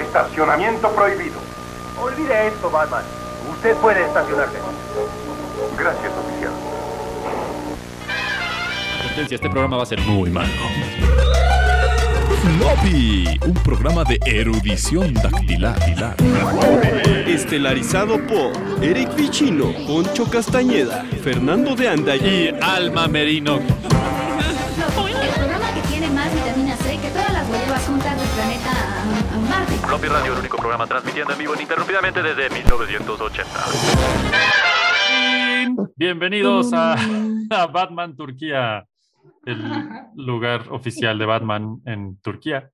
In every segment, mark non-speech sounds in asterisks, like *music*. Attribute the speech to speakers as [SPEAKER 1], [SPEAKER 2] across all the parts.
[SPEAKER 1] Estacionamiento prohibido.
[SPEAKER 2] Olvide esto, Batman. Usted puede estacionarse.
[SPEAKER 1] Gracias, oficial.
[SPEAKER 3] Advertencia, este programa va a ser muy malo. Floppy, un programa de erudición dactilar.
[SPEAKER 4] Estelarizado por Eric Vichino, Poncho Castañeda, Fernando de Anda
[SPEAKER 3] Y Alma Merino.
[SPEAKER 5] El programa que tiene más vitamina C que todas las guayabas juntas del planeta ah, ah, Marte.
[SPEAKER 6] Floppy Radio, el único programa transmitiendo en vivo ininterrumpidamente desde 1980.
[SPEAKER 7] Bienvenidos a, *laughs* a Batman Turquía, el lugar oficial de Batman en Turquía,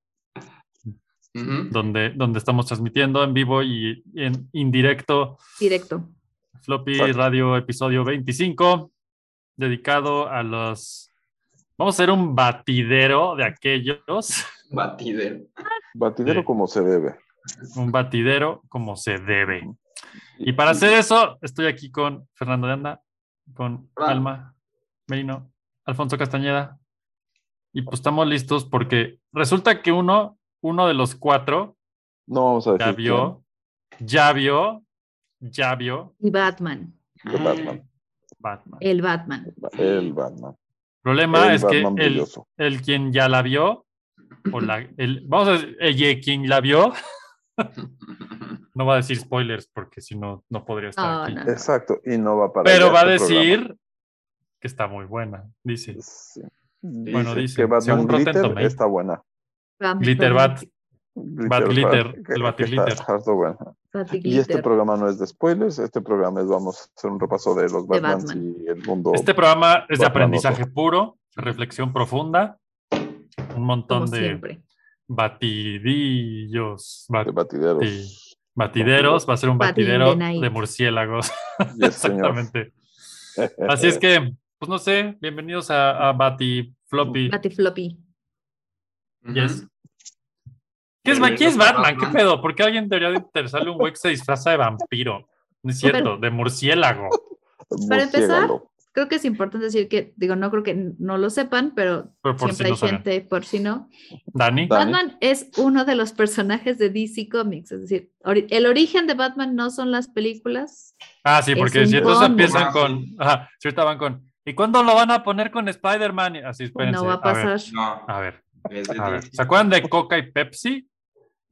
[SPEAKER 8] Ujú.
[SPEAKER 7] donde, donde estamos transmitiendo en vivo y en indirecto
[SPEAKER 9] Directo.
[SPEAKER 7] Floppy Radio episodio 25, dedicado a los... Vamos a hacer un batidero de aquellos,
[SPEAKER 8] Batidero.
[SPEAKER 10] Batidero
[SPEAKER 7] Sí.
[SPEAKER 10] como se debe.
[SPEAKER 7] un batidero como se debe. Y para hacer eso, estoy aquí con Fernando de Anda, con
[SPEAKER 8] Hola.
[SPEAKER 7] Alma Merino, Alfonso Castañeda. Y pues estamos listos porque resulta que uno, uno de los cuatro
[SPEAKER 10] No vamos a decir.
[SPEAKER 7] ya vio, ya vio, ya vio
[SPEAKER 9] Y Batman.
[SPEAKER 10] quién. El Batman.
[SPEAKER 7] Batman. El
[SPEAKER 9] El Batman.
[SPEAKER 10] El Batman.
[SPEAKER 7] problema
[SPEAKER 10] el
[SPEAKER 7] es
[SPEAKER 10] Batman
[SPEAKER 7] que el,
[SPEAKER 10] brilloso.
[SPEAKER 7] el quien ya la vio, o la, el, vamos a decir, el quien la vio, *laughs* no va a decir spoilers porque si no, no podría estar
[SPEAKER 9] Ah,
[SPEAKER 7] aquí.
[SPEAKER 9] no.
[SPEAKER 10] Exacto. Y no va para
[SPEAKER 7] Pero
[SPEAKER 10] allá
[SPEAKER 7] va a
[SPEAKER 10] este programa.
[SPEAKER 7] decir que está muy buena, dice.
[SPEAKER 10] Sí.
[SPEAKER 7] Bueno,
[SPEAKER 10] Dice
[SPEAKER 7] dice,
[SPEAKER 10] que Batman
[SPEAKER 7] según Rotten
[SPEAKER 10] Glitter
[SPEAKER 7] Tomatoes.
[SPEAKER 10] está buena.
[SPEAKER 9] Batman.
[SPEAKER 7] Glitter Bat. Bat Glitter,
[SPEAKER 10] Bat-
[SPEAKER 7] el
[SPEAKER 10] que- que
[SPEAKER 7] Batiglitter.
[SPEAKER 10] está harto buena.
[SPEAKER 9] Bat
[SPEAKER 10] Y este
[SPEAKER 9] Glitter.
[SPEAKER 10] programa no es de spoilers, este programa es vamos a hacer un repaso de los
[SPEAKER 9] De
[SPEAKER 10] Batmans
[SPEAKER 9] Batman.
[SPEAKER 10] y el mundo.
[SPEAKER 7] Este programa es
[SPEAKER 10] Batmanoso.
[SPEAKER 7] de aprendizaje puro, reflexión profunda, un
[SPEAKER 9] Como
[SPEAKER 7] montón de
[SPEAKER 9] siempre.
[SPEAKER 7] batidillos, bat-
[SPEAKER 10] de batideros.
[SPEAKER 7] Sí. batideros, va a ser un
[SPEAKER 9] Batting
[SPEAKER 7] batidero
[SPEAKER 9] the night.
[SPEAKER 7] de murciélagos.
[SPEAKER 10] Yes, señor. Eh,
[SPEAKER 7] Exactamente. Así
[SPEAKER 10] *laughs*
[SPEAKER 7] es que, pues no sé, bienvenidos a, a Bati Floppy.
[SPEAKER 9] Bati Floppy.
[SPEAKER 7] Yes. ¿Qué es, ba- ¿Quién es Batman? ¿Qué pedo? ¿Por qué a alguien debería de interesarle un güey que se disfraza de vampiro? No es cierto, de murciélago.
[SPEAKER 9] Para empezar,
[SPEAKER 10] Murciélago.
[SPEAKER 9] Creo que es importante decir que, digo, no creo que no lo sepan, pero
[SPEAKER 7] Pero por si
[SPEAKER 9] siempre
[SPEAKER 7] no
[SPEAKER 9] hay
[SPEAKER 7] saben.
[SPEAKER 9] gente, por si no.
[SPEAKER 10] Dani.
[SPEAKER 7] Dani.
[SPEAKER 9] Batman es uno de los personajes de DC Comics, es decir, ori- el origen de Batman no son las películas.
[SPEAKER 7] Ah, sí,
[SPEAKER 9] Es
[SPEAKER 7] porque
[SPEAKER 9] un
[SPEAKER 7] si entonces
[SPEAKER 9] cómic.
[SPEAKER 7] empiezan con. Ajá, si ahorita van con. ¿Y cuándo lo van a poner con Spider-Man? Y- Así, espérense.
[SPEAKER 9] Pues no va a
[SPEAKER 7] ver,
[SPEAKER 9] pasar.
[SPEAKER 8] No,
[SPEAKER 7] A ver,
[SPEAKER 8] es de
[SPEAKER 7] Ah, a ver.
[SPEAKER 8] DC.
[SPEAKER 7] ¿Se acuerdan de Coca y Pepsi?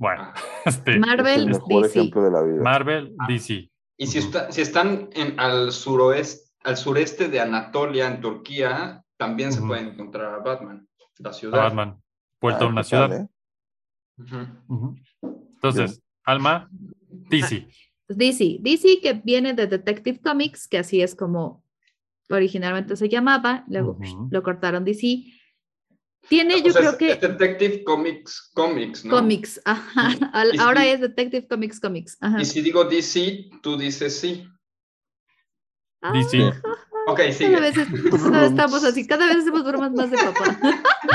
[SPEAKER 7] Bueno, *laughs*
[SPEAKER 8] Ah.
[SPEAKER 7] este,
[SPEAKER 10] Es el
[SPEAKER 9] Marvel,
[SPEAKER 10] mejor
[SPEAKER 9] DC.
[SPEAKER 10] ejemplo de la vida.
[SPEAKER 7] Marvel, DC.
[SPEAKER 8] Y si, está- si están en, al, suroeste, al sureste de Anatolia, en Turquía, también se
[SPEAKER 7] Ujú.
[SPEAKER 8] puede encontrar a Batman, la ciudad.
[SPEAKER 7] Batman. Vuelta a
[SPEAKER 10] Ah,
[SPEAKER 7] una
[SPEAKER 10] ¿qué
[SPEAKER 7] ciudad.
[SPEAKER 10] tal, eh?
[SPEAKER 8] Ujú.
[SPEAKER 7] Ujú. Entonces, Alma, DC.
[SPEAKER 9] DC, DC que viene de Detective Comics, que así es como originalmente se llamaba, luego pues,
[SPEAKER 7] Ujú.
[SPEAKER 9] lo cortaron DC. Tiene,
[SPEAKER 8] Ah, O
[SPEAKER 9] yo
[SPEAKER 8] sea,
[SPEAKER 9] creo
[SPEAKER 8] es-
[SPEAKER 9] que
[SPEAKER 8] es Detective Comics, Comics, ¿no?
[SPEAKER 9] Comics, ajá.
[SPEAKER 8] *laughs* Y
[SPEAKER 9] Al- Ahora
[SPEAKER 8] sí.
[SPEAKER 9] es Detective Comics Comics, ajá.
[SPEAKER 8] Y si digo DC, tú dices sí.
[SPEAKER 9] Ah,
[SPEAKER 7] DC.
[SPEAKER 8] Ok,
[SPEAKER 9] Cada
[SPEAKER 8] sigue.
[SPEAKER 9] vez
[SPEAKER 7] *laughs*
[SPEAKER 9] es- cada vez estamos así, cada vez hacemos bromas más de papá.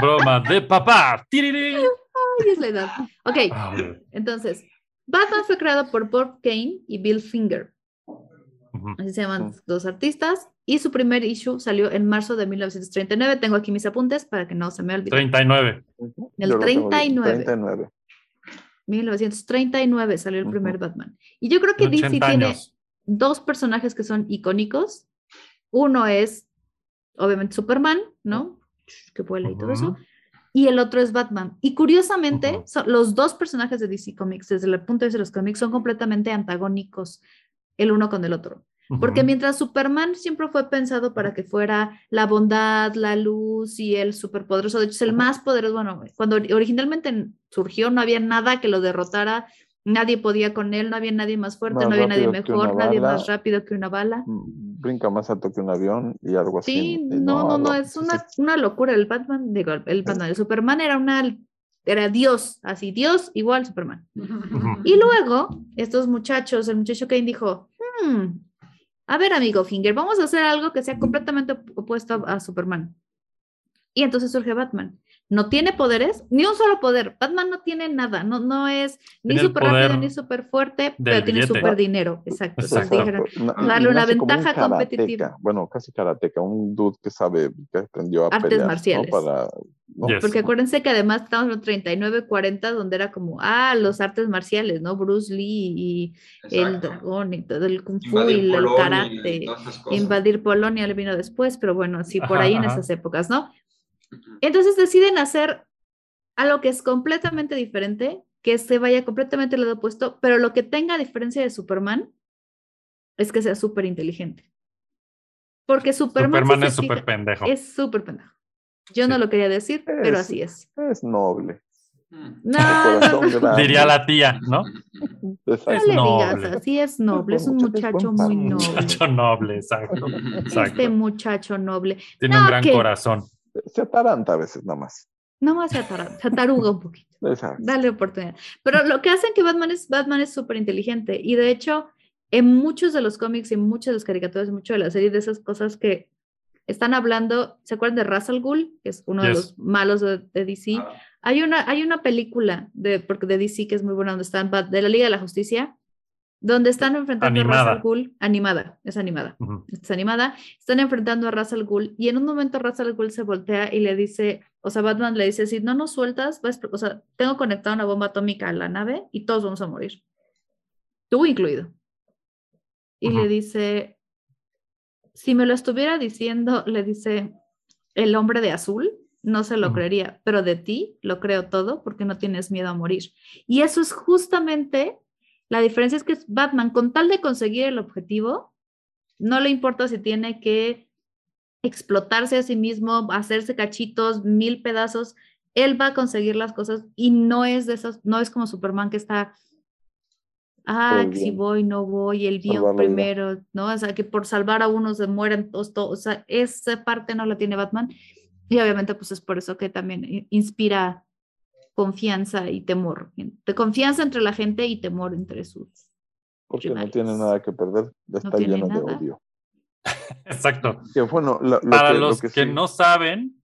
[SPEAKER 7] Broma de papá. Tirirín.
[SPEAKER 9] Ay, es la edad. Ok,
[SPEAKER 7] Ah, bueno.
[SPEAKER 9] entonces, Batman fue creado por Bob Kane y Bill Finger.
[SPEAKER 7] Ujú.
[SPEAKER 9] Así se llaman los dos artistas. Y su primer issue salió en marzo de 1939. Tengo aquí mis apuntes para que no se me olvide.
[SPEAKER 7] 39.
[SPEAKER 10] Ujú.
[SPEAKER 9] El
[SPEAKER 10] Yo lo tengo bien.
[SPEAKER 9] 39.
[SPEAKER 10] 39.
[SPEAKER 9] 1939 salió el primer Batman. Y yo creo que DC
[SPEAKER 7] 80
[SPEAKER 9] tiene
[SPEAKER 7] años.
[SPEAKER 9] dos personajes que son icónicos. Uno es, obviamente, Superman, ¿no? Que vuela y todo eso.
[SPEAKER 7] Ujú.
[SPEAKER 9] Y el otro es Batman. Y curiosamente,
[SPEAKER 7] Ujú.
[SPEAKER 9] son- los dos personajes de DC Comics, desde el punto de vista de los cómics, son completamente antagónicos el uno con el otro. Porque
[SPEAKER 7] Ujú.
[SPEAKER 9] mientras Superman siempre fue pensado para que fuera la bondad, la luz y el superpoderoso, de hecho es el más poderoso, bueno, cuando ori- originalmente surgió no había nada que lo derrotara, nadie podía con él, no había nadie más fuerte,
[SPEAKER 10] Más
[SPEAKER 9] no había nadie
[SPEAKER 10] rápido que una
[SPEAKER 9] mejor, nadie más
[SPEAKER 10] bala.
[SPEAKER 9] rápido que una bala.
[SPEAKER 10] Mm, Brinca más alto que un avión y algo así.
[SPEAKER 9] Sí,
[SPEAKER 10] Y
[SPEAKER 9] no, no, no,
[SPEAKER 10] algo-
[SPEAKER 9] es una, una locura. El Batman, digo, el- el Batman, el Superman era una, era Dios, así, Dios igual Superman. *laughs* Y luego, estos muchachos, el muchacho Kane dijo, "Hmm, a ver, amigo Finger, vamos a hacer algo que sea completamente op- opuesto a, a Superman. Y entonces surge Batman. no tiene poderes, ni un solo poder. Batman no tiene nada, no, no es ni
[SPEAKER 7] Tiene el
[SPEAKER 9] súper
[SPEAKER 7] poder
[SPEAKER 9] rápido ni súper fuerte, pero tiene
[SPEAKER 7] billete.
[SPEAKER 9] súper dinero. *laughs* Exacto. entonces
[SPEAKER 7] Exacto.
[SPEAKER 9] dijeron,
[SPEAKER 10] Na-
[SPEAKER 9] Darle una
[SPEAKER 10] nace como un
[SPEAKER 9] ventaja competitiva.
[SPEAKER 10] karateca, Bueno, casi karateca, un dude que sabe, que aprendió a
[SPEAKER 9] Artes
[SPEAKER 10] pelear. ¿no?
[SPEAKER 9] marciales.
[SPEAKER 10] Para, ¿no?
[SPEAKER 7] Yes.
[SPEAKER 9] Porque acuérdense que además estábamos en los 39, 40, donde era como, ah, los artes marciales, ¿no? Bruce Lee y el
[SPEAKER 8] Exacto.
[SPEAKER 9] dragón y todo el kung fu
[SPEAKER 8] Invadir
[SPEAKER 9] y el
[SPEAKER 8] Polonia,
[SPEAKER 9] karate.
[SPEAKER 8] todas esas cosas.
[SPEAKER 9] Invadir Polonia le vino después, pero bueno, así por
[SPEAKER 7] Ajá,
[SPEAKER 9] ahí en
[SPEAKER 7] ajá.
[SPEAKER 9] esas épocas, ¿no?
[SPEAKER 8] Ujú.
[SPEAKER 9] Entonces deciden hacer algo que es completamente diferente, que se vaya completamente al lado opuesto, pero lo que tenga a diferencia de Superman es que sea súper inteligente. Porque Superman,
[SPEAKER 7] Superman
[SPEAKER 9] si se
[SPEAKER 7] es
[SPEAKER 9] fija-
[SPEAKER 7] súper pendejo.
[SPEAKER 9] es súper pendejo. Yo no lo quería decir, pero
[SPEAKER 10] Es- *laughs*
[SPEAKER 9] así es.
[SPEAKER 10] Es
[SPEAKER 9] *laughs*
[SPEAKER 10] noble.
[SPEAKER 8] Mm.
[SPEAKER 9] No,
[SPEAKER 10] de
[SPEAKER 9] no,
[SPEAKER 10] corazón grande.
[SPEAKER 7] Diría la tía,
[SPEAKER 8] *laughs*
[SPEAKER 7] ¿no?
[SPEAKER 9] no
[SPEAKER 10] Exacto.
[SPEAKER 9] le
[SPEAKER 7] noble.
[SPEAKER 9] digas así, es noble, es un
[SPEAKER 10] Muchacho es
[SPEAKER 9] muchacho
[SPEAKER 10] buen
[SPEAKER 9] muy
[SPEAKER 10] padre.
[SPEAKER 9] noble.
[SPEAKER 7] Muchacho noble, exacto.
[SPEAKER 9] Este
[SPEAKER 7] Exacto.
[SPEAKER 9] muchacho noble.
[SPEAKER 7] Tiene
[SPEAKER 9] No,
[SPEAKER 7] un gran
[SPEAKER 9] que-
[SPEAKER 7] corazón.
[SPEAKER 10] Se ataranta a veces nada más. ah,
[SPEAKER 9] No más se atara- se ataruga un poquito.
[SPEAKER 10] Exacto.
[SPEAKER 9] Dale oportunidad. Pero lo que hacen que Batman es Batman es súper inteligente y de hecho en muchos de los cómics y muchas de las caricaturas, mucho de la serie de esas cosas que están hablando, ¿se acuerdan de Ra's al Ghul? Que es uno de
[SPEAKER 7] Yes. Ah.
[SPEAKER 9] los malos de, de DC. Hay una, hay una película de, porque de DC que es muy buena, donde están Bat- de la Liga de la Justicia, donde están enfrentando a Ra's
[SPEAKER 7] Animada.
[SPEAKER 9] al Ghul, animada, es animada
[SPEAKER 7] Ujú.
[SPEAKER 9] está animada, están enfrentando a Ra's al Ghul y en un momento Ra's al Ghul se voltea y le dice, o sea, Batman le dice, si no nos sueltas, vas- o sea, tengo conectada una bomba atómica a la nave y todos vamos a morir, tú incluido. Y
[SPEAKER 7] Ujú.
[SPEAKER 9] le dice, si me lo estuviera diciendo, le dice, el hombre de azul, no se lo
[SPEAKER 7] Ujú.
[SPEAKER 9] creería, pero de ti lo creo todo porque no tienes miedo a morir. Y eso es justamente la diferencia es que Batman, con tal de conseguir el objetivo, no le importa si tiene que explotarse a sí mismo, hacerse cachitos, mil pedazos, él va a conseguir las cosas y no es de esas, no es como Superman que está, ah,
[SPEAKER 10] Todo
[SPEAKER 9] que si
[SPEAKER 10] bien.
[SPEAKER 9] voy, no voy, el bien
[SPEAKER 10] Salvar la vida.
[SPEAKER 9] primero, ¿no? O sea, que por salvar a unos se mueren todos, todos, o sea, esa parte no la tiene Batman y obviamente pues es por eso que también i- inspira confianza y temor, de confianza entre la gente y temor entre sus
[SPEAKER 10] Porque no
[SPEAKER 9] rivales.
[SPEAKER 10] tiene nada que perder. Ya está
[SPEAKER 9] tiene
[SPEAKER 10] lleno de
[SPEAKER 9] nada.
[SPEAKER 10] odio.
[SPEAKER 7] Exacto.
[SPEAKER 10] Que bueno, lo, lo
[SPEAKER 7] Para
[SPEAKER 10] que, lo
[SPEAKER 7] los que,
[SPEAKER 10] que sí-
[SPEAKER 7] no saben,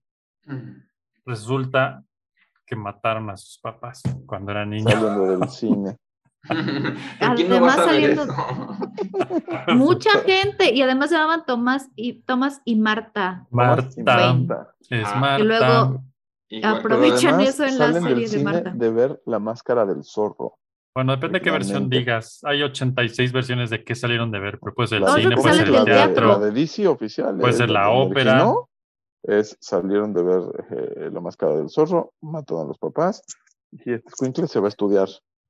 [SPEAKER 8] Mm.
[SPEAKER 7] resulta que mataron a sus papás cuando eran niños.
[SPEAKER 10] saliendo del cine.
[SPEAKER 8] ¿Pero quién no va
[SPEAKER 9] Ah, Además,
[SPEAKER 8] a saber
[SPEAKER 9] saliendo-
[SPEAKER 8] eso?
[SPEAKER 9] Mucha gente y además se llamaban Tomás y Tomás y Marta.
[SPEAKER 7] Marta.
[SPEAKER 9] Wayne.
[SPEAKER 10] Marta.
[SPEAKER 7] Es
[SPEAKER 8] Ah,
[SPEAKER 7] Marta.
[SPEAKER 9] Y luego
[SPEAKER 8] Igual,
[SPEAKER 10] Pero
[SPEAKER 9] *laughs* Aprovechan
[SPEAKER 10] además
[SPEAKER 9] eso en la
[SPEAKER 10] salen
[SPEAKER 9] serie
[SPEAKER 10] del
[SPEAKER 9] de
[SPEAKER 10] cine
[SPEAKER 9] Marta.
[SPEAKER 10] de ver la máscara del zorro.
[SPEAKER 7] Bueno, depende de qué versión
[SPEAKER 10] Realmente.
[SPEAKER 7] digas. Hay 86 versiones de qué salieron de ver, pero puede ser el
[SPEAKER 9] Claro,
[SPEAKER 7] cine,
[SPEAKER 9] que
[SPEAKER 7] puede
[SPEAKER 9] salen
[SPEAKER 7] ser
[SPEAKER 9] del
[SPEAKER 7] el
[SPEAKER 9] teatro.
[SPEAKER 10] La
[SPEAKER 7] teatro.
[SPEAKER 10] de DC oficial.
[SPEAKER 7] Puede
[SPEAKER 10] eh,
[SPEAKER 7] ser la
[SPEAKER 10] original,
[SPEAKER 7] ópera.
[SPEAKER 10] Es salieron de ver eh, la máscara del zorro, mataron a los papás y este escuincle se va a estudiar.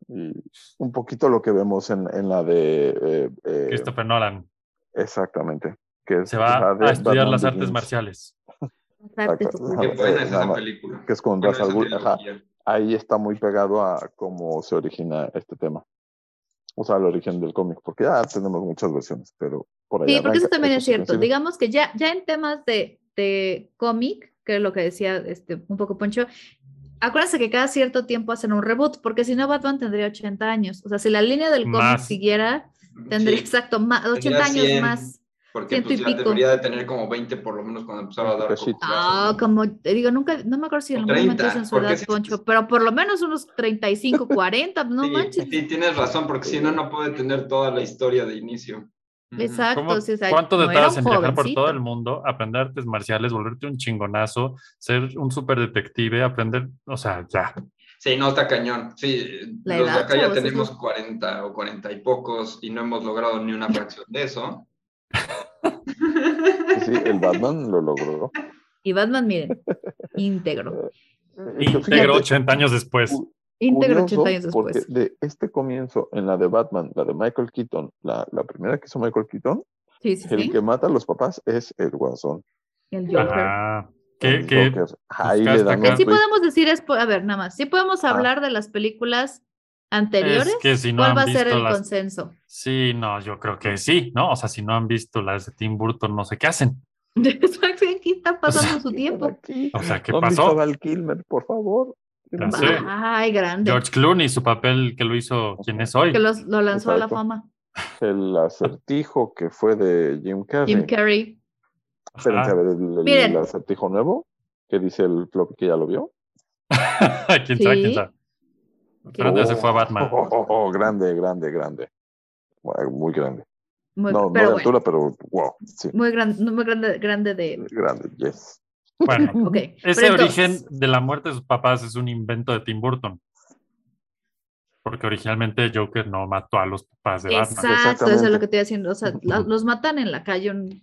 [SPEAKER 10] Y un poquito lo que vemos en, en la de. eh, eh,
[SPEAKER 7] Christopher Nolan
[SPEAKER 10] exactamente. Que es
[SPEAKER 7] se va
[SPEAKER 10] la de
[SPEAKER 7] a estudiar
[SPEAKER 10] Batman
[SPEAKER 7] las artes
[SPEAKER 10] Begins.
[SPEAKER 7] marciales.
[SPEAKER 9] Marta,
[SPEAKER 10] Exacto.
[SPEAKER 9] tu-
[SPEAKER 8] Qué
[SPEAKER 10] Ajá,
[SPEAKER 8] buena
[SPEAKER 10] eh,
[SPEAKER 8] es
[SPEAKER 10] nada
[SPEAKER 8] esa
[SPEAKER 10] más,
[SPEAKER 8] película.
[SPEAKER 10] Que es con Ra's
[SPEAKER 8] Buena esa
[SPEAKER 10] al Ghul, ajá.
[SPEAKER 8] trilogía.
[SPEAKER 10] Ahí está muy pegado a cómo se origina este tema. O sea, el origen del cómic, porque ya tenemos muchas versiones, pero por ahí.
[SPEAKER 8] pues,
[SPEAKER 9] Sí, porque eso
[SPEAKER 10] arranca.
[SPEAKER 9] también es
[SPEAKER 10] Esto sí
[SPEAKER 9] cierto.
[SPEAKER 10] coincide.
[SPEAKER 9] Digamos que ya, ya en temas de, de cómic, que es lo que decía este, un poco Poncho, acuérdense que cada cierto tiempo hacen un reboot, porque si no Batman tendría 80 años. O sea, si la línea del cómic
[SPEAKER 7] Más.
[SPEAKER 9] siguiera, tendría
[SPEAKER 8] Sí,
[SPEAKER 9] exacto más, 80 años
[SPEAKER 8] 100.
[SPEAKER 9] más.
[SPEAKER 8] Porque
[SPEAKER 9] ciento
[SPEAKER 8] pues,
[SPEAKER 9] y
[SPEAKER 8] ya
[SPEAKER 9] pico.
[SPEAKER 8] debería de tener como 20 por lo menos cuando empezaba a dar
[SPEAKER 10] Pues sí.
[SPEAKER 9] Ah,
[SPEAKER 8] cortoplazos, ¿no?
[SPEAKER 9] como te digo, nunca, no me acuerdo si en
[SPEAKER 8] O
[SPEAKER 9] algún momento
[SPEAKER 8] 30,
[SPEAKER 9] es en su
[SPEAKER 8] porque
[SPEAKER 9] edad,
[SPEAKER 8] sí-
[SPEAKER 9] Poncho, pero por lo menos unos 35, 40, no
[SPEAKER 8] *laughs* Sí,
[SPEAKER 9] manches.
[SPEAKER 8] sí, tienes razón, porque si no, no puede tener toda la historia de inicio. Ujú.
[SPEAKER 9] Exacto.
[SPEAKER 7] ¿Cómo-
[SPEAKER 9] sí, o sea,
[SPEAKER 7] ¿Cuánto
[SPEAKER 9] no
[SPEAKER 7] te
[SPEAKER 9] era
[SPEAKER 7] tardas en
[SPEAKER 9] un
[SPEAKER 7] viajar por
[SPEAKER 9] jovencito.
[SPEAKER 7] todo el mundo, aprender artes marciales, volverte un chingonazo, ser un super detective, aprender, o sea, ya.
[SPEAKER 8] Sí, no, está cañón. Sí,
[SPEAKER 9] La
[SPEAKER 8] los de
[SPEAKER 9] edad,
[SPEAKER 8] acá ya
[SPEAKER 9] chavos, es
[SPEAKER 8] tenemos
[SPEAKER 9] lo-
[SPEAKER 8] 40 o 40 y pocos y no hemos logrado ni una fracción de eso.
[SPEAKER 10] Sí, el Batman lo
[SPEAKER 9] *laughs*
[SPEAKER 10] logró.
[SPEAKER 9] Y Batman, miren, íntegro.
[SPEAKER 10] Pero fíjate,
[SPEAKER 7] Íntegro 80 años después.
[SPEAKER 10] cu-
[SPEAKER 9] Íntegro
[SPEAKER 10] curioso,
[SPEAKER 9] 80 años
[SPEAKER 10] porque
[SPEAKER 9] después.
[SPEAKER 10] de este comienzo, en la de Batman, la de Michael Keaton, la, la primera que hizo Michael Keaton,
[SPEAKER 9] Sí, sí,
[SPEAKER 10] el
[SPEAKER 9] sí.
[SPEAKER 10] que mata a los papás es el Guasón.
[SPEAKER 9] El Joker.
[SPEAKER 7] Ajá. Que,
[SPEAKER 10] el
[SPEAKER 7] que
[SPEAKER 10] Joker. Ahí
[SPEAKER 7] buscaste
[SPEAKER 10] le dan
[SPEAKER 7] acá.
[SPEAKER 9] Que
[SPEAKER 10] un
[SPEAKER 9] sí
[SPEAKER 10] twist.
[SPEAKER 9] podemos decir es, a ver, nada más, sí podemos
[SPEAKER 10] Ah.
[SPEAKER 9] hablar de las películas anteriores.
[SPEAKER 7] es que si no
[SPEAKER 9] ¿Cuál
[SPEAKER 7] han
[SPEAKER 9] va a ser
[SPEAKER 7] visto
[SPEAKER 9] el
[SPEAKER 7] las
[SPEAKER 9] consenso? *laughs*
[SPEAKER 7] Sí, no, yo creo que sí, ¿no? O sea, si no han visto las de Tim Burton, no sé qué hacen.
[SPEAKER 9] Exacto, aquí
[SPEAKER 10] *laughs*
[SPEAKER 9] está pasando
[SPEAKER 10] ¿Qué
[SPEAKER 9] su
[SPEAKER 10] hicieron *laughs*
[SPEAKER 9] tiempo.
[SPEAKER 10] aquí?
[SPEAKER 7] O sea, ¿qué
[SPEAKER 10] ¿No han visto a
[SPEAKER 7] pasó?
[SPEAKER 10] Val Kilmer, por favor?
[SPEAKER 7] Ya sé.
[SPEAKER 9] Ay, grande.
[SPEAKER 7] George Clooney, su papel que lo hizo quien es hoy.
[SPEAKER 9] Que los- lo lanzó a la
[SPEAKER 10] Exacto.
[SPEAKER 9] fama.
[SPEAKER 10] El acertijo que fue de Jim Carrey.
[SPEAKER 9] Jim Carrey.
[SPEAKER 7] Ajá.
[SPEAKER 10] Espérense a ver el, el-
[SPEAKER 9] Miren.
[SPEAKER 10] el acertijo nuevo que dice el flop que ya lo vio.
[SPEAKER 7] *laughs* quién sabe, quién
[SPEAKER 9] Sí.
[SPEAKER 7] sabe. Pero ya se fue a Batman.
[SPEAKER 10] *laughs* Oh, oh, oh, grande, grande, grande. Guau, Muy grande.
[SPEAKER 9] Muy,
[SPEAKER 10] No, no de
[SPEAKER 9] pero bueno,
[SPEAKER 10] altura, pero wow, sí,
[SPEAKER 9] muy, gran- muy grande, grande de...
[SPEAKER 10] grande, yes.
[SPEAKER 7] Bueno,
[SPEAKER 9] *laughs* Ok.
[SPEAKER 7] ese
[SPEAKER 9] pero entonces-
[SPEAKER 7] origen de la muerte de sus papás es un invento de Tim Burton. Porque originalmente Joker no mató a los papás de Batman.
[SPEAKER 9] Exacto, eso es lo
[SPEAKER 10] Exactamente.
[SPEAKER 9] que estoy haciendo. O sea, la- los matan en la calle un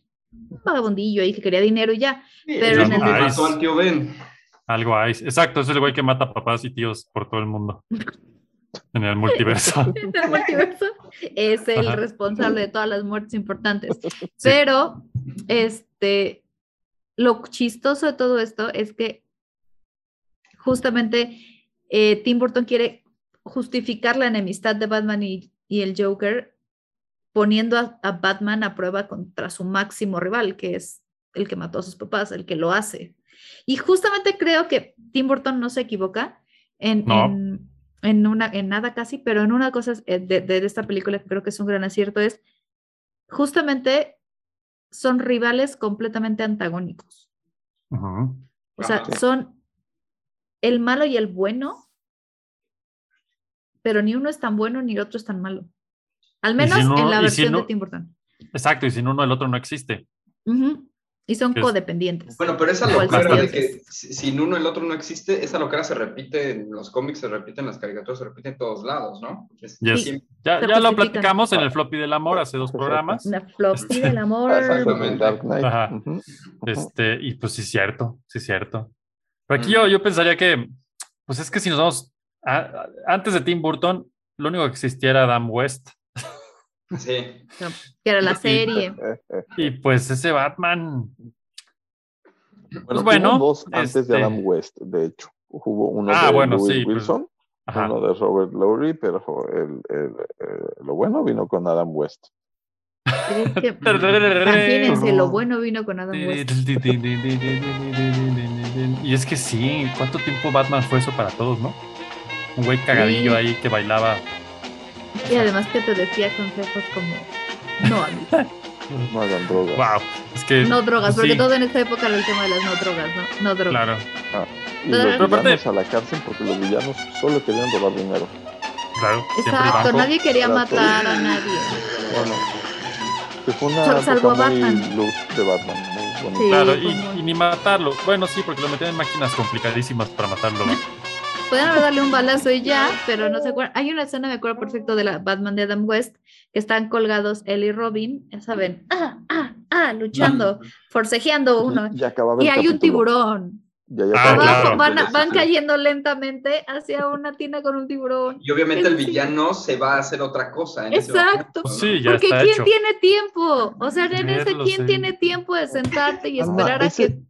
[SPEAKER 9] un vagabundillo ahí que quería dinero y ya. Pero
[SPEAKER 8] el
[SPEAKER 9] en
[SPEAKER 8] que
[SPEAKER 9] el-
[SPEAKER 8] mató al tío Ben.
[SPEAKER 7] Algo ahí. Exacto, es el güey que mata papás y tíos por todo el mundo. En
[SPEAKER 9] *laughs*
[SPEAKER 7] el multiverso.
[SPEAKER 9] En el multiverso es el
[SPEAKER 7] Ajá.
[SPEAKER 9] responsable de todas las muertes importantes. Pero, este, lo chistoso de todo esto es que justamente eh, Tim Burton quiere justificar la enemistad de Batman y, y el Joker poniendo a, a Batman a prueba contra su máximo rival, que es el que mató a sus papás, el que lo hace. Y justamente creo que Tim Burton no se equivoca en,
[SPEAKER 7] No.
[SPEAKER 9] en, en una, en nada casi, pero en una cosa es- eh, de, de esta película que creo que es un gran acierto es justamente son rivales completamente antagónicos.
[SPEAKER 7] Ujú.
[SPEAKER 9] O sea,
[SPEAKER 8] Ajá.
[SPEAKER 9] son el malo y el bueno, pero ni uno es tan bueno ni el otro es tan malo. Al
[SPEAKER 7] si
[SPEAKER 9] menos
[SPEAKER 7] no-
[SPEAKER 9] en la
[SPEAKER 7] y si
[SPEAKER 9] versión
[SPEAKER 7] no-
[SPEAKER 9] de Tim Burton.
[SPEAKER 7] Exacto, y sin uno el otro no existe.
[SPEAKER 9] Ujú. Y son
[SPEAKER 7] Es-
[SPEAKER 9] codependientes.
[SPEAKER 8] Bueno, pero esa
[SPEAKER 9] Igual
[SPEAKER 8] locura de
[SPEAKER 9] bastante.
[SPEAKER 8] que si- sin uno el otro no existe, esa locura se repite en los cómics, se repite en las caricaturas, se repite en todos lados, ¿no? Pues, Es-
[SPEAKER 7] Yes.
[SPEAKER 8] siempre-
[SPEAKER 9] Se
[SPEAKER 7] Ya, ya lo
[SPEAKER 9] justifican.
[SPEAKER 7] platicamos en el floppy del amor hace dos programas.
[SPEAKER 9] La floppy del amor.
[SPEAKER 8] Exactamente.
[SPEAKER 10] Dark Knight.
[SPEAKER 7] Ajá.
[SPEAKER 10] ujú.
[SPEAKER 7] Este, y pues sí, es cierto, sí, es cierto. Pero aquí yo, yo pensaría que, pues es que si nos vamos, a- a- antes de Tim Burton, lo único que existía era Adam West.
[SPEAKER 8] Sí.
[SPEAKER 9] Que era la
[SPEAKER 7] Y-
[SPEAKER 9] serie.
[SPEAKER 10] Eh, eh.
[SPEAKER 7] Y pues ese Batman,
[SPEAKER 10] Bueno,
[SPEAKER 7] pues bueno,
[SPEAKER 10] hubo dos antes
[SPEAKER 7] este-
[SPEAKER 10] de Adam West, de hecho. Hubo uno
[SPEAKER 7] Ah,
[SPEAKER 10] de
[SPEAKER 7] bueno,
[SPEAKER 10] Louis
[SPEAKER 7] sí, pues,
[SPEAKER 10] Wilson,
[SPEAKER 7] ajá,
[SPEAKER 10] uno de Robert Lowry, pero el, el- eh, lo bueno vino con Adam West.
[SPEAKER 9] Es
[SPEAKER 7] *laughs*
[SPEAKER 9] que, imagínense, lo bueno vino con Adam West.
[SPEAKER 7] *laughs* Y es que sí, ¿cuánto tiempo Batman fue eso para todos, no? Un güey cagadillo
[SPEAKER 9] Sí.
[SPEAKER 7] ahí que bailaba.
[SPEAKER 9] Y además que te decía consejos como no, amigo,
[SPEAKER 10] No hagan drogas.
[SPEAKER 7] Wow, es que.
[SPEAKER 9] no drogas, porque
[SPEAKER 7] sí,
[SPEAKER 9] todo en esta época era el tema de las no drogas, ¿no? No drogas.
[SPEAKER 7] Claro,
[SPEAKER 10] Y los
[SPEAKER 9] Pero
[SPEAKER 10] villanos
[SPEAKER 7] aparte-
[SPEAKER 10] a la cárcel porque los villanos solo querían robar dinero.
[SPEAKER 7] claro. siempre
[SPEAKER 9] Exacto,
[SPEAKER 7] banco.
[SPEAKER 9] nadie quería
[SPEAKER 10] Era todo.
[SPEAKER 9] matar a nadie.
[SPEAKER 10] Bueno, que fue una
[SPEAKER 9] Sal- salvo
[SPEAKER 10] época
[SPEAKER 9] a
[SPEAKER 10] muy
[SPEAKER 9] Batman.
[SPEAKER 10] luz de Batman, muy bonita.
[SPEAKER 9] Sí.
[SPEAKER 7] Claro,
[SPEAKER 9] fue
[SPEAKER 7] y,
[SPEAKER 9] muy-
[SPEAKER 7] y ni matarlo. Bueno, sí, porque lo metían en máquinas complicadísimas para matarlo.
[SPEAKER 9] Pueden haber darle un balazo y ya, pero no se acuerdan. Hay una escena, me acuerdo perfecto, de la Batman de Adam West, que están colgados él y Robin, ya saben, ah, ah, ah,
[SPEAKER 8] *laughs*
[SPEAKER 9] luchando, forcejeando uno.
[SPEAKER 10] Y, y acababa
[SPEAKER 9] Y
[SPEAKER 10] el
[SPEAKER 9] hay un
[SPEAKER 10] capítulo.
[SPEAKER 9] tiburón.
[SPEAKER 10] Y ahí
[SPEAKER 7] Ah,
[SPEAKER 10] acababa el
[SPEAKER 9] Abajo
[SPEAKER 7] claro.
[SPEAKER 9] van,
[SPEAKER 10] capítulo,
[SPEAKER 9] van
[SPEAKER 10] sí, sí.
[SPEAKER 9] cayendo lentamente hacia una tina con un tiburón.
[SPEAKER 8] Y obviamente el villano se va a hacer otra cosa. ¿eh? en ese
[SPEAKER 9] Exacto.
[SPEAKER 8] momento, ¿no?
[SPEAKER 7] Pues Sí, ya
[SPEAKER 9] Porque
[SPEAKER 7] está
[SPEAKER 9] ¿quién
[SPEAKER 7] hecho.
[SPEAKER 9] tiene tiempo? O sea, en ese,
[SPEAKER 7] Verlo,
[SPEAKER 9] ¿quién
[SPEAKER 7] sí.
[SPEAKER 9] tiene tiempo de sentarte y
[SPEAKER 10] Ah,
[SPEAKER 9] esperar a
[SPEAKER 10] ese-
[SPEAKER 9] que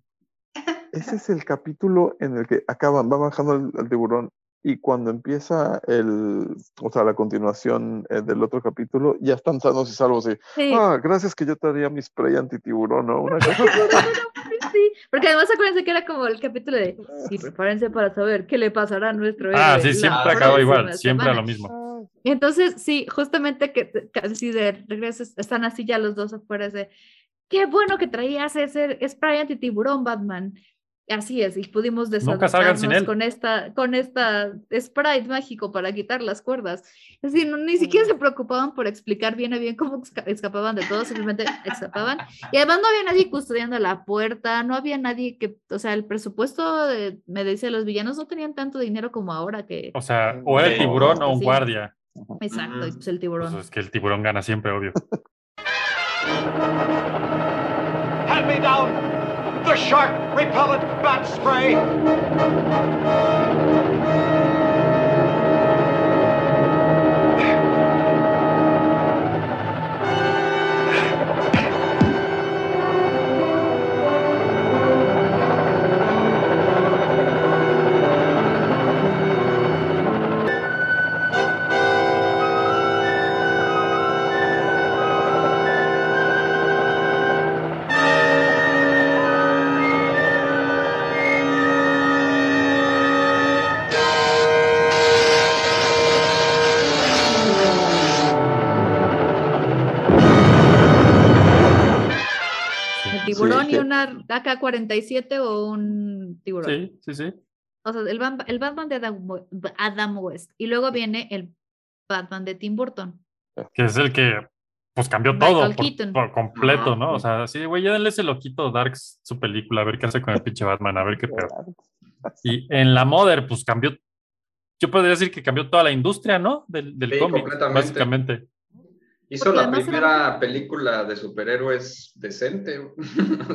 [SPEAKER 10] Ese es el capítulo en el que acaban, va bajando el, el tiburón y cuando empieza el, o sea, la continuación eh, del otro capítulo, ya están sanos y salvos. Y,
[SPEAKER 9] Sí,
[SPEAKER 10] ah, gracias que yo traía mi spray antitiburón, ¿no? Una cosa *laughs*
[SPEAKER 9] *laughs* sí. Porque además acuérdense que era como el capítulo de y prepárense para saber qué le pasará a nuestro héroe.
[SPEAKER 7] Ah, sí,
[SPEAKER 9] la
[SPEAKER 7] siempre acaba igual,
[SPEAKER 9] próxima
[SPEAKER 7] siempre a lo
[SPEAKER 9] semana".
[SPEAKER 7] mismo.
[SPEAKER 9] Entonces, sí, justamente que te- casi de regreso están así ya los dos afuera de qué bueno que traías ese spray antitiburón, Batman. Así es, y pudimos
[SPEAKER 7] Nunca salgan sin
[SPEAKER 9] desatarnos
[SPEAKER 7] él.
[SPEAKER 9] con esta, con esta sprite mágico para quitar las cuerdas. Es decir, no- ni siquiera se preocupaban por explicar bien a bien cómo esca- escapaban de todo, simplemente
[SPEAKER 7] *laughs*
[SPEAKER 9] escapaban. Y además no había nadie custodiando la puerta, no había nadie que, o sea, el presupuesto, de- me dice, los villanos no tenían tanto dinero como ahora que...
[SPEAKER 7] O sea, o era el
[SPEAKER 8] Sí.
[SPEAKER 7] tiburón o un
[SPEAKER 9] Sí.
[SPEAKER 7] guardia.
[SPEAKER 9] Exacto, y
[SPEAKER 8] Ujú.
[SPEAKER 9] pues el tiburón.
[SPEAKER 7] Pues es que el tiburón gana siempre, obvio.
[SPEAKER 2] Hand me down the shark repellent bat spray.
[SPEAKER 9] El tiburón
[SPEAKER 10] que-
[SPEAKER 9] y una AK-47 o un tiburón.
[SPEAKER 7] Sí, sí, sí.
[SPEAKER 9] o sea, el, Bam- el Batman de Adam, We- Adam West y luego viene el Batman de Tim Burton.
[SPEAKER 7] que es el que pues cambió
[SPEAKER 9] Michael
[SPEAKER 7] todo por,
[SPEAKER 9] Keaton.
[SPEAKER 7] por completo,
[SPEAKER 8] Ajá.
[SPEAKER 7] ¿no? O sea, sí, güey, ya denle ese loquito Darks su película, a ver qué hace con el pinche Batman, a ver qué pedo. Y en la Mother, pues cambió, yo podría decir que cambió toda la industria, ¿no? Del, del
[SPEAKER 8] Sí,
[SPEAKER 7] cómic,
[SPEAKER 8] completamente.
[SPEAKER 7] básicamente.
[SPEAKER 8] Hizo
[SPEAKER 9] Porque
[SPEAKER 8] la
[SPEAKER 9] además
[SPEAKER 8] primera
[SPEAKER 9] era-
[SPEAKER 8] película de superhéroes decente. *laughs* o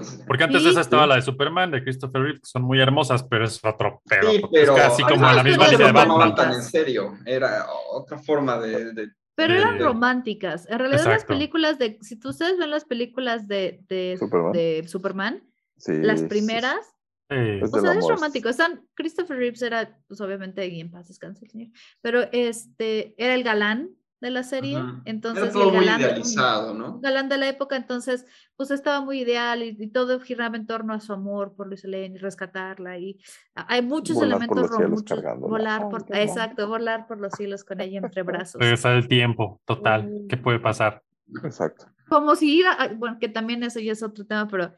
[SPEAKER 8] sea.
[SPEAKER 7] Porque antes
[SPEAKER 9] Sí.
[SPEAKER 7] de esa estaba la de Superman, de Christopher Reeve, que son muy hermosas, pero es otro pedo.
[SPEAKER 8] Sí,
[SPEAKER 7] porque
[SPEAKER 8] pero
[SPEAKER 7] es casi
[SPEAKER 8] a
[SPEAKER 7] como
[SPEAKER 9] veces
[SPEAKER 7] la
[SPEAKER 9] no
[SPEAKER 7] misma
[SPEAKER 9] se
[SPEAKER 7] línea de
[SPEAKER 9] tomaban
[SPEAKER 7] Batman.
[SPEAKER 8] tan en serio. Era otra forma de. de-
[SPEAKER 9] Pero eran
[SPEAKER 7] Eh,
[SPEAKER 9] románticas. En realidad las
[SPEAKER 7] exacto.
[SPEAKER 9] películas de, si tú ustedes ven las películas de, de,
[SPEAKER 10] Superman.
[SPEAKER 9] de Superman,
[SPEAKER 10] Sí,
[SPEAKER 9] Este, las
[SPEAKER 10] sí, sí.
[SPEAKER 9] primeras,
[SPEAKER 7] Sí.
[SPEAKER 10] Es
[SPEAKER 9] O
[SPEAKER 10] del
[SPEAKER 9] sea, es
[SPEAKER 10] amor.
[SPEAKER 9] romántico. Están, Christopher Reeves era, pues obviamente, y en paz descanse el señor, pero este, era el galán de la serie,
[SPEAKER 8] Ujú.
[SPEAKER 9] entonces,
[SPEAKER 8] era
[SPEAKER 9] y el
[SPEAKER 8] todo muy
[SPEAKER 9] galán,
[SPEAKER 8] idealizado, ¿no?
[SPEAKER 9] un galán de la época, entonces, pues estaba muy ideal y, y todo giraba en torno a su amor por Luis Lane y rescatarla y a- hay muchos
[SPEAKER 10] Volar por
[SPEAKER 9] elementos
[SPEAKER 10] los
[SPEAKER 9] rom-
[SPEAKER 10] cielos
[SPEAKER 9] muchos-
[SPEAKER 10] cargándola.
[SPEAKER 9] volar
[SPEAKER 10] Ay,
[SPEAKER 9] por,
[SPEAKER 10] qué
[SPEAKER 9] exacto, volar por los cielos con ella entre brazos.
[SPEAKER 7] Regresar el tiempo, total.
[SPEAKER 9] Mm.
[SPEAKER 7] ¿Qué puede pasar?
[SPEAKER 10] Exacto.
[SPEAKER 9] como si ir a, a- bueno, que también eso ya es otro tema, pero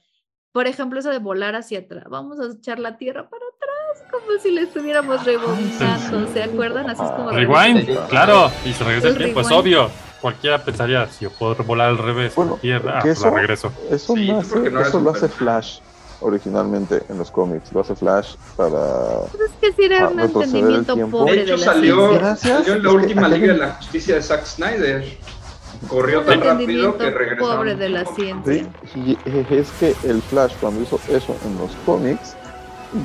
[SPEAKER 9] por ejemplo, eso de volar hacia atrás, vamos a echar la tierra para atrás, como si le estuviéramos rebobinando, ¿se acuerdan? Así es como
[SPEAKER 7] Rewind,
[SPEAKER 8] Regresa.
[SPEAKER 7] claro, y se regresa el
[SPEAKER 9] El
[SPEAKER 7] tiempo,
[SPEAKER 9] Pues
[SPEAKER 7] es
[SPEAKER 9] rewind.
[SPEAKER 7] obvio. Cualquiera pensaría, si yo puedo volar al revés,
[SPEAKER 10] Bueno,
[SPEAKER 7] por tierra, ah,
[SPEAKER 10] que
[SPEAKER 7] pues la
[SPEAKER 10] eso-
[SPEAKER 7] regreso.
[SPEAKER 10] Eso,
[SPEAKER 8] Sí,
[SPEAKER 10] lo
[SPEAKER 8] porque
[SPEAKER 10] hace,
[SPEAKER 8] no era
[SPEAKER 10] eso lo hace
[SPEAKER 8] Superman.
[SPEAKER 10] Flash originalmente en los cómics. Lo hace Flash para.
[SPEAKER 9] Pues es que si era
[SPEAKER 10] Ah,
[SPEAKER 9] un
[SPEAKER 10] retroceder el
[SPEAKER 9] entendimiento
[SPEAKER 10] tiempo.
[SPEAKER 9] pobre
[SPEAKER 8] De
[SPEAKER 9] de,
[SPEAKER 8] hecho,
[SPEAKER 9] la
[SPEAKER 8] salió,
[SPEAKER 9] ciencia.
[SPEAKER 10] Gracias.
[SPEAKER 8] salió en la
[SPEAKER 10] Es que
[SPEAKER 8] última
[SPEAKER 10] acá
[SPEAKER 8] Liga de
[SPEAKER 10] hay-
[SPEAKER 8] la Justicia de Zack Snyder. Corrió
[SPEAKER 9] Un
[SPEAKER 8] tan rápido que
[SPEAKER 9] entendimiento
[SPEAKER 8] regresó.
[SPEAKER 9] pobre de la ciencia.
[SPEAKER 10] Sí, y eh, es que el Flash, cuando hizo eso en los cómics,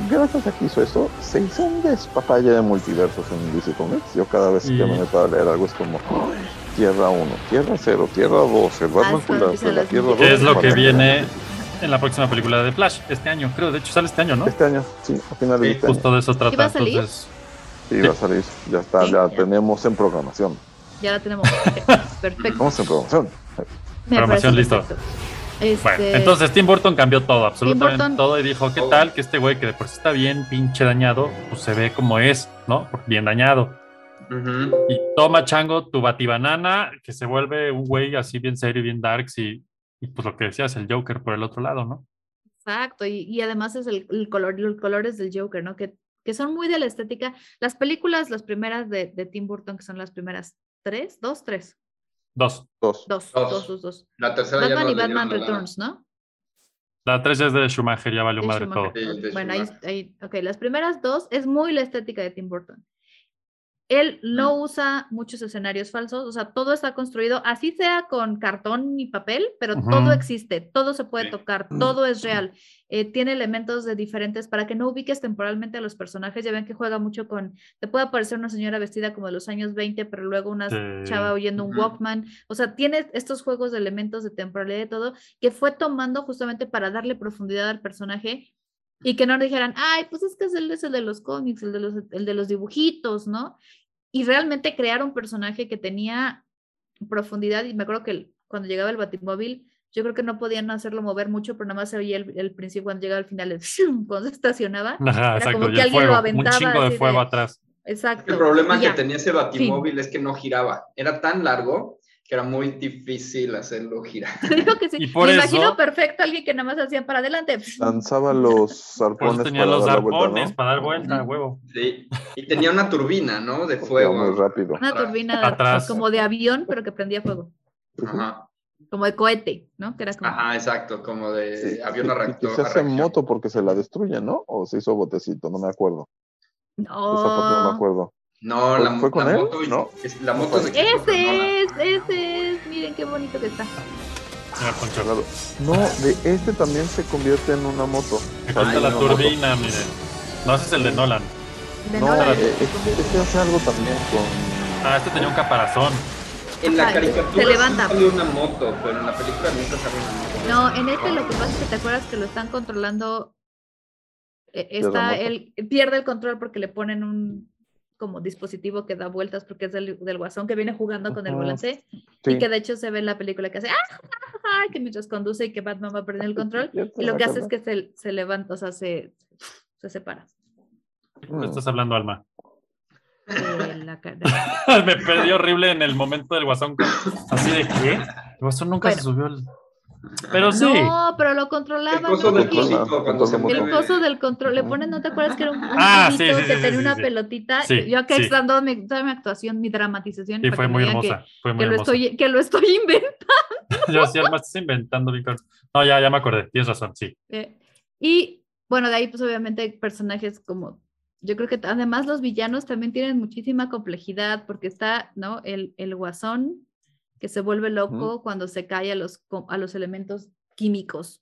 [SPEAKER 10] gracias a que hizo eso, se hizo un despapalle de multiversos en DC Comics. Yo cada vez
[SPEAKER 7] Y-
[SPEAKER 10] que me meto a leer algo es como Tierra 1, Tierra 0, Tierra 2, el Batman
[SPEAKER 9] hasta
[SPEAKER 10] Fulanito
[SPEAKER 9] empieza
[SPEAKER 10] de la
[SPEAKER 9] las
[SPEAKER 10] Tierra
[SPEAKER 9] multi-
[SPEAKER 10] 2.
[SPEAKER 7] ¿Qué es lo que
[SPEAKER 10] Batman de la-
[SPEAKER 7] viene en la próxima película de Flash? Este año, creo. De hecho, sale este año, ¿no?
[SPEAKER 10] Este año, sí, a finales de
[SPEAKER 8] Sí,
[SPEAKER 10] este año.
[SPEAKER 7] Justo de eso
[SPEAKER 9] ¿Iba
[SPEAKER 7] trata.
[SPEAKER 9] a salir?
[SPEAKER 7] Entonces,
[SPEAKER 10] Sí, va a salir, ya está,
[SPEAKER 9] Sí,
[SPEAKER 10] ya
[SPEAKER 9] ya.
[SPEAKER 10] tenemos en programación.
[SPEAKER 9] Ya la tenemos. Ok, Perfecto.
[SPEAKER 10] Vamos en programación.
[SPEAKER 9] Me
[SPEAKER 7] Programación,
[SPEAKER 9] parece
[SPEAKER 7] listo.
[SPEAKER 9] perfecto. Este,
[SPEAKER 7] bueno, entonces Tim Burton cambió todo, absolutamente
[SPEAKER 9] Burton-
[SPEAKER 7] todo, y dijo, ¿qué
[SPEAKER 8] Todo.
[SPEAKER 7] tal que este güey que de por sí está bien pinche dañado, pues se ve como es, ¿no? Bien dañado.
[SPEAKER 8] Ujú.
[SPEAKER 7] Y toma chango tu batibanana, que se vuelve un güey así bien serio, bien darks, y, y pues lo que decías, el Joker por el otro lado, ¿no?
[SPEAKER 9] Exacto, y, y además es el, el color, los colores del Joker, ¿no? Que, que son muy de la estética. Las películas, las primeras de, de Tim Burton, que son las primeras tres, dos, tres,
[SPEAKER 7] Dos.
[SPEAKER 10] Dos.
[SPEAKER 9] dos,
[SPEAKER 8] Dos.
[SPEAKER 9] dos, dos, dos.
[SPEAKER 8] La tercera ya
[SPEAKER 9] Batman
[SPEAKER 8] no
[SPEAKER 9] y
[SPEAKER 8] le dieron
[SPEAKER 9] Batman
[SPEAKER 8] la lana.
[SPEAKER 9] Returns, ¿no?
[SPEAKER 7] La tres ya es de Schumacher, ya valió
[SPEAKER 9] De
[SPEAKER 7] madre todo.
[SPEAKER 9] Schumacher.
[SPEAKER 8] Sí, de
[SPEAKER 9] Bueno, ahí,
[SPEAKER 8] Schumacher.
[SPEAKER 9] ahí, ok, las primeras dos es muy la estética de Tim Burton. Él no usa muchos escenarios falsos, o sea, todo está construido, así sea con cartón y papel, pero
[SPEAKER 7] Ujú. Mm.
[SPEAKER 9] todo existe, todo se puede
[SPEAKER 8] Sí.
[SPEAKER 9] tocar, todo es real. Eh, tiene elementos de diferentes para que no ubiques temporalmente a los personajes. Ya ven que juega mucho con, te puede aparecer una señora vestida como de los años 20, pero luego una
[SPEAKER 7] Sí.
[SPEAKER 9] chava oyendo un
[SPEAKER 8] Ujú.
[SPEAKER 9] Walkman. O sea, tiene estos juegos de elementos de temporalidad y todo, que fue tomando justamente para darle profundidad al personaje y que no dijeran, ay, pues es que es el, es el de los cómics, el de los, el de los dibujitos, ¿no? Y realmente crear un personaje que tenía profundidad y me acuerdo que el- cuando llegaba el batimóvil, yo creo que no podían hacerlo mover mucho, pero nada más se oía el, el principio cuando llegaba al final, el shum, cuando se estacionaba.
[SPEAKER 7] *laughs* Ajá,
[SPEAKER 9] Era
[SPEAKER 7] exacto.
[SPEAKER 9] como
[SPEAKER 7] y
[SPEAKER 9] que
[SPEAKER 7] el
[SPEAKER 9] alguien lo
[SPEAKER 7] fuego, un
[SPEAKER 9] aventaba
[SPEAKER 7] chingo de
[SPEAKER 9] así
[SPEAKER 7] fuego
[SPEAKER 9] de-
[SPEAKER 7] atrás.
[SPEAKER 9] Exacto.
[SPEAKER 8] El problema
[SPEAKER 9] y
[SPEAKER 8] que
[SPEAKER 9] ya.
[SPEAKER 8] tenía ese batimóvil es que no giraba. Era tan largo que era muy difícil hacerlo girar. *laughs*
[SPEAKER 9] Te *laughs* digo que sí.
[SPEAKER 7] Y por
[SPEAKER 9] me
[SPEAKER 7] eso-
[SPEAKER 9] imagino perfecto a alguien que nada más hacía para adelante.
[SPEAKER 10] Lanzaba los
[SPEAKER 7] Por
[SPEAKER 10] zarpones
[SPEAKER 7] eso tenía
[SPEAKER 10] para
[SPEAKER 7] los
[SPEAKER 10] dar la vuelta,
[SPEAKER 7] arpones
[SPEAKER 10] ¿no?
[SPEAKER 7] para dar vuelta, huevo.
[SPEAKER 8] Sí. Y tenía una turbina, ¿no? De
[SPEAKER 10] Porque iba Muy
[SPEAKER 8] fuego.
[SPEAKER 10] rápido.
[SPEAKER 9] Una turbina
[SPEAKER 7] Atrás.
[SPEAKER 9] como de avión, pero que prendía fuego.
[SPEAKER 8] Ajá,
[SPEAKER 9] Como de cohete, ¿no? Que era como...
[SPEAKER 8] Ajá, exacto. Como de
[SPEAKER 10] Sí,
[SPEAKER 8] avión
[SPEAKER 10] y-
[SPEAKER 8] a
[SPEAKER 10] y
[SPEAKER 8] reactor.
[SPEAKER 10] se
[SPEAKER 8] a
[SPEAKER 10] hace en
[SPEAKER 8] eh, reacción.
[SPEAKER 10] moto porque se la destruye, ¿no? O se hizo botecito, no me acuerdo. De esa parte no me
[SPEAKER 9] No.
[SPEAKER 10] acuerdo.
[SPEAKER 8] No,
[SPEAKER 10] ¿Fue-
[SPEAKER 8] la,
[SPEAKER 10] fue
[SPEAKER 8] mo-
[SPEAKER 10] con
[SPEAKER 8] la
[SPEAKER 10] él?
[SPEAKER 8] moto.
[SPEAKER 10] ¿No?
[SPEAKER 8] es- La moto de Christopher
[SPEAKER 9] Ese es,
[SPEAKER 8] Nolan.
[SPEAKER 9] ese es. Miren qué bonito que está.
[SPEAKER 7] Señor Poncho.
[SPEAKER 10] Claro. No, de este también se convierte en una moto. Sale
[SPEAKER 7] Me falta la
[SPEAKER 10] una moto.
[SPEAKER 7] turbina, mire. No, ese es el de Nolan.
[SPEAKER 9] De
[SPEAKER 10] No,
[SPEAKER 9] Nolan.
[SPEAKER 10] eh, este, este hace algo también con.
[SPEAKER 7] Ah, este tenía un caparazón.
[SPEAKER 8] En la
[SPEAKER 9] Ajá,
[SPEAKER 8] caricatura
[SPEAKER 9] se
[SPEAKER 8] sí
[SPEAKER 9] levanta.
[SPEAKER 8] sale una moto, pero en la película nunca sale una moto.
[SPEAKER 9] No, en este lo que pasa es que te acuerdas que lo están controlando. eh, Está
[SPEAKER 10] remoto.
[SPEAKER 9] él pierde el control porque le ponen un como dispositivo que da vueltas porque es del, del guasón que viene jugando con el
[SPEAKER 10] Ujú.
[SPEAKER 9] volante
[SPEAKER 10] Sí.
[SPEAKER 9] y que de hecho se ve en la película que hace "Ah, ah, ah", que mientras conduce y que Batman va perdiendo
[SPEAKER 10] *laughs*
[SPEAKER 9] el control
[SPEAKER 10] Ya te
[SPEAKER 9] y lo que hace
[SPEAKER 10] acuerdo.
[SPEAKER 9] es que se, se levanta, o sea, se, se separa
[SPEAKER 10] Mm,
[SPEAKER 7] ¿Tú estás hablando, Alma?
[SPEAKER 9] de la
[SPEAKER 7] *laughs*
[SPEAKER 9] cara.
[SPEAKER 7] Me perdí horrible en el momento del guasón. Así de qué? El guasón nunca se
[SPEAKER 9] Bueno.
[SPEAKER 7] subió al. Pero sí.
[SPEAKER 9] No, pero lo
[SPEAKER 8] El
[SPEAKER 9] controlaba.
[SPEAKER 8] coso
[SPEAKER 9] ¿no,
[SPEAKER 8] del
[SPEAKER 9] Vicky?
[SPEAKER 10] Controla,
[SPEAKER 8] cosito cuando
[SPEAKER 10] controla
[SPEAKER 8] se
[SPEAKER 10] mucho.
[SPEAKER 9] El
[SPEAKER 8] mueve.
[SPEAKER 9] coso del control, le pones, ¿no te acuerdas que era un, un
[SPEAKER 7] Ah,
[SPEAKER 9] palito
[SPEAKER 7] sí, sí, sí,
[SPEAKER 9] que
[SPEAKER 7] sí,
[SPEAKER 9] tenía
[SPEAKER 7] sí,
[SPEAKER 9] una
[SPEAKER 7] sí.
[SPEAKER 9] pelotita?
[SPEAKER 7] Sí,
[SPEAKER 9] Yo acá
[SPEAKER 7] sí.
[SPEAKER 9] están dando mi, toda mi actuación, mi dramatización.
[SPEAKER 7] Y
[SPEAKER 9] para
[SPEAKER 7] fue
[SPEAKER 9] que me
[SPEAKER 7] muy
[SPEAKER 9] digan que-
[SPEAKER 7] hermosa. Fue muy
[SPEAKER 9] Que, lo
[SPEAKER 7] hermosa.
[SPEAKER 9] estoy, que lo estoy *laughs* inventando.
[SPEAKER 7] Yo sí, además estás inventando, Víctor. No, ya, ya me acordé. Tienes razón, sí.
[SPEAKER 9] Eh, y bueno, de ahí pues obviamente hay personajes como, yo creo que t- además los villanos también tienen muchísima complejidad porque está, ¿no? El, el guasón que se vuelve loco cuando se cae a los, co- a los elementos químicos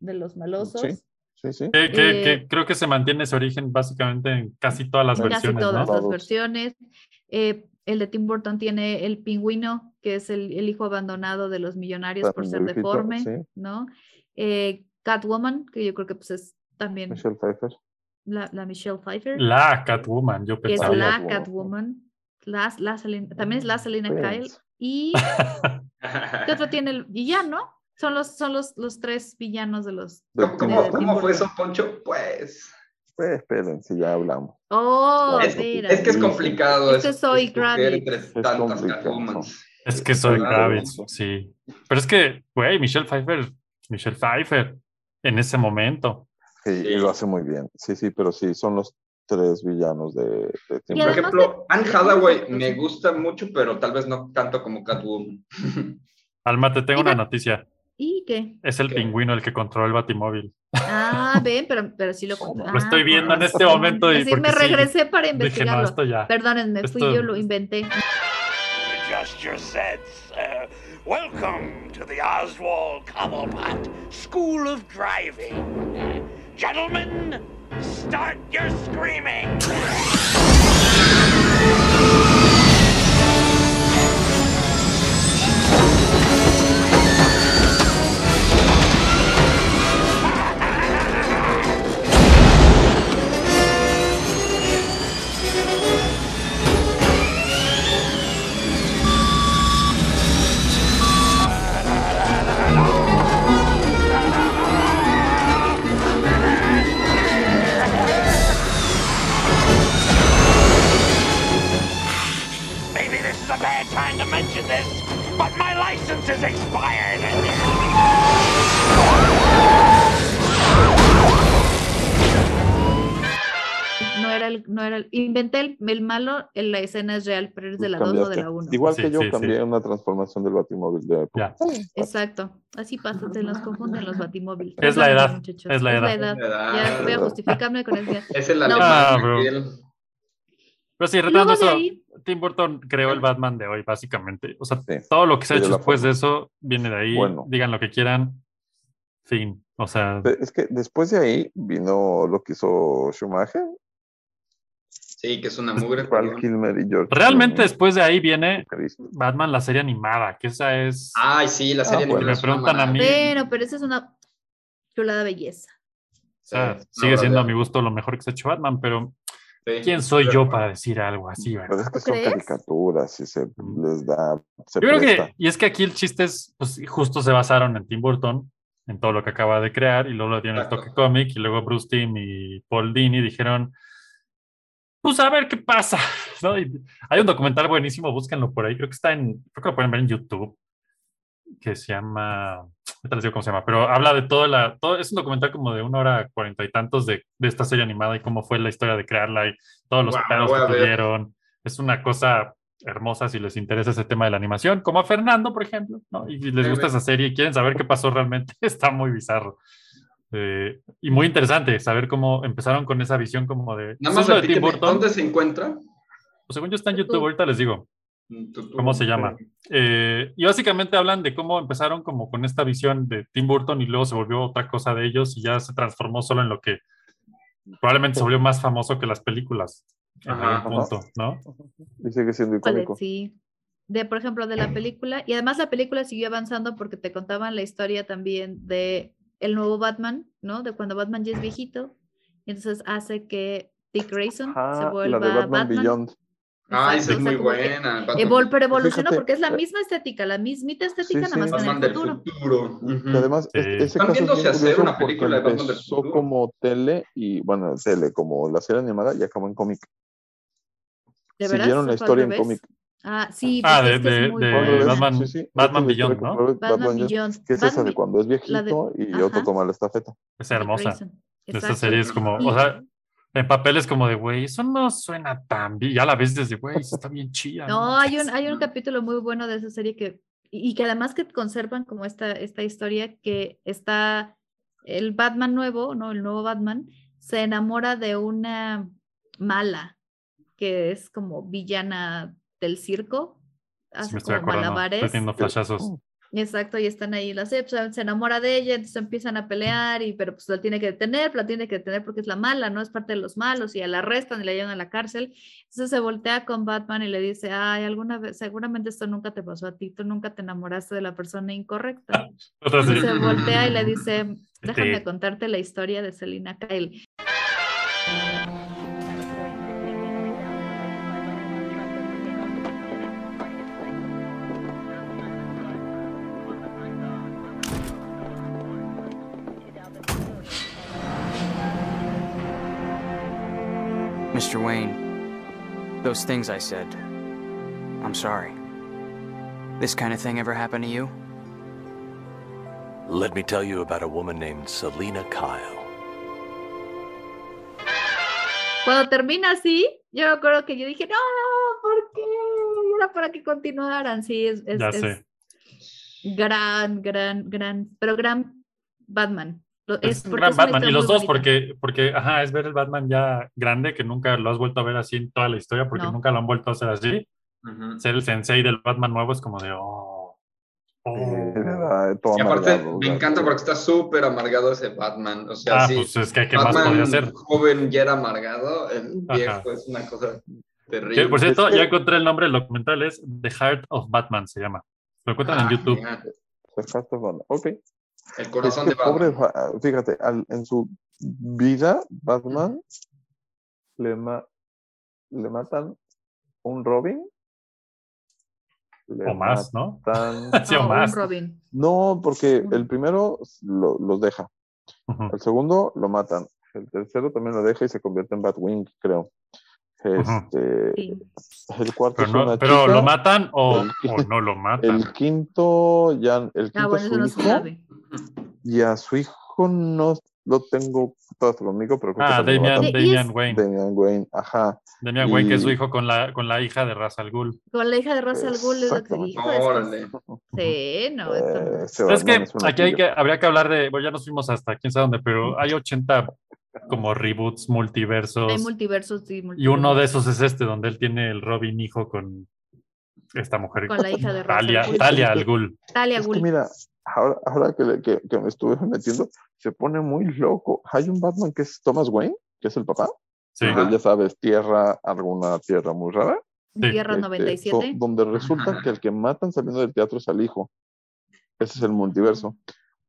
[SPEAKER 9] de los malosos.
[SPEAKER 10] Sí, sí, sí.
[SPEAKER 7] Que, que-
[SPEAKER 9] Eh,
[SPEAKER 7] que creo que se mantiene ese origen básicamente en casi todas las
[SPEAKER 9] en casi
[SPEAKER 7] versiones,
[SPEAKER 9] todas
[SPEAKER 7] ¿no?
[SPEAKER 9] las
[SPEAKER 10] Todos.
[SPEAKER 9] versiones. Eh, el de Tim Burton tiene el pingüino, que es el, el hijo abandonado de los millonarios
[SPEAKER 10] También
[SPEAKER 9] por ser
[SPEAKER 10] el viejito,
[SPEAKER 9] deforme,
[SPEAKER 10] sí.
[SPEAKER 9] ¿no? Eh, Catwoman, que yo creo que pues es también
[SPEAKER 10] Michelle Pfeiffer.
[SPEAKER 9] la, la Michelle Pfeiffer,
[SPEAKER 7] La Catwoman, yo
[SPEAKER 9] que es
[SPEAKER 7] pensaba.
[SPEAKER 10] Catwoman.
[SPEAKER 9] la
[SPEAKER 10] Catwoman.
[SPEAKER 9] Catwoman, la- la Selena- también es la Selena Kyle,
[SPEAKER 10] Friends.
[SPEAKER 9] y ¿qué otro tiene el villano? Son los, son los, los tres villanos de los...
[SPEAKER 8] ¿Cómo, *laughs* cómo-
[SPEAKER 9] de-
[SPEAKER 10] Tim
[SPEAKER 8] cómo fue
[SPEAKER 9] Burton.
[SPEAKER 8] eso, Poncho? Pues.
[SPEAKER 10] Eh, esperen, si ya hablamos.
[SPEAKER 9] ¡Oh,
[SPEAKER 10] Es-
[SPEAKER 9] espera!
[SPEAKER 8] Es que es complicado.
[SPEAKER 9] Es que soy
[SPEAKER 8] escoger
[SPEAKER 9] Kravitz.
[SPEAKER 8] entre
[SPEAKER 10] Es
[SPEAKER 8] tantas
[SPEAKER 10] complicado.
[SPEAKER 8] Catwomans.
[SPEAKER 7] Es que soy
[SPEAKER 8] Claro.
[SPEAKER 7] Kravitz, sí. Pero es que, güey, Michelle Pfeiffer, Michelle Pfeiffer, en ese momento.
[SPEAKER 10] Sí, y lo hace muy bien. Sí, sí, pero sí, son los tres villanos de, de Tim
[SPEAKER 9] Y
[SPEAKER 10] Burton.
[SPEAKER 8] Por
[SPEAKER 9] además-
[SPEAKER 8] ejemplo, Anne Hathaway me gusta mucho, pero tal vez no tanto como Catwoman.
[SPEAKER 7] Alma, te tengo
[SPEAKER 9] Mira.
[SPEAKER 7] una noticia.
[SPEAKER 9] ¿Y qué?
[SPEAKER 7] Es el
[SPEAKER 8] ¿Qué?
[SPEAKER 7] pingüino el que controla el batimóvil.
[SPEAKER 9] Ah, ven, pero, pero sí lo Ah, conté.
[SPEAKER 7] Lo estoy viendo en este momento y
[SPEAKER 9] Es decir,
[SPEAKER 7] porque
[SPEAKER 9] me
[SPEAKER 7] sí,
[SPEAKER 9] regresé para
[SPEAKER 7] Dije, no,
[SPEAKER 9] investigarlo.
[SPEAKER 7] esto ya.
[SPEAKER 9] Perdónenme, fui
[SPEAKER 7] esto-
[SPEAKER 9] yo, lo inventé.
[SPEAKER 2] Adjust your sets. Uh, welcome to the Oswald Cobblepot School of Driving. Gentlemen, start your screaming. Maybe this is a bad time to mention this, but my license is expired.
[SPEAKER 9] No era el, no era el, inventé el, el malo, en la escena es real, pero es
[SPEAKER 10] Pues
[SPEAKER 9] de la 2 o de
[SPEAKER 10] Cambiaste.
[SPEAKER 9] la 1.
[SPEAKER 10] Igual
[SPEAKER 7] Sí,
[SPEAKER 10] que yo
[SPEAKER 7] sí, sí.
[SPEAKER 10] cambié una transformación del batimóvil de época.
[SPEAKER 9] Exacto. Así pasa, te los confunden los batimóviles.
[SPEAKER 7] Es la
[SPEAKER 9] Perdónenme,
[SPEAKER 7] edad,
[SPEAKER 9] muchachos,
[SPEAKER 7] es la edad.
[SPEAKER 9] Ya voy a
[SPEAKER 8] ¿Verdad?
[SPEAKER 9] justificarme con eso.
[SPEAKER 8] Es el
[SPEAKER 9] No.
[SPEAKER 8] alemán.
[SPEAKER 7] Ah, bro.
[SPEAKER 8] aquel.
[SPEAKER 7] Pero sí, retomando
[SPEAKER 9] Luego de
[SPEAKER 7] eso,
[SPEAKER 9] ahí,
[SPEAKER 7] Tim Burton creó el Batman de hoy, básicamente. O sea,
[SPEAKER 10] Sí.
[SPEAKER 7] todo lo que se ha
[SPEAKER 10] Sí, de
[SPEAKER 7] hecho
[SPEAKER 10] la
[SPEAKER 7] después
[SPEAKER 10] forma.
[SPEAKER 7] de eso viene de ahí.
[SPEAKER 10] Bueno.
[SPEAKER 7] Digan lo que quieran. Fin. O sea,
[SPEAKER 10] Pe- Es que después de ahí vino lo que hizo Schumacher,
[SPEAKER 8] Sí, que es una mugre.
[SPEAKER 10] Val
[SPEAKER 8] perdón.
[SPEAKER 10] Kilmer y George.
[SPEAKER 7] realmente
[SPEAKER 10] Clooney.
[SPEAKER 7] después de ahí viene
[SPEAKER 10] Cristo.
[SPEAKER 7] Batman, la serie animada, que esa es.
[SPEAKER 8] Ay, sí, la serie
[SPEAKER 10] Ah, bueno,
[SPEAKER 8] animada
[SPEAKER 7] me
[SPEAKER 8] es una
[SPEAKER 7] preguntan a mí.
[SPEAKER 8] maravilla.
[SPEAKER 9] bueno, pero esa es una chulada belleza.
[SPEAKER 7] o sea,
[SPEAKER 8] sí,
[SPEAKER 7] sigue
[SPEAKER 8] no,
[SPEAKER 7] siendo a
[SPEAKER 8] brother.
[SPEAKER 7] mi gusto lo mejor que se ha hecho Batman, pero
[SPEAKER 8] Sí.
[SPEAKER 7] ¿quién soy yo para decir algo así? verdad?
[SPEAKER 10] Pero Pues es que son
[SPEAKER 9] crees?
[SPEAKER 10] caricaturas y se les da. Se
[SPEAKER 7] Yo creo que,
[SPEAKER 10] presta.
[SPEAKER 7] y es que aquí el chiste es, pues justo se basaron en Tim Burton, en todo lo que acaba de crear, y luego lo dieron el
[SPEAKER 8] Exacto.
[SPEAKER 7] toque cómic, y luego Bruce Timm y Paul Dini dijeron, pues a ver qué pasa, *laughs* ¿no? Y hay un documental buenísimo, búsquenlo por ahí, creo que está en, creo que lo pueden ver en YouTube, que se llama, ahorita les digo cómo se llama, pero habla de toda la, todo, es un documental como de una hora cuarenta y tantos de, de esta serie animada y cómo fue la historia de crearla y todos los
[SPEAKER 8] Guau,
[SPEAKER 7] pedos
[SPEAKER 8] voy a
[SPEAKER 7] que
[SPEAKER 8] ver.
[SPEAKER 7] tuvieron. Es una cosa hermosa si les interesa ese tema de la animación, como a Fernando, por ejemplo, ¿no? y les
[SPEAKER 8] Sí,
[SPEAKER 7] gusta
[SPEAKER 8] ve.
[SPEAKER 7] esa serie y quieren saber qué pasó realmente, *laughs* está muy bizarro. Eh, y muy interesante saber cómo empezaron con esa visión como de...
[SPEAKER 8] Nada más
[SPEAKER 7] ¿Eso es lo de Tim
[SPEAKER 8] repíteme,
[SPEAKER 7] Burton?
[SPEAKER 8] ¿dónde se encuentra?
[SPEAKER 7] Pues según yo está en YouTube, ahorita les digo.
[SPEAKER 8] Mm, tú- tú-
[SPEAKER 7] ¿Cómo se llama? Eh, y básicamente hablan de cómo empezaron como con esta visión de Tim Burton y luego se volvió otra cosa de ellos y ya se transformó solo en lo que probablemente se volvió más famoso que las películas en
[SPEAKER 8] Ajá.
[SPEAKER 7] algún punto, ¿no?
[SPEAKER 10] Y sigue siendo
[SPEAKER 9] Híjole,
[SPEAKER 10] icónico.
[SPEAKER 9] sí. De, por ejemplo, de la película. Y además la película siguió avanzando porque te contaban la historia también de el nuevo Batman, ¿no? De cuando Batman ya es viejito. Y entonces hace que Dick Grayson se
[SPEAKER 10] Ajá,
[SPEAKER 9] vuelva
[SPEAKER 10] la de Batman,
[SPEAKER 9] Batman.
[SPEAKER 10] Beyond.
[SPEAKER 9] Exacto,
[SPEAKER 8] Ah, esa es
[SPEAKER 9] o sea,
[SPEAKER 8] muy
[SPEAKER 9] como que
[SPEAKER 8] buena. Batman-
[SPEAKER 9] evol- pero evolucionó
[SPEAKER 10] Fíjate,
[SPEAKER 9] porque es la
[SPEAKER 10] eh,
[SPEAKER 9] misma estética, la mismita estética,
[SPEAKER 10] sí,
[SPEAKER 9] nada más que
[SPEAKER 8] Batman
[SPEAKER 9] en el
[SPEAKER 8] del
[SPEAKER 9] futuro.
[SPEAKER 8] futuro.
[SPEAKER 10] Que
[SPEAKER 8] Ujú.
[SPEAKER 10] además, es-
[SPEAKER 7] Mm, Sí.
[SPEAKER 10] ese
[SPEAKER 8] Están
[SPEAKER 10] caso es
[SPEAKER 8] viéndose
[SPEAKER 10] bien
[SPEAKER 8] hacer
[SPEAKER 10] curioso
[SPEAKER 8] una
[SPEAKER 10] porque
[SPEAKER 8] película de Batman del
[SPEAKER 10] empezó
[SPEAKER 8] futuro.
[SPEAKER 10] como tele y, bueno, tele, como la serie animada y acabó en cómic.
[SPEAKER 9] ¿De verdad?
[SPEAKER 10] Siguieron la
[SPEAKER 9] ¿Fue al
[SPEAKER 10] historia en
[SPEAKER 9] revés?
[SPEAKER 10] cómic.
[SPEAKER 9] Ah, sí.
[SPEAKER 7] Ah,
[SPEAKER 9] porque
[SPEAKER 7] de-
[SPEAKER 9] esta es
[SPEAKER 7] de-
[SPEAKER 9] muy
[SPEAKER 7] de-
[SPEAKER 9] buena.
[SPEAKER 10] Bueno, es-
[SPEAKER 7] Batman- Batman
[SPEAKER 10] esta es la
[SPEAKER 7] Beyond,
[SPEAKER 10] historia
[SPEAKER 7] ¿no?
[SPEAKER 10] con
[SPEAKER 9] Batman
[SPEAKER 10] Beyond,
[SPEAKER 9] Beyond.
[SPEAKER 10] Que es esa
[SPEAKER 9] Batman
[SPEAKER 10] de cuando es viejito y otro
[SPEAKER 9] Ajá.
[SPEAKER 10] toma la estafeta.
[SPEAKER 7] Es
[SPEAKER 9] Dick
[SPEAKER 7] hermosa.
[SPEAKER 9] Grayson.
[SPEAKER 7] Esta
[SPEAKER 9] Exacto.
[SPEAKER 7] serie es como, o sea, en papel es como de, güey, eso no suena tan bien. Ya la ves desde, güey, eso está bien chida.
[SPEAKER 9] No, hay un, hay un capítulo muy bueno de esa serie que, y y que además que conservan como esta, esta historia que está el Batman nuevo, ¿no? El nuevo Batman se enamora de una mala que es como villana del circo,
[SPEAKER 7] Sí,
[SPEAKER 9] hace
[SPEAKER 7] me estoy
[SPEAKER 9] como
[SPEAKER 7] acordando. Estoy
[SPEAKER 9] malabares.
[SPEAKER 7] teniendo flashazos.
[SPEAKER 9] Exacto, y están ahí las eh, pues, se enamora de ella, entonces empiezan a pelear, y pero pues la tiene que detener, pero la tiene que detener porque es la mala, no es parte de los malos, y la arrestan y la llevan a la cárcel. Entonces se voltea con Batman y le dice, ay, alguna vez, seguramente esto nunca te pasó a ti, tú nunca te enamoraste de la persona incorrecta.
[SPEAKER 7] Otra
[SPEAKER 9] Entonces se
[SPEAKER 7] serie.
[SPEAKER 9] voltea y le dice, déjame
[SPEAKER 7] Ah, Sí.
[SPEAKER 9] contarte la historia de Selina Kyle.
[SPEAKER 2] Mr. Wayne, those things I said, I'm sorry. This kind of thing ever happened to you?
[SPEAKER 11] Let me tell you about a woman named Selena Kyle.
[SPEAKER 9] Cuando termina así, yo me acuerdo que yo dije, no, ¿por qué? Era para que continuaran, sí, es, es-
[SPEAKER 7] Ya
[SPEAKER 9] es-
[SPEAKER 7] sé.
[SPEAKER 9] gran, gran, gran, pero gran Batman. Lo-
[SPEAKER 7] Es un
[SPEAKER 9] porque
[SPEAKER 7] gran
[SPEAKER 9] una
[SPEAKER 7] Batman. Y
[SPEAKER 9] historia
[SPEAKER 7] los
[SPEAKER 9] muy
[SPEAKER 7] dos,
[SPEAKER 9] bonita.
[SPEAKER 7] porque, porque, ajá, es ver el Batman ya grande, que nunca lo has vuelto a ver así en toda la historia, porque
[SPEAKER 9] No.
[SPEAKER 7] nunca lo han vuelto a hacer así.
[SPEAKER 8] Ujú.
[SPEAKER 7] Ser el sensei del Batman nuevo es como de, oh. oh.
[SPEAKER 10] Eh, era todo
[SPEAKER 8] Y aparte,
[SPEAKER 10] amargado,
[SPEAKER 8] me
[SPEAKER 10] ¿verdad?
[SPEAKER 8] encanta porque está súper amargado ese Batman. O sea,
[SPEAKER 7] Ah,
[SPEAKER 8] sí.
[SPEAKER 7] pues es que ¿qué más podría
[SPEAKER 8] Batman
[SPEAKER 7] hacer?
[SPEAKER 8] joven ya era amargado, el
[SPEAKER 7] Ajá.
[SPEAKER 8] viejo es una cosa terrible.
[SPEAKER 7] Que, por cierto,
[SPEAKER 10] Es que-
[SPEAKER 7] ya encontré el nombre del documental, es The Heart of Batman, se llama. Lo encuentran en
[SPEAKER 8] Ah,
[SPEAKER 7] YouTube.
[SPEAKER 8] mira,
[SPEAKER 10] Perfecto, bueno, Ok.
[SPEAKER 8] El
[SPEAKER 10] Es
[SPEAKER 8] corazón
[SPEAKER 10] que
[SPEAKER 8] de Batman.
[SPEAKER 10] Este pobre, Ba- fíjate, al- en su vida, Batman le, ma- le matan un Robin. Le
[SPEAKER 7] O más, ¿no?
[SPEAKER 10] matan-
[SPEAKER 7] Sí,
[SPEAKER 9] No,
[SPEAKER 7] o
[SPEAKER 9] Ah, un
[SPEAKER 7] más. *laughs*
[SPEAKER 9] Robin.
[SPEAKER 10] No, porque
[SPEAKER 9] Ujú.
[SPEAKER 10] el primero lo- los deja,
[SPEAKER 7] Ujú.
[SPEAKER 10] el segundo lo matan, el tercero también lo deja y se convierte en Batwing, creo. Este,
[SPEAKER 9] Sí.
[SPEAKER 10] El cuarto
[SPEAKER 7] Pero,
[SPEAKER 10] es
[SPEAKER 7] no-
[SPEAKER 10] una
[SPEAKER 7] pero
[SPEAKER 10] chica,
[SPEAKER 7] lo matan o,
[SPEAKER 10] *laughs* El-
[SPEAKER 7] o no lo matan.
[SPEAKER 10] el quinto ya, el
[SPEAKER 9] Ah,
[SPEAKER 10] quinto es
[SPEAKER 9] bueno,
[SPEAKER 10] su
[SPEAKER 9] eso no se
[SPEAKER 10] hijo,
[SPEAKER 9] sabe.
[SPEAKER 10] y a su hijo no lo tengo todo conmigo, pero creo que
[SPEAKER 7] Ah,
[SPEAKER 10] también lo
[SPEAKER 7] Damian,
[SPEAKER 10] matan.
[SPEAKER 9] Sí, y
[SPEAKER 7] Damian
[SPEAKER 9] es-
[SPEAKER 7] Wayne.
[SPEAKER 10] Damian Wayne, ajá.
[SPEAKER 7] Damian Wayne, que es su
[SPEAKER 10] y-
[SPEAKER 7] hijo con la, con la hija de Ra's al Ghul.
[SPEAKER 9] Con la hija de Ra's al Ghul es lo que
[SPEAKER 10] Exactamente.
[SPEAKER 9] dijo.
[SPEAKER 8] Órale.
[SPEAKER 9] Sí, no, esto no.
[SPEAKER 10] Eh, ese Batman
[SPEAKER 7] Es que
[SPEAKER 10] una
[SPEAKER 7] aquí hay
[SPEAKER 10] joya.
[SPEAKER 7] que, habría que hablar de, bueno, ya nos fuimos hasta quién sabe dónde, pero hay 80 como reboots, multiversos,
[SPEAKER 9] Hay multiversos y,
[SPEAKER 7] y uno de esos es este, donde él tiene el Robin hijo con esta mujer,
[SPEAKER 9] Con la hija de Ra's al
[SPEAKER 7] Talia,
[SPEAKER 9] Ghul.
[SPEAKER 7] Talia al Ghul.
[SPEAKER 9] Talia
[SPEAKER 10] Es que
[SPEAKER 9] Ghul.
[SPEAKER 10] mira, ahora, ahora que, le- que- que me estuve metiendo, se pone muy loco. Hay un Batman que es Thomas Wayne, que es el papá.
[SPEAKER 7] Sí,
[SPEAKER 10] de, ya sabes, tierra, alguna tierra muy rara.
[SPEAKER 7] sí.
[SPEAKER 9] Tierra
[SPEAKER 10] Este,
[SPEAKER 9] 97.
[SPEAKER 10] so- donde resulta que el que matan saliendo del teatro es al hijo. Ese es el multiverso.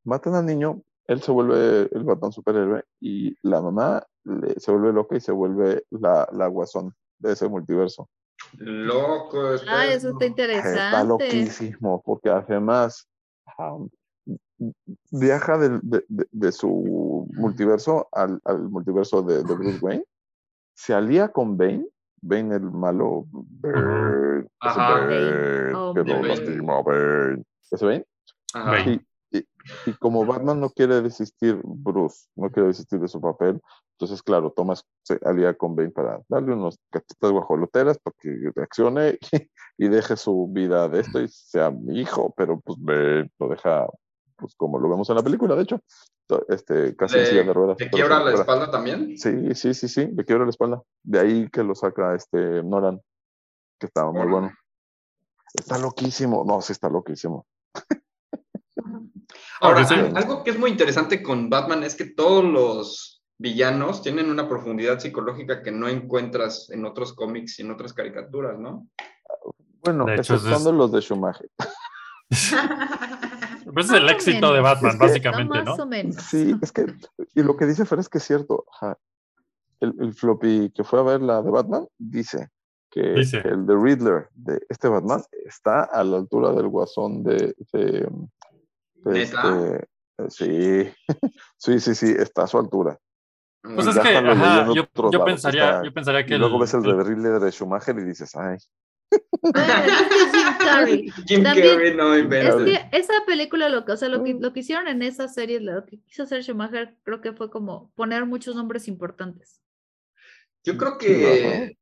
[SPEAKER 10] Matan al niño, él se vuelve el Batman superhéroe y la mamá le- se vuelve loca y se vuelve la, la guasón de ese multiverso.
[SPEAKER 8] Loco.
[SPEAKER 9] Ah,
[SPEAKER 8] espera.
[SPEAKER 9] eso
[SPEAKER 10] eh, Está
[SPEAKER 9] está interesante.
[SPEAKER 10] loquísimo, porque además um, viaja del- de, de- de su multiverso al, al multiverso de, de Bruce Wayne, se alía con Bane, Bane el malo, Bane, ese
[SPEAKER 8] Ajá.
[SPEAKER 10] Bane,
[SPEAKER 9] Oh,
[SPEAKER 10] que lo
[SPEAKER 8] Bane.
[SPEAKER 10] lastimó, Bane, ese Bane,
[SPEAKER 8] Ajá.
[SPEAKER 7] Bane.
[SPEAKER 10] y como Batman no quiere desistir, Bruce no quiere desistir de su papel, entonces, claro, Thomas se alía con Bane para darle unos catitas guajoloteras para que reaccione y, *laughs* deje su vida de esto y sea mi hijo, pero pues Bane lo deja, pues como lo vemos en la película, de hecho, to- este, casi en
[SPEAKER 8] Le-
[SPEAKER 10] silla de ruedas.
[SPEAKER 8] ¿Te
[SPEAKER 10] pero
[SPEAKER 8] quiebra
[SPEAKER 10] se
[SPEAKER 8] la
[SPEAKER 10] recupera.
[SPEAKER 8] espalda también?
[SPEAKER 10] Sí, sí, sí, sí, le quiebra la espalda. De ahí que lo saca este Nolan, que estaba muy
[SPEAKER 8] Órale.
[SPEAKER 10] bueno. Está loquísimo, no, sí está loquísimo.
[SPEAKER 7] Porque
[SPEAKER 8] Ahora,
[SPEAKER 10] sí.
[SPEAKER 8] algo que es muy interesante con Batman es que todos los villanos tienen una profundidad psicológica que no encuentras en otros cómics y en otras caricaturas, ¿no?
[SPEAKER 10] Bueno,
[SPEAKER 7] De hecho, es-
[SPEAKER 10] exceptuando los de Schumacher.
[SPEAKER 7] Pero ese Pues es el
[SPEAKER 9] Más o
[SPEAKER 7] éxito de
[SPEAKER 9] menos.
[SPEAKER 7] Batman,
[SPEAKER 9] Ah, No,
[SPEAKER 7] básicamente, ¿no?
[SPEAKER 9] más o menos.
[SPEAKER 10] Sí, es que, y lo que dice Fer es que es cierto. ajá. El, el floppy que fue a ver la de Batman dice que
[SPEAKER 7] Dice.
[SPEAKER 10] el de Riddler de este Batman está a la altura del guasón de. de, de
[SPEAKER 8] ¿Neta?
[SPEAKER 10] este- sí, *laughs* sí, sí, sí, está a su altura.
[SPEAKER 7] Pues es
[SPEAKER 10] Ya
[SPEAKER 7] que,
[SPEAKER 10] están
[SPEAKER 7] ajá,
[SPEAKER 10] leyendo
[SPEAKER 7] yo,
[SPEAKER 10] otros
[SPEAKER 7] yo
[SPEAKER 10] lados,
[SPEAKER 7] pensaría,
[SPEAKER 10] está-
[SPEAKER 7] yo pensaría que
[SPEAKER 10] y luego
[SPEAKER 7] el-
[SPEAKER 10] ves el
[SPEAKER 7] el-
[SPEAKER 10] de Riddler de Schumacher y dices, ay,
[SPEAKER 9] Jim
[SPEAKER 8] *laughs*
[SPEAKER 9] Carrey.
[SPEAKER 8] Jim
[SPEAKER 9] También-
[SPEAKER 8] Carrey no
[SPEAKER 9] Es
[SPEAKER 8] inventes.
[SPEAKER 9] que esa película, lo que, o sea, lo
[SPEAKER 10] Mm.
[SPEAKER 9] que, lo que hicieron en esa serie, lo que quiso hacer Schumacher, creo que fue como poner muchos nombres importantes.
[SPEAKER 8] Yo creo que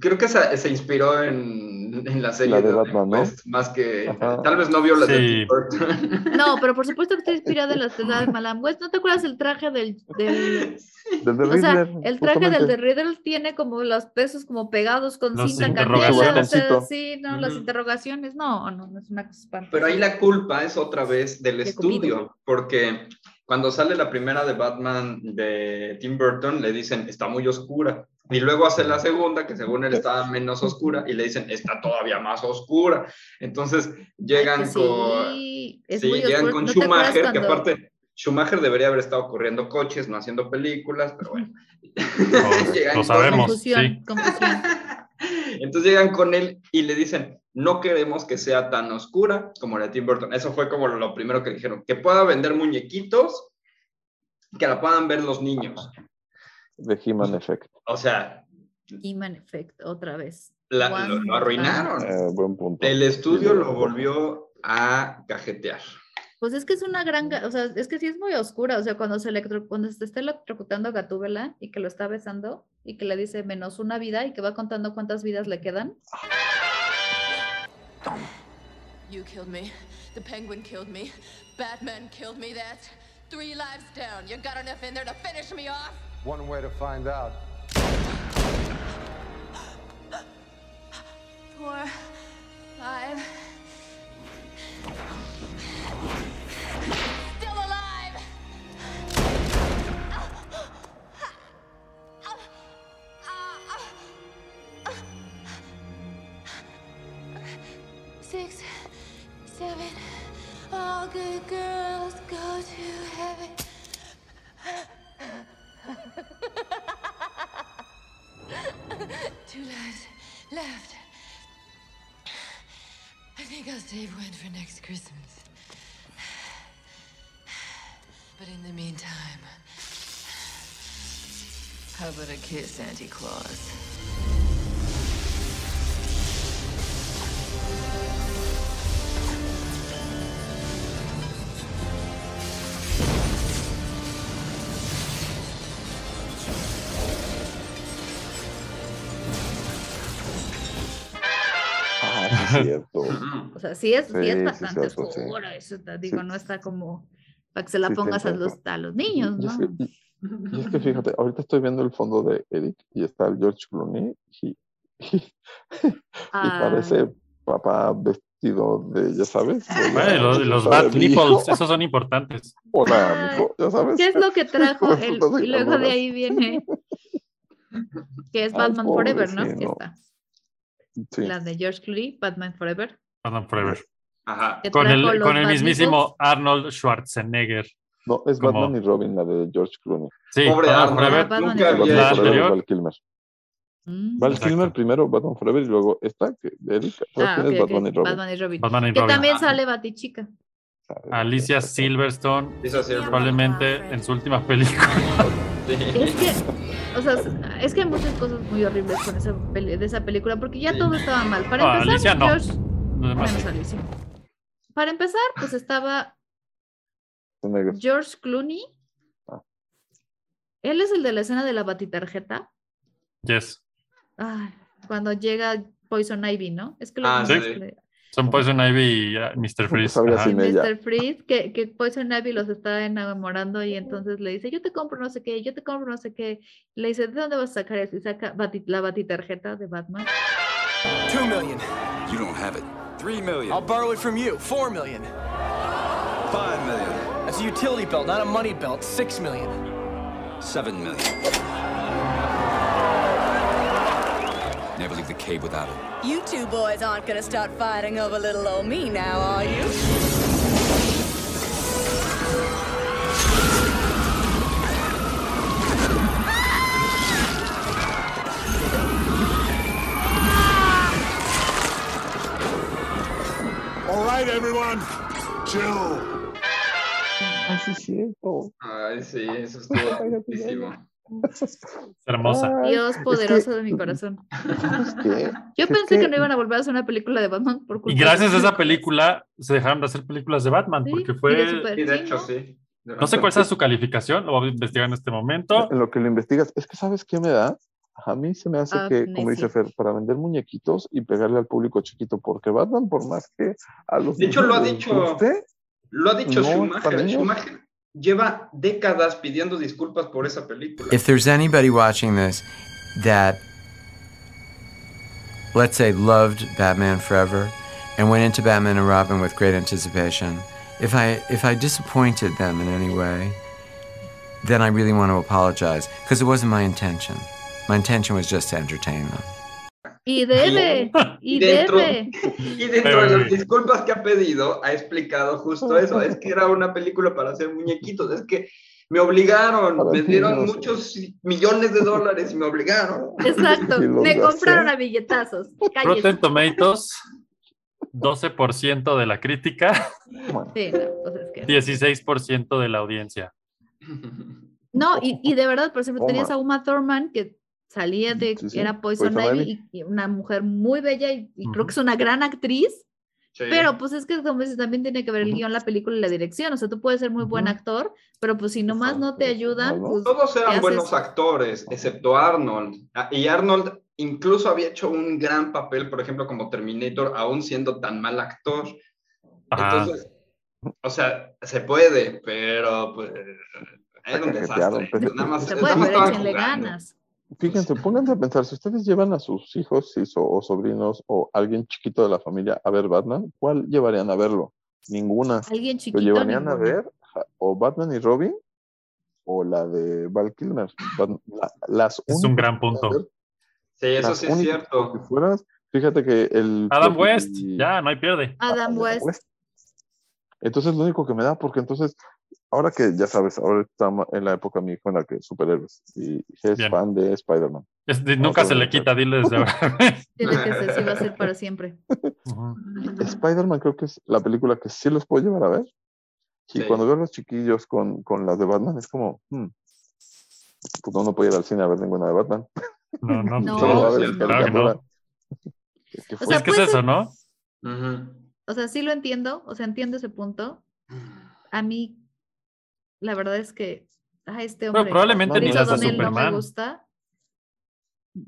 [SPEAKER 8] creo que se, se inspiró en, en la serie
[SPEAKER 10] La de
[SPEAKER 8] Adam
[SPEAKER 10] Batman, ¿no?
[SPEAKER 8] West, más que
[SPEAKER 10] Ajá.
[SPEAKER 8] tal vez no vio la de
[SPEAKER 7] Sí.
[SPEAKER 8] Tim Burton. *laughs*
[SPEAKER 9] No, pero por supuesto que está inspirada en las de Malam West. ¿No te acuerdas el traje del, del-
[SPEAKER 10] Del de
[SPEAKER 9] *laughs* o sea,
[SPEAKER 10] Riddler,
[SPEAKER 9] el traje del de
[SPEAKER 10] justamente.
[SPEAKER 9] Riddle tiene como los pesos como pegados con
[SPEAKER 7] Los
[SPEAKER 9] cinta canela, o
[SPEAKER 7] interrogaciones.
[SPEAKER 9] sea,
[SPEAKER 10] Bastoncito.
[SPEAKER 9] sí, no, las
[SPEAKER 8] Ujú.
[SPEAKER 9] interrogaciones, no, no, no es una cosa espantosa.
[SPEAKER 8] Pero ahí la culpa es otra vez del
[SPEAKER 9] De Cupido.
[SPEAKER 8] estudio, porque cuando sale la primera de Batman de Tim Burton, le dicen, está muy oscura. Y luego hace la segunda, que según él estaba menos oscura, y le dicen, está todavía más oscura. Entonces llegan
[SPEAKER 9] Que
[SPEAKER 8] con...
[SPEAKER 9] sí, es
[SPEAKER 8] sí,
[SPEAKER 9] muy
[SPEAKER 8] llegan
[SPEAKER 9] oscuro.
[SPEAKER 8] con
[SPEAKER 9] ¿No te acuerdas
[SPEAKER 8] Schumacher, que
[SPEAKER 9] cuando-
[SPEAKER 8] aparte Schumacher debería haber estado corriendo coches, no haciendo películas, pero bueno. *laughs* Llegan
[SPEAKER 7] Lo, lo
[SPEAKER 8] con-
[SPEAKER 7] sabemos,
[SPEAKER 9] Confusión,
[SPEAKER 7] sí.
[SPEAKER 9] confusión.
[SPEAKER 8] Entonces llegan con él y le dicen, no queremos que sea tan oscura como la de Tim Burton. Eso fue como lo primero que dijeron, que pueda vender muñequitos, que la puedan ver los niños.
[SPEAKER 10] De He-Man Effect.
[SPEAKER 8] O sea,
[SPEAKER 9] He-Man Effect, otra vez.
[SPEAKER 8] la-
[SPEAKER 9] One
[SPEAKER 8] lo, lo
[SPEAKER 9] more time.
[SPEAKER 8] arruinaron.
[SPEAKER 10] Eh, buen punto.
[SPEAKER 8] El estudio
[SPEAKER 10] Sí,
[SPEAKER 8] lo volvió a cajetear.
[SPEAKER 9] Pues es que es una gran, ga- o sea, es que sí es muy oscura, o sea, cuando se electro, cuando se está electrocutando a Gatúbela y que lo está besando y que le dice menos una vida y que va contando cuántas vidas le quedan.
[SPEAKER 12] You killed me. The penguin killed me. Batman killed me. That's three lives down. You got enough in there to finish me off?
[SPEAKER 13] One way to find out.
[SPEAKER 12] Four, five. Still alive! Six, seven. All good girls go to heaven. Two lives left. I think I'll save one for next Christmas. But in the meantime, how about a kiss, Santa Claus?
[SPEAKER 10] Ah, sí, es cierto.
[SPEAKER 9] O sea, sí es, sí
[SPEAKER 10] Sí,
[SPEAKER 9] es
[SPEAKER 10] sí,
[SPEAKER 9] bastante
[SPEAKER 10] cierto, sí.
[SPEAKER 9] oscura, eso te digo,
[SPEAKER 10] Sí.
[SPEAKER 9] no está como para que se la
[SPEAKER 10] Sí, está
[SPEAKER 9] pongas a
[SPEAKER 10] intenso.
[SPEAKER 9] los, a los *laughs* niños,
[SPEAKER 10] Y
[SPEAKER 9] ¿no?
[SPEAKER 10] es, que, y- y es que fíjate, ahorita estoy viendo el fondo de Eric y está el George Clooney y, y- y
[SPEAKER 9] Ah.
[SPEAKER 10] parece papá vestido de, ya sabes. de-
[SPEAKER 7] Bueno, y los, y los
[SPEAKER 10] de
[SPEAKER 7] bat
[SPEAKER 10] mi hijo.
[SPEAKER 7] nipples, esos son importantes.
[SPEAKER 10] Hola, mijo, ya sabes.
[SPEAKER 9] Ah, ¿Qué es lo que trajo
[SPEAKER 10] Por
[SPEAKER 9] el,
[SPEAKER 10] supuesto que
[SPEAKER 9] y luego de
[SPEAKER 10] algunas. *laughs*
[SPEAKER 9] ahí viene que es
[SPEAKER 10] Ay,
[SPEAKER 9] Batman
[SPEAKER 10] pobre,
[SPEAKER 9] Forever, ¿no?
[SPEAKER 10] sí,
[SPEAKER 9] Que
[SPEAKER 10] no.
[SPEAKER 9] está.
[SPEAKER 10] *laughs* Sí.
[SPEAKER 9] La de George Clooney, Batman Forever.
[SPEAKER 7] Batman Forever.
[SPEAKER 8] Ajá.
[SPEAKER 9] que
[SPEAKER 7] Con
[SPEAKER 9] trajo
[SPEAKER 7] el,
[SPEAKER 9] los
[SPEAKER 7] con el
[SPEAKER 9] Bat
[SPEAKER 7] mismísimo
[SPEAKER 9] Nipples.
[SPEAKER 7] Arnold Schwarzenegger.
[SPEAKER 10] No, es
[SPEAKER 7] Como-
[SPEAKER 10] Batman y Robin, la de George Clooney.
[SPEAKER 7] Sí,
[SPEAKER 8] Pobre
[SPEAKER 7] Batman
[SPEAKER 8] Arnold,
[SPEAKER 7] Forever.
[SPEAKER 9] Batman
[SPEAKER 8] nunca
[SPEAKER 9] Forever.
[SPEAKER 8] había
[SPEAKER 7] La
[SPEAKER 8] hecho-
[SPEAKER 7] anterior.
[SPEAKER 10] Forever, Val Kilmer.
[SPEAKER 9] Mm.
[SPEAKER 10] Val
[SPEAKER 7] Exacto.
[SPEAKER 10] Kilmer primero, Batman Forever, y luego esta, que Eric, ¿sabes
[SPEAKER 9] Ah,
[SPEAKER 10] quién es
[SPEAKER 9] ok, ok,
[SPEAKER 10] Batman y Robin?
[SPEAKER 9] Batman y Robin.
[SPEAKER 7] Batman y
[SPEAKER 9] Que
[SPEAKER 7] Robin. ah.
[SPEAKER 9] también sale Batichica.
[SPEAKER 10] ¿Sabes?
[SPEAKER 7] Alicia Silverstone,
[SPEAKER 8] Hizo así el-
[SPEAKER 7] probablemente en su última película.
[SPEAKER 9] Es que, o sea, es que hay muchas cosas muy horribles con esa peli- de esa película, porque ya
[SPEAKER 8] Sí.
[SPEAKER 9] todo estaba mal. Para
[SPEAKER 7] No,
[SPEAKER 9] empezar,
[SPEAKER 7] Alicia no.
[SPEAKER 9] George-
[SPEAKER 7] Los demás
[SPEAKER 9] menos
[SPEAKER 7] sí.
[SPEAKER 9] Alicia. Para empezar, pues estaba
[SPEAKER 10] Este Negro.
[SPEAKER 9] George Clooney.
[SPEAKER 10] Ah.
[SPEAKER 9] Él es el de la escena de la batitarjeta. pues-
[SPEAKER 7] Yes.
[SPEAKER 9] Ay, cuando llega Poison Ivy, ¿no? Es que lo
[SPEAKER 8] Ah,
[SPEAKER 9] mismo
[SPEAKER 8] sí.
[SPEAKER 9] es que-
[SPEAKER 7] Son Poison Ivy y ah, Mr. Freeze.
[SPEAKER 10] Algo
[SPEAKER 7] ajá.
[SPEAKER 10] así. Sin ella.
[SPEAKER 9] Mr. Freeze, que, que Poison Ivy los está enamorando y entonces le dice, yo te compro no sé qué, yo te compro no sé qué. Le dice, ¿de dónde vas a sacar eso? Y saca bati- la batitarjeta de Batman.
[SPEAKER 11] Two million.
[SPEAKER 14] You don't have it. Three
[SPEAKER 11] I'll
[SPEAKER 14] million.
[SPEAKER 11] borrow it from you. Four million.
[SPEAKER 14] Five million.
[SPEAKER 11] That's a utility belt, not a money belt. Six million.
[SPEAKER 14] Seven million. Never leave the cave without it.
[SPEAKER 12] You two boys aren't gonna start fighting over little old me now, are you?
[SPEAKER 13] All right, everyone, chill.
[SPEAKER 10] Ah, sí, es cierto.
[SPEAKER 8] Ay, sí, eso estuvo tristísimo.
[SPEAKER 7] hermosa.
[SPEAKER 9] Dios poderoso de mi corazón. Yo pensé que no iban a volver a hacer una película de Batman por culpa
[SPEAKER 7] Y gracias a
[SPEAKER 9] de-
[SPEAKER 7] esa película se dejaron de hacer películas de Batman, porque
[SPEAKER 9] y de
[SPEAKER 7] fue...
[SPEAKER 9] super-
[SPEAKER 8] Y de hecho, sí.
[SPEAKER 7] No sé cuál sea su calificación, lo voy a investigar en este momento.
[SPEAKER 10] En lo que lo investigas, es que ¿sabes qué me da? A mí se me hace
[SPEAKER 7] Ah,
[SPEAKER 10] que, como dice Fer, para vender muñequitos y pegarle al público chiquito, porque Batman, por más que a los.
[SPEAKER 8] De hecho,
[SPEAKER 10] niños
[SPEAKER 8] lo ha
[SPEAKER 10] les
[SPEAKER 8] dicho-
[SPEAKER 10] guste,
[SPEAKER 8] Lo ha dicho
[SPEAKER 10] No, para
[SPEAKER 8] Schumacher.
[SPEAKER 10] niños.
[SPEAKER 8] Schumacher lleva décadas pidiendo disculpas por esa película.
[SPEAKER 15] If there's anybody watching this that, let's say, loved Batman Forever and went into Batman and Robin with great anticipation, if I if I disappointed them in any way, then I really want to apologize because it wasn't my intention. My intention was just to entertain them.
[SPEAKER 9] Y debe, y
[SPEAKER 8] Dentro-
[SPEAKER 9] debe.
[SPEAKER 8] Y dentro de las disculpas que ha pedido, ha explicado justo eso. Es que era una película para hacer muñequitos. Es que me obligaron, me dieron
[SPEAKER 10] niños.
[SPEAKER 8] muchos millones de dólares y me obligaron.
[SPEAKER 9] Exacto,
[SPEAKER 7] Y lo
[SPEAKER 9] me
[SPEAKER 7] gastó.
[SPEAKER 9] compraron a billetazos. Cállese.
[SPEAKER 7] Rotten Tomatoes, 12% de la crítica, *laughs*
[SPEAKER 9] Sí, no, pues es que-
[SPEAKER 7] 16% de la audiencia.
[SPEAKER 9] No, y, y de verdad, por ejemplo,
[SPEAKER 7] Toma.
[SPEAKER 9] tenías a Uma Thurman que salía de,
[SPEAKER 7] Sí, sí,
[SPEAKER 9] era Poison,
[SPEAKER 7] Poison
[SPEAKER 9] Ivy,
[SPEAKER 7] Ivy.
[SPEAKER 9] y, y una mujer muy bella y, y creo que es una gran actriz, pero pues es que como dices, también tiene que ver el guión, la película y la dirección, o sea, tú puedes ser muy buen actor, pero pues si nomás no te ayudan, pues...
[SPEAKER 8] Todos
[SPEAKER 9] ¿qué
[SPEAKER 8] eran
[SPEAKER 9] haces?
[SPEAKER 8] buenos actores, excepto Arnold. Ah, Y Arnold incluso había hecho un gran papel, por ejemplo, como Terminator, aún siendo tan mal actor. Entonces, o sea, se puede, pero pues era un desastre.
[SPEAKER 10] cajetearon,
[SPEAKER 8] Nada más,
[SPEAKER 9] Se
[SPEAKER 8] nada
[SPEAKER 9] puede,
[SPEAKER 8] más
[SPEAKER 9] pero
[SPEAKER 8] estaban
[SPEAKER 9] échenle
[SPEAKER 8] jugando.
[SPEAKER 9] ganas.
[SPEAKER 10] Fíjense, pónganse a pensar, si ustedes llevan a sus hijos sí, so- o sobrinos o alguien chiquito de la familia a ver Batman, ¿cuál llevarían a verlo? Ninguna.
[SPEAKER 9] Alguien
[SPEAKER 10] ¿Lo
[SPEAKER 9] chiquito.
[SPEAKER 10] llevarían a
[SPEAKER 9] ninguna.
[SPEAKER 10] ver ja, o Batman y Robin o la de Val Kilmer? Bat- la- las
[SPEAKER 7] Es un
[SPEAKER 10] únicas
[SPEAKER 7] gran
[SPEAKER 10] que van a
[SPEAKER 7] punto.
[SPEAKER 10] ver,
[SPEAKER 8] Sí, eso
[SPEAKER 10] las
[SPEAKER 8] sí es
[SPEAKER 10] únicas
[SPEAKER 8] cierto.
[SPEAKER 10] que fueras, fíjate que el...
[SPEAKER 7] Adam
[SPEAKER 10] el-
[SPEAKER 7] West, ya, no hay pierde.
[SPEAKER 9] Adam West.
[SPEAKER 10] Entonces, lo único que me da, porque entonces, ahora que ya sabes, ahora estamos en la época mi hijo en la que superhéroes y es
[SPEAKER 7] Bien.
[SPEAKER 10] fan de Spider-man.
[SPEAKER 7] Es de- nunca se le quita, dile
[SPEAKER 10] *laughs*
[SPEAKER 7] desde ahora.
[SPEAKER 9] Tiene que ser, sí va a ser para siempre.
[SPEAKER 10] Spider-Man creo que es la película que sí los puedo llevar a ver. Y cuando veo a los chiquillos con, con las de Batman, es como, hmm, pues no, no puedo ir al cine a ver ninguna de Batman.
[SPEAKER 7] No, no,
[SPEAKER 9] No.
[SPEAKER 10] Solo va a ver
[SPEAKER 9] sí,
[SPEAKER 10] esta
[SPEAKER 7] claro que
[SPEAKER 10] caricatura.
[SPEAKER 9] O sea, pues,
[SPEAKER 7] es que es
[SPEAKER 9] puede ser-
[SPEAKER 7] eso, ¿no?
[SPEAKER 9] O sea, sí lo entiendo, o sea, entiendo ese punto. A mí, la verdad es que a este hombre.
[SPEAKER 7] probablemente ni
[SPEAKER 9] Chris
[SPEAKER 7] las de
[SPEAKER 9] O'Donnell No
[SPEAKER 7] Superman.
[SPEAKER 9] me gusta.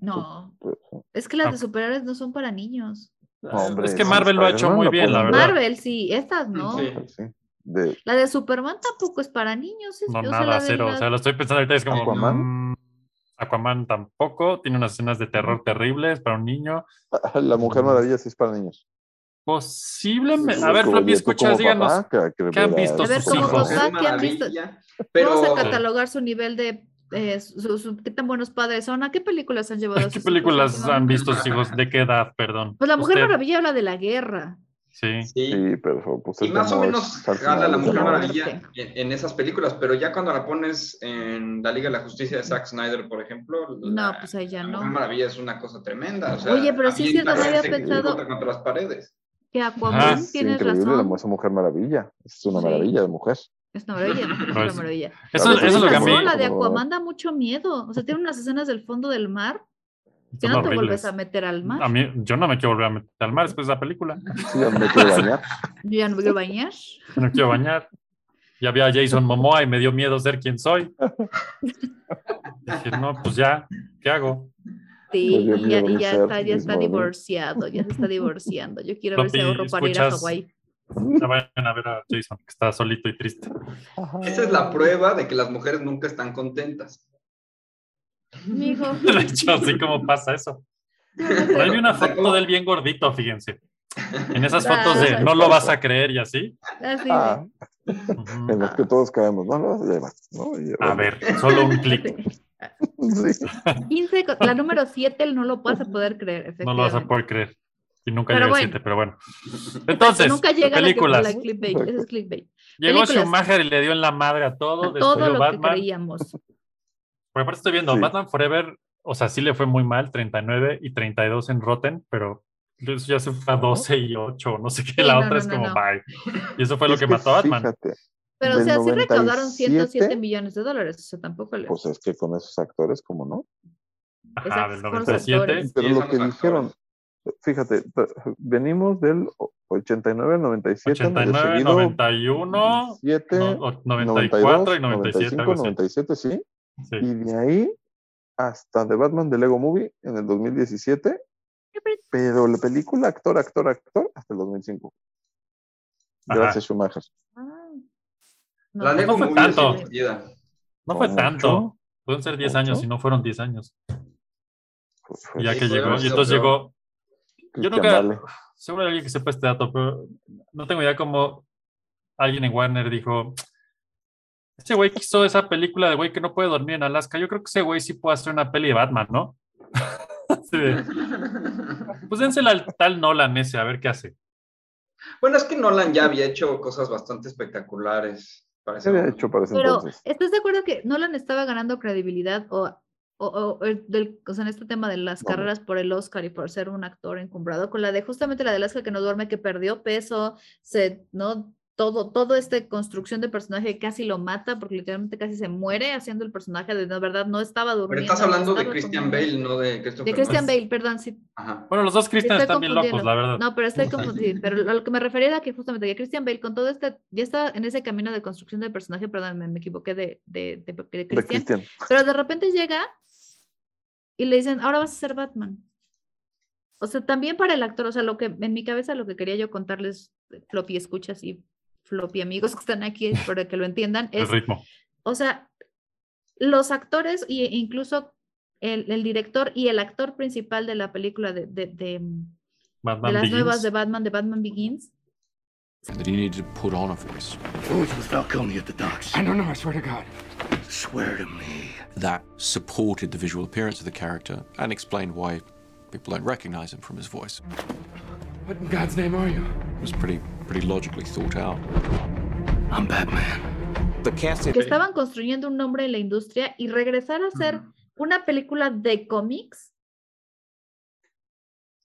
[SPEAKER 9] No,
[SPEAKER 10] Pues,
[SPEAKER 9] es que las de superhéroes no son para niños.
[SPEAKER 10] Hombre,
[SPEAKER 7] es que
[SPEAKER 10] sí,
[SPEAKER 7] Marvel lo ha hecho
[SPEAKER 10] Spider-Man
[SPEAKER 7] muy
[SPEAKER 10] la
[SPEAKER 7] bien, la
[SPEAKER 10] pueden-
[SPEAKER 7] verdad.
[SPEAKER 9] Marvel, sí, estas no.
[SPEAKER 10] Sí, de- *laughs*
[SPEAKER 9] La de Superman tampoco es para niños. es-
[SPEAKER 7] No,
[SPEAKER 9] o sea,
[SPEAKER 7] nada,
[SPEAKER 9] la de
[SPEAKER 7] cero.
[SPEAKER 9] las-
[SPEAKER 7] O sea, lo estoy pensando ahorita, es como.
[SPEAKER 10] ¿Aquaman?
[SPEAKER 7] mm, Aquaman tampoco. Tiene unas escenas de terror terribles para un niño.
[SPEAKER 10] La Mujer Maravilla sí es para niños.
[SPEAKER 7] Posiblemente.
[SPEAKER 10] Sí,
[SPEAKER 7] A ver,
[SPEAKER 10] como
[SPEAKER 7] Floppy,
[SPEAKER 10] yo, tú como
[SPEAKER 7] escuchas, díganos.
[SPEAKER 10] papá, que- que
[SPEAKER 7] ¿Qué han
[SPEAKER 10] verás.
[SPEAKER 7] visto
[SPEAKER 10] A ver,
[SPEAKER 7] sus
[SPEAKER 10] como
[SPEAKER 7] hijos?
[SPEAKER 9] papá, ¿qué han visto?
[SPEAKER 8] Pero-
[SPEAKER 9] Vamos a catalogar su nivel de. eh, su- su- ¿Qué tan buenos padres son? ¿A qué películas han llevado a
[SPEAKER 7] ¿Qué
[SPEAKER 9] sus hijos
[SPEAKER 7] películas han
[SPEAKER 9] últimamente?
[SPEAKER 7] visto sus hijos? ¿De qué edad? Perdón.
[SPEAKER 9] Pues La Mujer
[SPEAKER 7] Usted,
[SPEAKER 9] Maravilla habla de la guerra.
[SPEAKER 7] Sí.
[SPEAKER 10] Sí, pero pues
[SPEAKER 8] Y más o menos jala la Mujer Maravilla
[SPEAKER 9] Perfecto.
[SPEAKER 8] en, en esas películas, pero ya cuando la pones en la Liga de la Justicia de Zack Snyder, por ejemplo,
[SPEAKER 9] No, pues ahí ya
[SPEAKER 8] la
[SPEAKER 9] no.
[SPEAKER 8] Mujer
[SPEAKER 10] Ah,
[SPEAKER 8] Maravilla es una cosa tremenda. o sea,
[SPEAKER 9] Oye, pero sí es cierto, no había
[SPEAKER 8] avienta gente que
[SPEAKER 9] pensado-
[SPEAKER 8] bota contra las paredes.
[SPEAKER 9] Que Aquaman,
[SPEAKER 10] es
[SPEAKER 9] tienes
[SPEAKER 10] increíble
[SPEAKER 9] razón.
[SPEAKER 10] la esa Mujer Maravilla. Es una
[SPEAKER 9] Sí.
[SPEAKER 10] maravilla de mujer.
[SPEAKER 9] *laughs* Es una maravilla, es una
[SPEAKER 10] es-
[SPEAKER 7] Pues,
[SPEAKER 9] maravilla.
[SPEAKER 10] eso-
[SPEAKER 9] Pero
[SPEAKER 10] eso es lo
[SPEAKER 9] tienes
[SPEAKER 10] que a mí-
[SPEAKER 9] razón, La de
[SPEAKER 10] como-
[SPEAKER 9] Aquaman da mucho miedo. O sea, tiene unas escenas del fondo del mar que
[SPEAKER 7] Son
[SPEAKER 9] no te
[SPEAKER 7] horribles.
[SPEAKER 9] vuelves a meter al mar.
[SPEAKER 7] A mí, yo no me quiero volver a meter al mar después de la película.
[SPEAKER 10] Sí, ya me quiero bañar.
[SPEAKER 9] Yo ya no me quiero bañar.
[SPEAKER 7] No quiero bañar. Ya vi a Jason Momoa y me dio miedo ser quien soy. Dije, no, pues ya, ¿qué hago?
[SPEAKER 9] Sí,
[SPEAKER 7] Yo
[SPEAKER 9] y ya,
[SPEAKER 7] quiero
[SPEAKER 9] y ya
[SPEAKER 7] ser
[SPEAKER 9] está, ya está
[SPEAKER 7] mismo, ¿no?
[SPEAKER 9] divorciado, ya se está divorciando. Yo quiero ver si
[SPEAKER 7] Papi,
[SPEAKER 9] ahorro para ir a
[SPEAKER 7] ¿escuchas?
[SPEAKER 9] Hawái.
[SPEAKER 7] No vayan a ver a Jason, que está solito y triste. *laughs*
[SPEAKER 8] Esa es la prueba de que las mujeres nunca están contentas.
[SPEAKER 7] *laughs*
[SPEAKER 9] Mijo.
[SPEAKER 7] De hecho, así como pasa eso. Por ahí vi una foto de él bien gordito, fíjense. En esas fotos de no lo vas a creer y así.
[SPEAKER 9] Así,
[SPEAKER 10] Ah. En las que todos caemos, ¿no? Lo vas a llevar, ¿no? Y-
[SPEAKER 7] A ver, solo un clic.
[SPEAKER 10] *laughs* Sí.
[SPEAKER 9] 15 este, co- la número 7, él no lo vas a poder creer,
[SPEAKER 7] No lo vas
[SPEAKER 9] efectivamente.
[SPEAKER 7] a poder creer. Y nunca
[SPEAKER 9] Pero
[SPEAKER 7] llega
[SPEAKER 9] bueno.
[SPEAKER 7] el 7, pero bueno. Entonces,
[SPEAKER 9] Nunca llega a la que-
[SPEAKER 7] películas.
[SPEAKER 9] la clickbait, ese es clickbait.
[SPEAKER 7] Llegó
[SPEAKER 9] Películas.
[SPEAKER 7] Schumacher y le dio en la madre a todo.
[SPEAKER 9] A todo
[SPEAKER 7] destruyó
[SPEAKER 9] lo que
[SPEAKER 7] Batman.
[SPEAKER 9] creíamos.
[SPEAKER 7] Porque aparte estoy viendo, Batman Forever, o sea, sí le fue muy mal, 39 y 32 en Rotten, pero eso ya se fue a 12 y 8, no sé qué,
[SPEAKER 9] Sí,
[SPEAKER 7] la
[SPEAKER 9] no,
[SPEAKER 7] otra
[SPEAKER 9] no,
[SPEAKER 7] es
[SPEAKER 9] no,
[SPEAKER 7] como
[SPEAKER 9] no.
[SPEAKER 7] bye. Y eso fue lo
[SPEAKER 10] Es
[SPEAKER 7] que mató a Batman.
[SPEAKER 10] Fíjate,
[SPEAKER 9] Pero, o
[SPEAKER 10] del
[SPEAKER 9] sea, sí recaudaron
[SPEAKER 10] 97,
[SPEAKER 9] 107 millones de dólares. O sea, tampoco le.
[SPEAKER 10] Pues es que con esos actores, como no.
[SPEAKER 7] Ajá, del
[SPEAKER 9] son los
[SPEAKER 7] 97.
[SPEAKER 9] actores.
[SPEAKER 10] Pero
[SPEAKER 9] Sí,
[SPEAKER 10] lo
[SPEAKER 9] son
[SPEAKER 10] que
[SPEAKER 9] los
[SPEAKER 10] dijeron, fíjate, t- venimos del o- 89 al 97, medio
[SPEAKER 7] 89,
[SPEAKER 10] seguido,
[SPEAKER 7] 91,
[SPEAKER 10] 7,
[SPEAKER 7] no, 94 y 97, algo
[SPEAKER 10] 95,
[SPEAKER 7] así.
[SPEAKER 10] 97, sí.
[SPEAKER 7] Sí.
[SPEAKER 10] Y de ahí hasta The Batman de Lego Movie en el 2017. Pero la película actor, actor, actor hasta el 2005.
[SPEAKER 7] Ajá.
[SPEAKER 10] Gracias, Schumacher.
[SPEAKER 9] Ah, No,
[SPEAKER 8] La
[SPEAKER 7] no
[SPEAKER 8] Lego
[SPEAKER 7] fue
[SPEAKER 8] Movie
[SPEAKER 7] tanto.
[SPEAKER 8] es divertida.
[SPEAKER 7] No fue
[SPEAKER 10] ¿Ocho?
[SPEAKER 7] tanto. Pueden ser 10 años
[SPEAKER 10] ¿Ocho?
[SPEAKER 7] y no fueron 10 años.
[SPEAKER 10] Pues,
[SPEAKER 7] Y Ya
[SPEAKER 8] Sí,
[SPEAKER 7] que
[SPEAKER 8] puede
[SPEAKER 7] llegó.
[SPEAKER 8] haber
[SPEAKER 7] Y
[SPEAKER 8] sido
[SPEAKER 7] entonces
[SPEAKER 8] peor.
[SPEAKER 7] llegó. Yo
[SPEAKER 10] Cristian
[SPEAKER 7] nunca.
[SPEAKER 10] Vale.
[SPEAKER 7] Seguro hay alguien que sepa este dato, pero no tengo idea cómo alguien en Warner dijo. Ese güey que hizo esa película de güey que no puede dormir en Alaska. Yo creo que ese güey sí puede hacer una peli de Batman, ¿no? *laughs* Así de, pues dénsela al tal Nolan ese, a ver qué hace.
[SPEAKER 8] *laughs* Bueno, es que Nolan ya había hecho cosas bastante espectaculares. para
[SPEAKER 10] ¿Qué
[SPEAKER 8] ese
[SPEAKER 10] había
[SPEAKER 8] momento.
[SPEAKER 10] hecho para ese
[SPEAKER 9] Pero,
[SPEAKER 10] entonces?
[SPEAKER 9] ¿estás de acuerdo que Nolan estaba ganando credibilidad o, o, o- o el- del- o sea, en este tema de las
[SPEAKER 10] No.
[SPEAKER 9] carreras por el Oscar y por ser un actor encumbrado con la de justamente la de Alaska que no duerme, que perdió peso, se, ¿no? Todo, todo esta construcción de personaje casi lo mata porque literalmente casi se muere haciendo el personaje de la verdad no estaba
[SPEAKER 8] Pero
[SPEAKER 9] durmiendo.
[SPEAKER 8] estás
[SPEAKER 9] no
[SPEAKER 8] hablando de
[SPEAKER 9] estaba
[SPEAKER 8] Christian
[SPEAKER 9] comiendo.
[SPEAKER 8] Bale, no de Christopher
[SPEAKER 9] De Christian
[SPEAKER 8] Nolan.
[SPEAKER 9] Bale, perdón, sí,
[SPEAKER 8] Ajá.
[SPEAKER 7] Bueno, los dos Christian
[SPEAKER 9] Estoy
[SPEAKER 7] están bien locos,
[SPEAKER 9] confundiendo.
[SPEAKER 7] la verdad.
[SPEAKER 9] No, pero
[SPEAKER 8] *laughs*
[SPEAKER 9] estoy confundido. Pero a lo que me refería era que justamente que Christian Bale, con todo este, ya está en ese camino de construcción del personaje, perdón, me, me equivoqué de, de, de, de
[SPEAKER 10] De
[SPEAKER 9] Christian,
[SPEAKER 10] Cristian.
[SPEAKER 9] pero de repente llega y le dicen, ahora vas a ser Batman. O sea, también para el actor, o sea, lo que en mi cabeza lo que quería yo contarles, floppy escuchas y floppy amigos que están aquí para que lo entiendan,
[SPEAKER 7] El
[SPEAKER 9] es
[SPEAKER 7] ritmo.
[SPEAKER 9] o sea, los actores e incluso el, el director y el actor principal de la película de, de- de- de
[SPEAKER 7] Batman
[SPEAKER 9] las
[SPEAKER 7] Begins. Ah,
[SPEAKER 9] nuevas de Batman, de Batman Begins,
[SPEAKER 16] That he needed to put on a voice.
[SPEAKER 17] Who was with Falcone at the docks?
[SPEAKER 18] I don't know, I swear to God.
[SPEAKER 17] Swear to me.
[SPEAKER 16] that supported the visual appearance of the character and explained why people don't recognize him from his voice.
[SPEAKER 18] What in God's name are you?
[SPEAKER 16] It was pretty pretty logically thought out.
[SPEAKER 17] I'm Batman. The casting.
[SPEAKER 9] que estaban construyendo un nombre en la industria y regresar a hacer una película de cómics,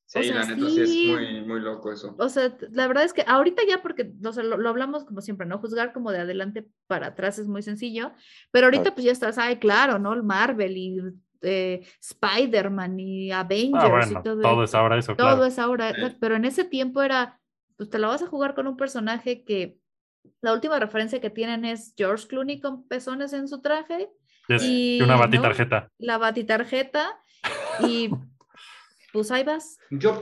[SPEAKER 8] Sí,
[SPEAKER 9] O sea,
[SPEAKER 8] la neta sí,
[SPEAKER 9] sí.
[SPEAKER 8] es muy, muy loco eso.
[SPEAKER 9] o sea, t- la verdad es que ahorita ya, porque o sea, lo, lo hablamos como siempre, ¿no? Juzgar como de adelante para atrás es muy sencillo, pero ahorita
[SPEAKER 10] Claro.
[SPEAKER 9] pues ya estás, ay, claro, ¿no? El Marvel y eh, Spider-Man y Avengers
[SPEAKER 7] Ah,
[SPEAKER 9] y
[SPEAKER 7] bueno,
[SPEAKER 9] todo
[SPEAKER 7] todo
[SPEAKER 9] esto.
[SPEAKER 7] es ahora eso,
[SPEAKER 9] todo
[SPEAKER 7] claro.
[SPEAKER 9] es ahora, exacto, pero en ese tiempo era, pues te la vas a jugar con un personaje que la última referencia que tienen es George Clooney con pezones en su traje
[SPEAKER 7] Y es-
[SPEAKER 9] y,
[SPEAKER 7] y una
[SPEAKER 9] ¿no?
[SPEAKER 7] batitarjeta.
[SPEAKER 9] la batitarjeta y pues ahí vas.
[SPEAKER 8] Yo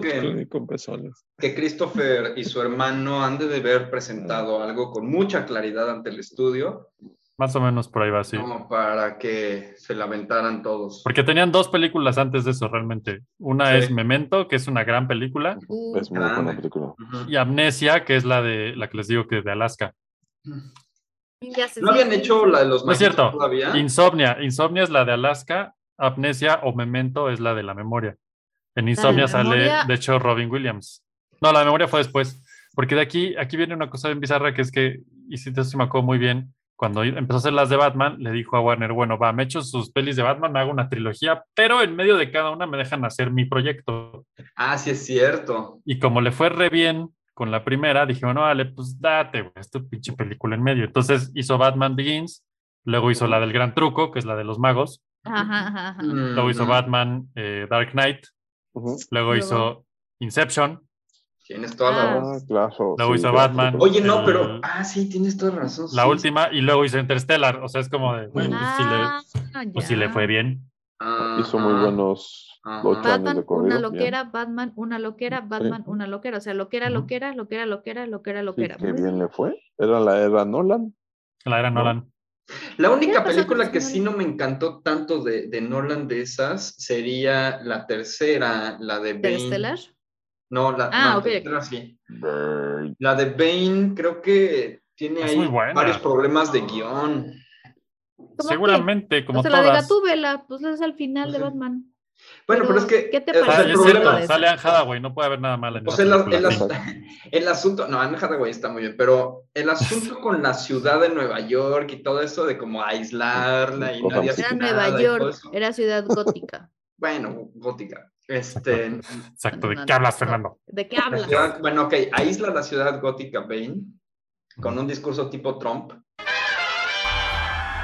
[SPEAKER 10] Sí,
[SPEAKER 8] que,
[SPEAKER 10] con pezones.
[SPEAKER 8] que Christopher y su hermano han de haber presentado algo con mucha claridad ante el estudio,
[SPEAKER 7] Más o menos por ahí va, sí.
[SPEAKER 8] como para que se la aventaran todos.
[SPEAKER 7] Porque tenían dos películas antes de eso realmente. Una
[SPEAKER 8] Sí.
[SPEAKER 7] es Memento, que es una gran película,
[SPEAKER 9] Uh,
[SPEAKER 8] Pues,
[SPEAKER 10] Es muy buena
[SPEAKER 8] Grande.
[SPEAKER 10] película.
[SPEAKER 8] Ujú.
[SPEAKER 7] y Amnesia, que es la de la que les digo que es de Alaska.
[SPEAKER 9] ya se
[SPEAKER 8] ¿No habían
[SPEAKER 9] siente.
[SPEAKER 8] hecho la de los
[SPEAKER 7] No es
[SPEAKER 8] maquitos
[SPEAKER 7] cierto.
[SPEAKER 8] todavía?
[SPEAKER 7] Insomnia, Insomnia es la de Alaska, Amnesia o Memento es la de la memoria. En Insomnia sale,
[SPEAKER 9] memoria-
[SPEAKER 7] de hecho, Robin Williams. No, la memoria fue después. Porque de aquí, aquí viene una cosa bien bizarra que es que, y si te me acuerdo muy bien, cuando empezó a hacer las de Batman, le dijo a Warner, bueno, va, me echo sus pelis de Batman, me hago una trilogía, pero en medio de cada una me dejan hacer mi proyecto.
[SPEAKER 8] Ah, sí es cierto.
[SPEAKER 7] Y como le fue re bien con la primera, dije, bueno, vale, pues date, güey, esta pinche película en medio. Entonces hizo Batman Begins, luego hizo la del gran truco, que es la de los magos,
[SPEAKER 9] Ajá, ajá, ajá.
[SPEAKER 8] Mm.
[SPEAKER 7] luego hizo Batman eh, Dark Knight,
[SPEAKER 10] Ujú.
[SPEAKER 9] Luego.
[SPEAKER 7] luego hizo Inception,
[SPEAKER 8] Tienes toda la
[SPEAKER 9] Ah.
[SPEAKER 8] razón.
[SPEAKER 10] Ah, claro.
[SPEAKER 7] luego
[SPEAKER 10] sí,
[SPEAKER 7] hizo
[SPEAKER 10] claro.
[SPEAKER 7] Batman.
[SPEAKER 8] Oye, no,
[SPEAKER 7] el-
[SPEAKER 8] pero... Ah, sí, tienes toda la razón.
[SPEAKER 7] La
[SPEAKER 8] sí.
[SPEAKER 7] última, y luego hizo Interstellar, o sea, es como de, bueno, pues, sí
[SPEAKER 9] Ah,
[SPEAKER 7] le, pues, sí le
[SPEAKER 9] ya.
[SPEAKER 7] fue bien.
[SPEAKER 8] Ah,
[SPEAKER 10] Hizo muy
[SPEAKER 8] ah.
[SPEAKER 10] buenos
[SPEAKER 8] Ajá.
[SPEAKER 10] ocho años
[SPEAKER 9] Batman,
[SPEAKER 10] de corrido.
[SPEAKER 9] una
[SPEAKER 10] bien.
[SPEAKER 9] loquera, Batman, una loquera, Batman, una loquera. O sea, loquera,
[SPEAKER 10] Ujú.
[SPEAKER 9] loquera, loquera, loquera, loquera,
[SPEAKER 10] Sí,
[SPEAKER 9] loquera.
[SPEAKER 10] qué
[SPEAKER 9] Muy
[SPEAKER 10] bien le fue. Era la era Nolan.
[SPEAKER 7] La era
[SPEAKER 10] No.
[SPEAKER 7] Nolan.
[SPEAKER 8] La
[SPEAKER 9] ¿Qué
[SPEAKER 8] única
[SPEAKER 9] pasó
[SPEAKER 8] película
[SPEAKER 9] con
[SPEAKER 8] que
[SPEAKER 9] Nolan?
[SPEAKER 8] sí no me encantó tanto de, de Nolan de esas sería la tercera, la de Bane.
[SPEAKER 9] Interstellar.
[SPEAKER 8] No, la,
[SPEAKER 9] Ah,
[SPEAKER 8] no,
[SPEAKER 9] ok.
[SPEAKER 8] tercera sí. La de Bane creo que tiene
[SPEAKER 7] Es
[SPEAKER 8] ahí
[SPEAKER 7] muy buena.
[SPEAKER 8] varios problemas de guión.
[SPEAKER 9] ¿Cómo
[SPEAKER 7] Seguramente,
[SPEAKER 9] qué?
[SPEAKER 7] como
[SPEAKER 9] o sea, la de
[SPEAKER 7] todas.
[SPEAKER 9] Gatúbela, pues es al final de
[SPEAKER 8] Ujú.
[SPEAKER 9] Batman.
[SPEAKER 8] Bueno, pero,
[SPEAKER 9] Pero,
[SPEAKER 8] es que...
[SPEAKER 9] ¿qué te
[SPEAKER 8] o sea,
[SPEAKER 9] parece?
[SPEAKER 7] Ah,
[SPEAKER 8] el
[SPEAKER 7] y es cierto,
[SPEAKER 8] problema-
[SPEAKER 7] sale Anne Hathaway, no puede haber nada mal en
[SPEAKER 8] O
[SPEAKER 7] esa
[SPEAKER 8] sea, el,
[SPEAKER 7] película,
[SPEAKER 8] el as- *laughs*
[SPEAKER 7] sí.
[SPEAKER 8] el asunto, no, Anne Hathaway está muy bien, pero el asunto con la ciudad de Nueva York y todo eso de como aislarla y
[SPEAKER 10] Gotham
[SPEAKER 8] nadie hace
[SPEAKER 10] City.
[SPEAKER 9] Era
[SPEAKER 8] nada
[SPEAKER 9] Nueva
[SPEAKER 8] y todo
[SPEAKER 9] York,
[SPEAKER 8] eso.
[SPEAKER 10] *laughs*
[SPEAKER 9] era ciudad gótica.
[SPEAKER 8] Bueno, gótica. Este,
[SPEAKER 7] Exacto, Pues, ¿de
[SPEAKER 9] No,
[SPEAKER 7] qué
[SPEAKER 9] no,
[SPEAKER 7] hablas,
[SPEAKER 9] no.
[SPEAKER 7] Fernando?
[SPEAKER 9] ¿De qué
[SPEAKER 8] la
[SPEAKER 9] hablas?
[SPEAKER 8] ciudad- bueno, ok, aísla la ciudad gótica Bane con un discurso tipo Trump.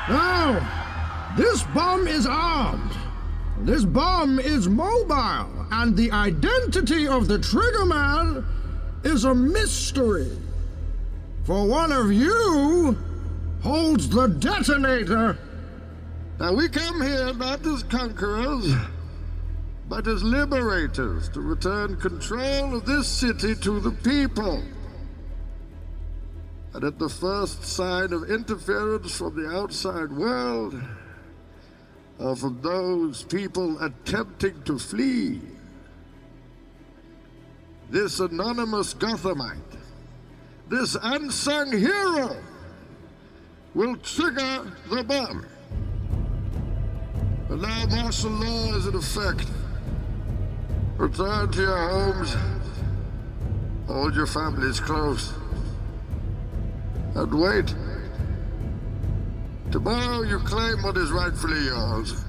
[SPEAKER 19] Now, this bomb is armed. This bomb is mobile, and the identity of the trigger man is a mystery. For one of you holds the detonator. Now, we come here not as conquerors, but as liberators to return control of this city to the people. And at the first sign of interference from the outside world, or from those people attempting to flee, this anonymous Gothamite, this unsung hero, will trigger the bomb. And now martial law is in effect. Return to your homes. Hold your families close. And wait. Tomorrow you claim what is rightfully yours.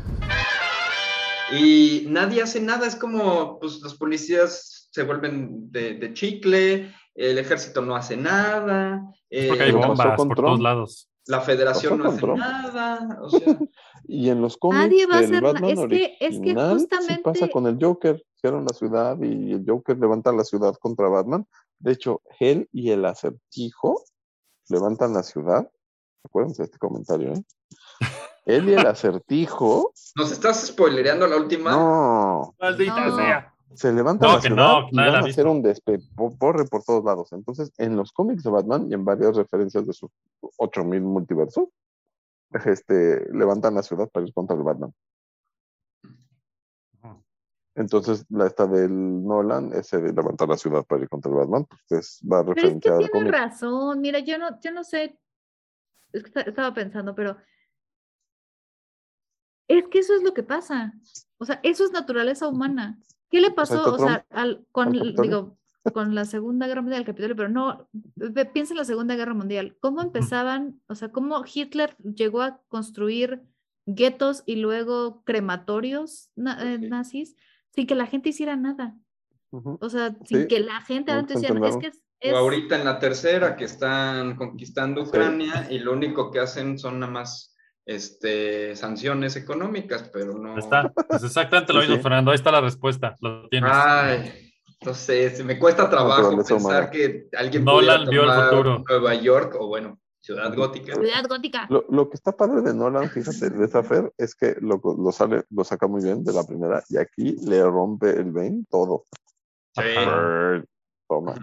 [SPEAKER 8] Y nadie hace nada, es como pues, los policías se vuelven de, de chicle, el ejército no hace nada. eh,
[SPEAKER 7] Porque hay bombas por todos lados.
[SPEAKER 8] La
[SPEAKER 10] Pasó
[SPEAKER 8] federación no
[SPEAKER 10] con
[SPEAKER 8] hace
[SPEAKER 10] Trump.
[SPEAKER 8] nada.
[SPEAKER 10] *laughs*
[SPEAKER 8] O sea,
[SPEAKER 10] Y en los cómics
[SPEAKER 9] Nadie va a
[SPEAKER 10] del
[SPEAKER 9] hacer nada.
[SPEAKER 10] Batman
[SPEAKER 9] Es que, es que
[SPEAKER 10] original, sí
[SPEAKER 9] justamente.
[SPEAKER 10] pasa con el Joker, hicieron la ciudad y el Joker levanta la ciudad contra Batman. De hecho, él y el acertijo levantan la ciudad. Acuérdense de este comentario, ¿eh? Él y el acertijo.
[SPEAKER 8] ¿Nos estás spoilereando la última?
[SPEAKER 10] No.
[SPEAKER 7] Maldita
[SPEAKER 10] No.
[SPEAKER 7] sea.
[SPEAKER 10] Se levanta
[SPEAKER 7] No,
[SPEAKER 10] la
[SPEAKER 7] que
[SPEAKER 10] ciudad
[SPEAKER 7] no,
[SPEAKER 10] y
[SPEAKER 7] nadie
[SPEAKER 10] van
[SPEAKER 7] la
[SPEAKER 10] a
[SPEAKER 7] ha visto.
[SPEAKER 10] hacer un despeporre por todos lados. Entonces, en los cómics de Batman y en varias referencias de sus 8000 multiversos, este, levantan la ciudad para ir contra el Batman. Entonces, la esta del Nolan, ese de levantar la ciudad para ir contra el Batman, pues es- va
[SPEAKER 9] Pero es que
[SPEAKER 10] referenciado al
[SPEAKER 9] tiene
[SPEAKER 10] cómic.
[SPEAKER 9] razón. Mira, yo no, yo no sé. Es que esta- estaba pensando, pero. Es que eso es lo que pasa. O sea, eso es naturaleza humana. ¿Qué le pasó,
[SPEAKER 20] está
[SPEAKER 9] o sea,
[SPEAKER 20] Trump,
[SPEAKER 9] al, con,
[SPEAKER 20] al
[SPEAKER 9] el-
[SPEAKER 20] Capitolio.
[SPEAKER 9] digo, con la Segunda Guerra Mundial, el Capitolio, pero no, ve- piensa en la Segunda Guerra Mundial. ¿Cómo empezaban, o sea, cómo Hitler llegó a construir guetos y luego crematorios na- eh, nazis sin que la gente hiciera nada? O sea, sin
[SPEAKER 8] Sí,
[SPEAKER 9] que la gente
[SPEAKER 8] no
[SPEAKER 9] antes hiciera nada. Es que
[SPEAKER 8] entendamos.
[SPEAKER 9] es- es-
[SPEAKER 8] O ahorita en la tercera que están conquistando Ucrania y lo único que hacen son nada más este, sanciones económicas, pero no.
[SPEAKER 7] Ahí Está, es exactamente lo
[SPEAKER 8] Sí,
[SPEAKER 7] mismo,
[SPEAKER 8] sí.
[SPEAKER 7] Fernando. Ahí está la respuesta. Lo tienes.
[SPEAKER 8] Ay, entonces me cuesta trabajo
[SPEAKER 7] Naturaleza
[SPEAKER 8] pensar
[SPEAKER 7] humana.
[SPEAKER 8] que alguien
[SPEAKER 7] Nolan
[SPEAKER 8] pudiera
[SPEAKER 7] vio el
[SPEAKER 8] tomar
[SPEAKER 7] futuro.
[SPEAKER 8] Nueva York o bueno, Ciudad Gótica.
[SPEAKER 9] Ciudad gótica.
[SPEAKER 10] Lo, lo que está padre de Nolan, fíjate, de esa Fer, es que lo, lo sale, lo saca muy bien de la primera y aquí le rompe el vein todo. Brr, Toma.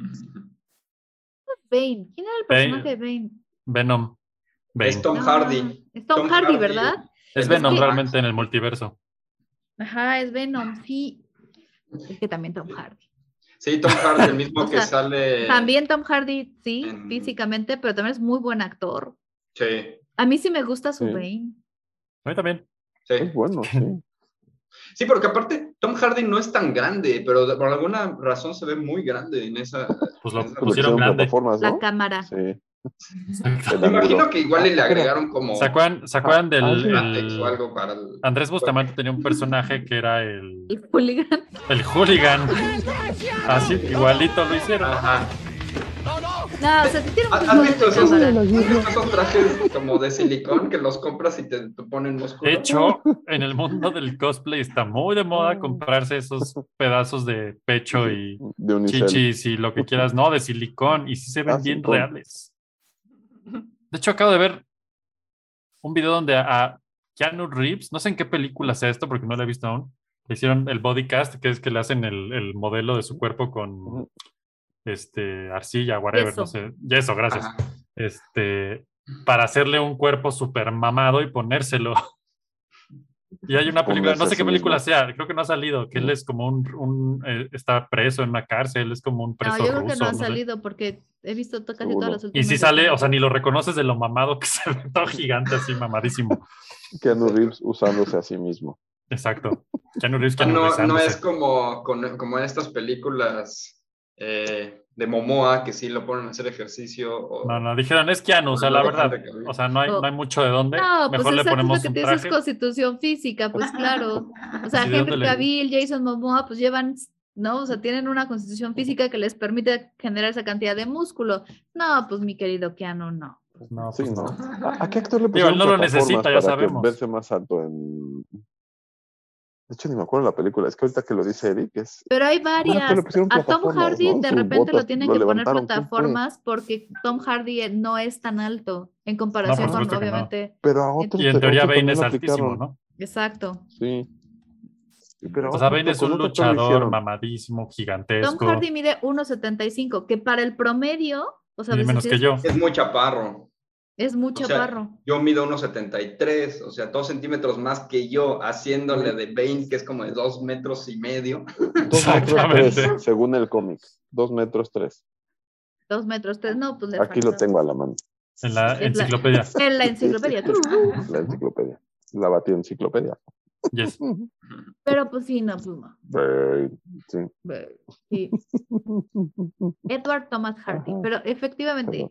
[SPEAKER 9] Bane. ¿Quién era el
[SPEAKER 7] Bane.
[SPEAKER 9] personaje de Bane?
[SPEAKER 7] Venom. Venom.
[SPEAKER 8] Es Tom Hardy.
[SPEAKER 9] Es Tom, Hardy, ¿verdad?
[SPEAKER 7] Es Venom
[SPEAKER 9] que-
[SPEAKER 7] realmente en el multiverso.
[SPEAKER 9] Ajá, es Venom, sí. Es que también Tom Hardy.
[SPEAKER 8] Sí, Tom Hardy, el
[SPEAKER 9] *laughs*
[SPEAKER 8] mismo
[SPEAKER 9] O
[SPEAKER 8] que
[SPEAKER 9] sea,
[SPEAKER 8] sale.
[SPEAKER 9] También Tom Hardy, sí, físicamente, pero también es muy buen actor.
[SPEAKER 8] Sí,
[SPEAKER 9] A mí sí me gusta su
[SPEAKER 8] Sí.
[SPEAKER 9] Bane.
[SPEAKER 7] a mí también.
[SPEAKER 8] sí.
[SPEAKER 10] bueno, sí. Pues
[SPEAKER 8] Sí, porque aparte Tom Hardy no es tan grande, pero de- por alguna razón se ve muy grande en esa.
[SPEAKER 7] Pues
[SPEAKER 8] lo
[SPEAKER 7] pusieron grande.
[SPEAKER 10] plataformas,
[SPEAKER 9] La cámara.
[SPEAKER 10] Sí.
[SPEAKER 8] Me imagino que igual y le agregaron como.
[SPEAKER 7] ¿Se acuerdan, se acuerdan del.
[SPEAKER 8] látex
[SPEAKER 7] el-
[SPEAKER 8] Ah, o algo para el-
[SPEAKER 7] Andrés Bustamante tenía un personaje que era el,
[SPEAKER 9] El hooligan.
[SPEAKER 7] el hooligan. Así, igualito lo hicieron.
[SPEAKER 9] No, o sea, sí tiene
[SPEAKER 8] ¿Has
[SPEAKER 9] muchos
[SPEAKER 8] visto
[SPEAKER 9] modos
[SPEAKER 8] esos,
[SPEAKER 9] de cámara.
[SPEAKER 8] has visto esos trajes como de silicón que los compras y te, te ponen músculo?
[SPEAKER 7] De hecho, en el mundo del cosplay está muy de
[SPEAKER 8] Ah.
[SPEAKER 7] moda comprarse esos pedazos de pecho y
[SPEAKER 10] De unicel.
[SPEAKER 7] chichis y lo que quieras, no, de silicón, y sí se ven
[SPEAKER 10] Ah,
[SPEAKER 7] bien
[SPEAKER 10] silicón.
[SPEAKER 7] reales. De hecho, acabo de ver un video donde a, a Keanu Reeves, no sé en qué película sea esto porque no lo he visto aún, le hicieron el bodycast, que es que le hacen el, el modelo de su cuerpo con este arcilla, whatever,
[SPEAKER 16] Yeso.
[SPEAKER 7] no sé, yeso, gracias. Este, para hacerle un cuerpo súper mamado y ponérselo. *laughs* Y hay una película, no
[SPEAKER 16] Ponerse
[SPEAKER 7] sé
[SPEAKER 16] a
[SPEAKER 7] qué
[SPEAKER 16] sí
[SPEAKER 7] película
[SPEAKER 16] mismo.
[SPEAKER 7] sea, creo que no ha salido, que él es como un, un, eh, está preso en una cárcel, es como un
[SPEAKER 9] No,
[SPEAKER 7] preso
[SPEAKER 9] yo creo que
[SPEAKER 7] ruso.
[SPEAKER 9] no ha
[SPEAKER 7] no sé.
[SPEAKER 9] salido porque he visto to- casi
[SPEAKER 7] Seguro.
[SPEAKER 9] todas las
[SPEAKER 7] Y
[SPEAKER 9] últimas.
[SPEAKER 7] si
[SPEAKER 9] de
[SPEAKER 7] sale,
[SPEAKER 9] Tom
[SPEAKER 7] o sea, ni lo reconoces de lo mamado que *laughs* se ve todo gigante así, mamadísimo.
[SPEAKER 10] Keanu Reeves usándose a sí mismo.
[SPEAKER 7] Exacto. Keanu Reeves,
[SPEAKER 8] Ah,
[SPEAKER 7] Keanu
[SPEAKER 8] no,
[SPEAKER 7] Reeves, eh.
[SPEAKER 8] no
[SPEAKER 7] ándese.
[SPEAKER 8] es como, con- como en estas películas eh, de Momoa que sí lo ponen a hacer ejercicio. o-
[SPEAKER 7] No, no, dijeron, es Keanu, o sea, la verdad, o sea, no hay, no hay mucho de dónde,
[SPEAKER 9] No, pues
[SPEAKER 7] mejor
[SPEAKER 9] exacto,
[SPEAKER 7] le
[SPEAKER 9] es
[SPEAKER 7] ponemos
[SPEAKER 9] lo que
[SPEAKER 7] un
[SPEAKER 9] te dice es
[SPEAKER 7] traje.
[SPEAKER 9] constitución física, pues claro. O sea,
[SPEAKER 7] Sí,
[SPEAKER 9] Henry
[SPEAKER 7] dándole-
[SPEAKER 9] Cavill, Jason Momoa, pues llevan ¿no? O sea, tienen una constitución física que les permite generar esa cantidad de músculo. No, pues mi querido Keanu, no.
[SPEAKER 7] Pues no,
[SPEAKER 10] Sí,
[SPEAKER 7] pues
[SPEAKER 10] no.
[SPEAKER 7] no.
[SPEAKER 10] ¿A qué actor le
[SPEAKER 7] Digo,
[SPEAKER 10] pusieron
[SPEAKER 7] él no lo
[SPEAKER 10] plataformas
[SPEAKER 7] necesita, ya
[SPEAKER 10] para que
[SPEAKER 7] sabemos.
[SPEAKER 10] verse más alto en... De hecho, ni me acuerdo la película. Es que ahorita que lo dice Eric, es...
[SPEAKER 9] Pero hay
[SPEAKER 10] Bueno, pero
[SPEAKER 9] varias.
[SPEAKER 10] le pusieron
[SPEAKER 9] a Tom
[SPEAKER 10] plataformas,
[SPEAKER 9] Hardy
[SPEAKER 10] ¿no?
[SPEAKER 9] de
[SPEAKER 10] Sus
[SPEAKER 9] repente
[SPEAKER 10] botas
[SPEAKER 9] lo tienen
[SPEAKER 10] lo
[SPEAKER 9] que poner
[SPEAKER 10] levantaron, sí, sí.
[SPEAKER 9] plataformas porque Tom Hardy eh, no es tan alto en comparación con,
[SPEAKER 7] supuesto que no.
[SPEAKER 9] obviamente.
[SPEAKER 10] Pero a otros...
[SPEAKER 7] Y en teoría Bane
[SPEAKER 10] Bane
[SPEAKER 7] es altísimo, ¿no?
[SPEAKER 9] Exacto.
[SPEAKER 10] Sí. Pero
[SPEAKER 7] O sea,
[SPEAKER 10] otro-
[SPEAKER 7] Bane es
[SPEAKER 10] con
[SPEAKER 7] un
[SPEAKER 10] otro actor lo hicieron.
[SPEAKER 7] luchador mamadísimo,
[SPEAKER 9] Tom
[SPEAKER 7] gigantesco.
[SPEAKER 9] Hardy mide 1.75, que para el promedio, o sea,
[SPEAKER 7] Ni
[SPEAKER 9] de
[SPEAKER 7] menos que
[SPEAKER 9] decir,
[SPEAKER 7] yo.
[SPEAKER 8] Es muy chaparro.
[SPEAKER 9] es muy
[SPEAKER 8] O sea,
[SPEAKER 9] chaparro.
[SPEAKER 8] yo mido 1,73, o sea, dos centímetros más que yo, haciéndole de Bane, que es como de dos metros y medio.
[SPEAKER 10] Dos metros
[SPEAKER 7] Exactamente.
[SPEAKER 10] tres, según el cómic. Dos metros tres.
[SPEAKER 9] Dos metros, tres, no, pues le
[SPEAKER 10] Aquí lo
[SPEAKER 9] falta.
[SPEAKER 10] tengo a la mano.
[SPEAKER 7] En la
[SPEAKER 9] Es la-
[SPEAKER 7] enciclopedia.
[SPEAKER 9] En la
[SPEAKER 10] *laughs*
[SPEAKER 9] enciclopedia.
[SPEAKER 10] La enciclopedia. La batió enciclopedia.
[SPEAKER 7] Yes.
[SPEAKER 9] Pero pues sí, no, pues no.
[SPEAKER 7] *laughs*
[SPEAKER 10] Bane, Sí.
[SPEAKER 9] Sí. Edward Thomas Hardy. Pero efectivamente,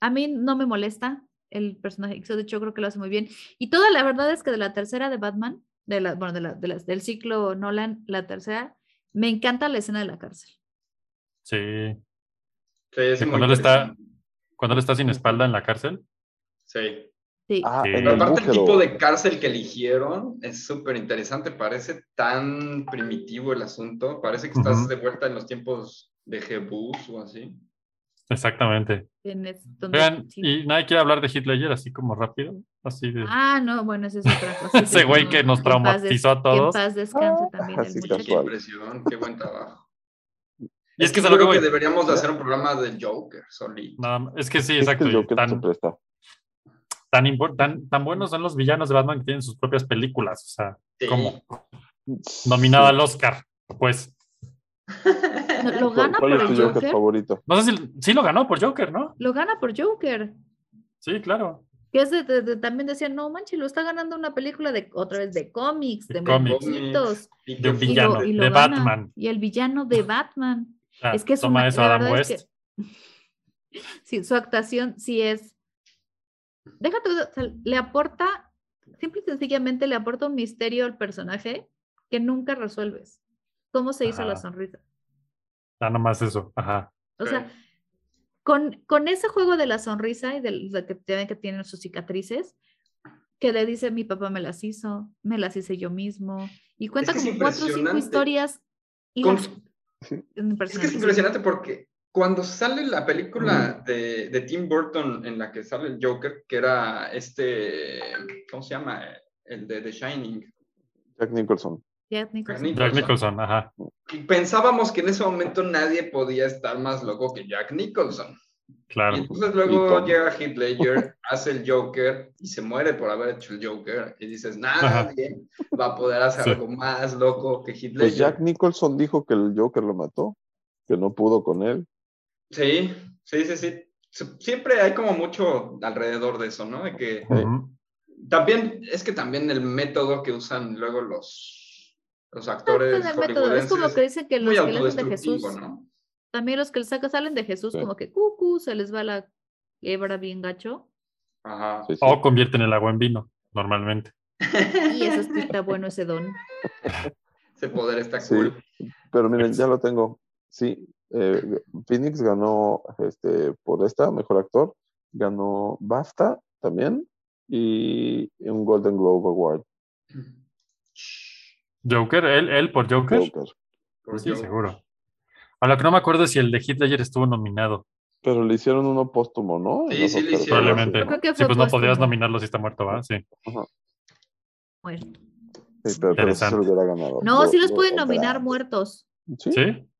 [SPEAKER 9] a mí no me molesta el personaje. Eso, de hecho, creo que lo hace muy bien. Y toda la verdad es que de la tercera de Batman, de la, bueno, de la, de las- del ciclo Nolan, la tercera, me encanta la escena de la cárcel.
[SPEAKER 7] Sí.
[SPEAKER 8] *laughs* Sí, es
[SPEAKER 7] Que
[SPEAKER 8] muy
[SPEAKER 7] cuando él está,
[SPEAKER 8] interesante.
[SPEAKER 7] cuando él está sin espalda en la cárcel.
[SPEAKER 8] Sí.
[SPEAKER 9] Sí.
[SPEAKER 10] Ah,
[SPEAKER 7] Sí.
[SPEAKER 10] en
[SPEAKER 8] Pero
[SPEAKER 10] el
[SPEAKER 8] aparte el
[SPEAKER 10] búnker,
[SPEAKER 8] tipo
[SPEAKER 10] o-
[SPEAKER 8] de cárcel que eligieron es súper interesante, parece tan primitivo el asunto, parece que estás
[SPEAKER 7] Ujú.
[SPEAKER 8] de vuelta en los tiempos de Jebus o así.
[SPEAKER 7] Exactamente.
[SPEAKER 9] en es- donde-
[SPEAKER 7] Oigan,
[SPEAKER 9] sí.
[SPEAKER 7] y nadie quiere hablar de Hitler así como rápido. Así de.
[SPEAKER 9] Ah, no, bueno, esa es otra cosa.
[SPEAKER 7] *laughs* Ese güey que nos
[SPEAKER 9] en paz des-
[SPEAKER 7] traumatizó a todos.
[SPEAKER 9] Que en paz descanse también el
[SPEAKER 10] Ah, Así
[SPEAKER 9] muchacho.
[SPEAKER 8] Qué
[SPEAKER 10] casual.
[SPEAKER 8] impresión, qué buen trabajo.
[SPEAKER 7] Y es que es a
[SPEAKER 8] Yo
[SPEAKER 7] lo que
[SPEAKER 8] creo que
[SPEAKER 7] voy.
[SPEAKER 8] deberíamos de hacer un programa del Joker, solito.
[SPEAKER 7] No, es que sí,
[SPEAKER 10] Este Es que
[SPEAKER 7] exacto.
[SPEAKER 10] el
[SPEAKER 7] y
[SPEAKER 10] Joker se
[SPEAKER 7] Tan,
[SPEAKER 10] presta.
[SPEAKER 7] tan, impor- tan, tan buenos son los villanos de Batman que tienen sus propias películas. O sea,
[SPEAKER 8] Sí.
[SPEAKER 7] como nominada al Oscar. Pues.
[SPEAKER 8] *laughs*
[SPEAKER 9] No,
[SPEAKER 10] ¿Cuál,
[SPEAKER 9] Lo gana por
[SPEAKER 10] cuál es tu
[SPEAKER 9] el
[SPEAKER 10] Joker,
[SPEAKER 9] Joker.
[SPEAKER 10] favorito?
[SPEAKER 7] No sé si sí lo ganó por Joker, ¿no?
[SPEAKER 9] Lo gana por Joker.
[SPEAKER 7] Sí, claro.
[SPEAKER 9] Que es de, de- de- también decían, no manches, lo está ganando una película de otra vez de cómics, de,
[SPEAKER 7] De cómics.
[SPEAKER 9] muñequitos.
[SPEAKER 7] De
[SPEAKER 9] Y
[SPEAKER 7] un
[SPEAKER 9] lo-
[SPEAKER 7] villano,
[SPEAKER 9] y lo
[SPEAKER 7] de
[SPEAKER 9] gana.
[SPEAKER 7] Batman.
[SPEAKER 9] Y el villano de Batman.
[SPEAKER 7] O sea,
[SPEAKER 9] es que es
[SPEAKER 7] toma
[SPEAKER 9] una-
[SPEAKER 7] eso
[SPEAKER 9] la
[SPEAKER 7] Adam
[SPEAKER 9] verdad
[SPEAKER 7] West.
[SPEAKER 9] es que sí, su actuación sí es. Déjate, o sea, le aporta, simple y sencillamente le aporta un misterio al personaje que nunca resuelves. ¿Cómo se hizo la
[SPEAKER 7] Ajá.
[SPEAKER 9] sonrisa?
[SPEAKER 7] Ah, nomás eso. Ajá.
[SPEAKER 9] O sea, con, con ese juego de la sonrisa y de, de que, tienen, que tienen sus cicatrices, que le dice mi papá me las hizo, me las hice yo mismo, y cuenta
[SPEAKER 8] que es
[SPEAKER 9] como cuatro o cinco
[SPEAKER 8] impresionante.
[SPEAKER 9] historias. Y
[SPEAKER 8] Con-
[SPEAKER 9] las- Mm,
[SPEAKER 8] Es que
[SPEAKER 9] impresionante,
[SPEAKER 8] es
[SPEAKER 9] sí.
[SPEAKER 8] impresionante porque cuando sale la película de, de Tim Burton en la que sale el Joker, que era este, ¿cómo se llama? El de The Shining.
[SPEAKER 10] Jack Nicholson.
[SPEAKER 9] Jack Nicholson.
[SPEAKER 7] Jack Nicholson, ajá.
[SPEAKER 8] Y pensábamos que en ese momento nadie podía estar más loco que Jack Nicholson. Y
[SPEAKER 7] Claro.
[SPEAKER 8] entonces
[SPEAKER 10] Y
[SPEAKER 8] luego
[SPEAKER 10] Tom.
[SPEAKER 8] llega Heath Ledger, *laughs* hace el Joker y se muere por haber hecho el Joker. Y dices,
[SPEAKER 7] Ajá.
[SPEAKER 8] nadie va a poder hacer
[SPEAKER 7] Sí.
[SPEAKER 8] algo más loco que
[SPEAKER 10] Pues
[SPEAKER 8] Heath Ledger.
[SPEAKER 10] Jack Nicholson dijo que el Joker lo mató, que no pudo con él.
[SPEAKER 8] Sí, sí, sí, sí. Su- Siempre hay como mucho alrededor de eso, ¿no? De que
[SPEAKER 7] Ujú.
[SPEAKER 8] también, es que también el método que usan luego los, los actores
[SPEAKER 9] Con Ah, el método, es
[SPEAKER 8] hollywoodenses
[SPEAKER 9] como que dicen que los
[SPEAKER 8] muy
[SPEAKER 9] que le hacen de Jesús,
[SPEAKER 8] autodestructivo, ¿no?
[SPEAKER 9] también los que le saca- salen de Jesús,
[SPEAKER 10] Sí.
[SPEAKER 9] como que cucu, se les va la hebra bien gacho.
[SPEAKER 8] Ajá.
[SPEAKER 10] Sí, sí.
[SPEAKER 7] O convierten el agua en vino, normalmente.
[SPEAKER 9] Y eso sí está bueno ese don.
[SPEAKER 8] *laughs* Ese poder está
[SPEAKER 10] Sí.
[SPEAKER 8] cool.
[SPEAKER 10] Pero
[SPEAKER 7] Pues
[SPEAKER 10] miren, ya lo tengo. Sí, eh, Phoenix ganó este, por esta, mejor actor. Ganó BAFTA también y un Golden Globe Award.
[SPEAKER 7] Joker, él, él por Joker.
[SPEAKER 10] Joker.
[SPEAKER 8] Por
[SPEAKER 7] Sí,
[SPEAKER 8] Dios.
[SPEAKER 7] seguro. A lo que no me acuerdo es si el de Hitler estuvo nominado.
[SPEAKER 10] Pero le hicieron uno póstumo, ¿no?
[SPEAKER 8] Sí,
[SPEAKER 10] En los
[SPEAKER 8] sí, le
[SPEAKER 10] Oscars,
[SPEAKER 8] hicieron.
[SPEAKER 7] Probablemente.
[SPEAKER 9] Yo creo que
[SPEAKER 7] Sí,
[SPEAKER 9] fue
[SPEAKER 7] pues no podías
[SPEAKER 9] póstumo.
[SPEAKER 7] nominarlo si está muerto, ¿va? Sí.
[SPEAKER 9] Muerto.
[SPEAKER 10] Sí, pero, pero sí se
[SPEAKER 7] Interesante.
[SPEAKER 10] lo hubiera ganado.
[SPEAKER 9] No,
[SPEAKER 10] Lo-
[SPEAKER 9] sí los
[SPEAKER 10] lo-
[SPEAKER 9] pueden
[SPEAKER 10] lo-
[SPEAKER 9] nominar muertos.
[SPEAKER 10] Sí,
[SPEAKER 7] ¿Sí? *laughs*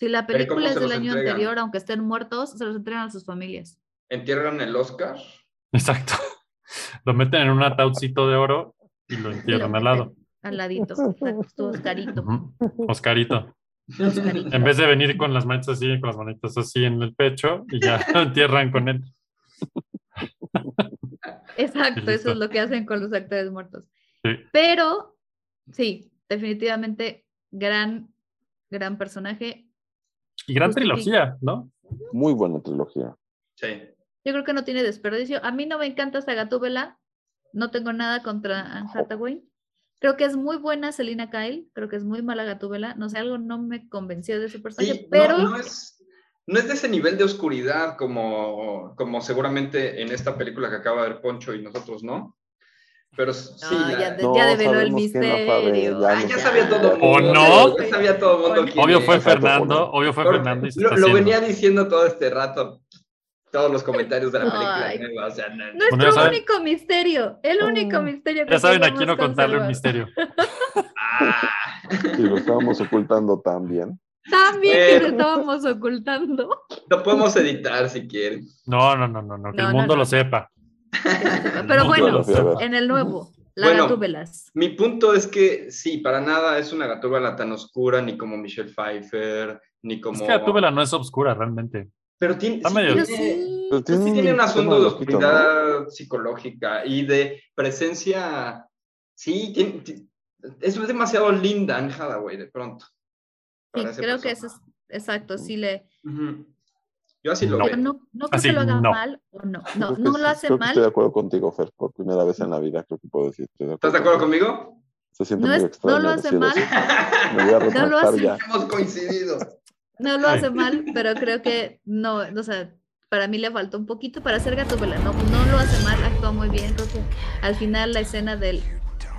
[SPEAKER 9] Si la
[SPEAKER 8] Pero ¿y cómo
[SPEAKER 9] película es
[SPEAKER 8] se
[SPEAKER 9] del
[SPEAKER 8] los
[SPEAKER 9] año
[SPEAKER 8] entregan?
[SPEAKER 9] anterior, aunque estén muertos, se los entregan a sus familias.
[SPEAKER 8] Entierran el Oscar.
[SPEAKER 7] Exacto. Lo meten en un ataúdcito de oro y lo
[SPEAKER 9] Y lo
[SPEAKER 7] entierran al
[SPEAKER 9] meten
[SPEAKER 7] lado.
[SPEAKER 9] Al ladito. Exacto, tu
[SPEAKER 7] *laughs*
[SPEAKER 9] Oscarito.
[SPEAKER 7] Ujú. Oscarito.
[SPEAKER 9] Oscarito.
[SPEAKER 7] En vez de venir con las manchas así, con las manitas así en el pecho y ya *laughs* lo entierran con él.
[SPEAKER 9] Exacto, eso
[SPEAKER 7] Listo.
[SPEAKER 9] es lo que hacen con los actores muertos.
[SPEAKER 7] Sí.
[SPEAKER 9] Pero, sí, definitivamente, gran, gran personaje.
[SPEAKER 7] Y gran
[SPEAKER 9] Justi-
[SPEAKER 7] trilogía, ¿no?
[SPEAKER 10] Muy buena trilogía.
[SPEAKER 8] *laughs* Sí.
[SPEAKER 9] Yo creo que no tiene desperdicio. A mí no me encanta Sagatúbela. No tengo nada contra Anne Hathaway. Creo que es muy buena Selina Kyle, creo que es muy mala Gatúbela. No sé, algo no me convenció de su personaje,
[SPEAKER 8] Sí, no-
[SPEAKER 9] pero
[SPEAKER 8] no, es, no es de ese nivel de oscuridad como, como seguramente en esta película que acaba de ver Poncho y nosotros, ¿no? Pero s- sí,
[SPEAKER 9] Ah,
[SPEAKER 8] la-
[SPEAKER 9] ya, de- ya develó el misterio.
[SPEAKER 8] Ah, ya sabía todo el
[SPEAKER 7] ¿O
[SPEAKER 8] mundo,
[SPEAKER 7] no?
[SPEAKER 8] Ya sabía todo el mundo quién
[SPEAKER 7] Obvio
[SPEAKER 8] es.
[SPEAKER 7] fue Fernando, obvio fue Fernando y se
[SPEAKER 8] Lo,
[SPEAKER 7] está
[SPEAKER 8] lo
[SPEAKER 7] haciendo.
[SPEAKER 8] venía diciendo todo este rato, todos los comentarios de la película
[SPEAKER 9] Ay.
[SPEAKER 8] nueva, o sea, no-
[SPEAKER 9] Nuestro
[SPEAKER 7] ya saben-
[SPEAKER 9] único misterio, el único misterio que
[SPEAKER 7] Ya saben a quién
[SPEAKER 9] podemos
[SPEAKER 7] no contarle un
[SPEAKER 9] conservar.
[SPEAKER 7] misterio.
[SPEAKER 10] Y lo
[SPEAKER 8] *laughs*
[SPEAKER 10] estábamos ocultando también.
[SPEAKER 9] También que lo
[SPEAKER 8] Bueno.
[SPEAKER 9] estábamos ocultando.
[SPEAKER 10] *laughs*
[SPEAKER 8] lo podemos editar si quieren.
[SPEAKER 7] No, no, no, no, no, que
[SPEAKER 9] No,
[SPEAKER 7] el
[SPEAKER 9] no,
[SPEAKER 7] mundo
[SPEAKER 9] no.
[SPEAKER 7] lo sepa.
[SPEAKER 9] Pero
[SPEAKER 7] No,
[SPEAKER 9] bueno,
[SPEAKER 7] yo lo fui a ver.
[SPEAKER 9] en el nuevo, la
[SPEAKER 8] Bueno.
[SPEAKER 9] Gatúbelas.
[SPEAKER 8] Mi punto es que sí, para nada es una gatúbela tan oscura, ni como Michelle Pfeiffer, ni como...
[SPEAKER 7] Es que Atúbela no es obscura realmente.
[SPEAKER 8] Pero tiene,
[SPEAKER 7] Está
[SPEAKER 8] sí
[SPEAKER 7] medio-
[SPEAKER 8] tiene-
[SPEAKER 10] Pero
[SPEAKER 8] Pues sí
[SPEAKER 10] Pues un
[SPEAKER 8] tiene un
[SPEAKER 10] tema
[SPEAKER 8] asunto de
[SPEAKER 10] loquito, ¿no?
[SPEAKER 8] oscuridad psicológica y de presencia. Sí, tiene- ti- es demasiado linda Anne Hathaway de pronto.
[SPEAKER 9] Sí,
[SPEAKER 8] para ese
[SPEAKER 9] creo que eso es exacto, sí le.
[SPEAKER 8] Ujú. Yo así lo
[SPEAKER 9] Pero
[SPEAKER 8] veo.
[SPEAKER 9] no, no creo
[SPEAKER 7] Ah,
[SPEAKER 10] Así,
[SPEAKER 9] que lo haga
[SPEAKER 10] no.
[SPEAKER 9] mal o no. No,
[SPEAKER 10] Creo que
[SPEAKER 9] no
[SPEAKER 10] sí,
[SPEAKER 9] lo hace
[SPEAKER 10] creo que Estoy de
[SPEAKER 9] mal.
[SPEAKER 10] acuerdo contigo, Fer, por primera vez en la vida, creo que puedo decir. estoy de
[SPEAKER 8] ¿Estás de acuerdo conmigo?
[SPEAKER 10] Se siente
[SPEAKER 9] No,
[SPEAKER 10] muy
[SPEAKER 9] es-
[SPEAKER 10] extraño.
[SPEAKER 9] no lo hace
[SPEAKER 10] decir
[SPEAKER 9] mal.
[SPEAKER 10] eso. Me voy a
[SPEAKER 9] *laughs* No lo
[SPEAKER 10] retractar
[SPEAKER 9] hace-
[SPEAKER 10] ya.
[SPEAKER 8] *laughs* Hemos coincidido.
[SPEAKER 9] No lo hace mal, pero creo que no, o sea, para mí le faltó un poquito para hacer Gatúbela. No, no lo hace mal, actúa muy bien. Creo que al final la escena del,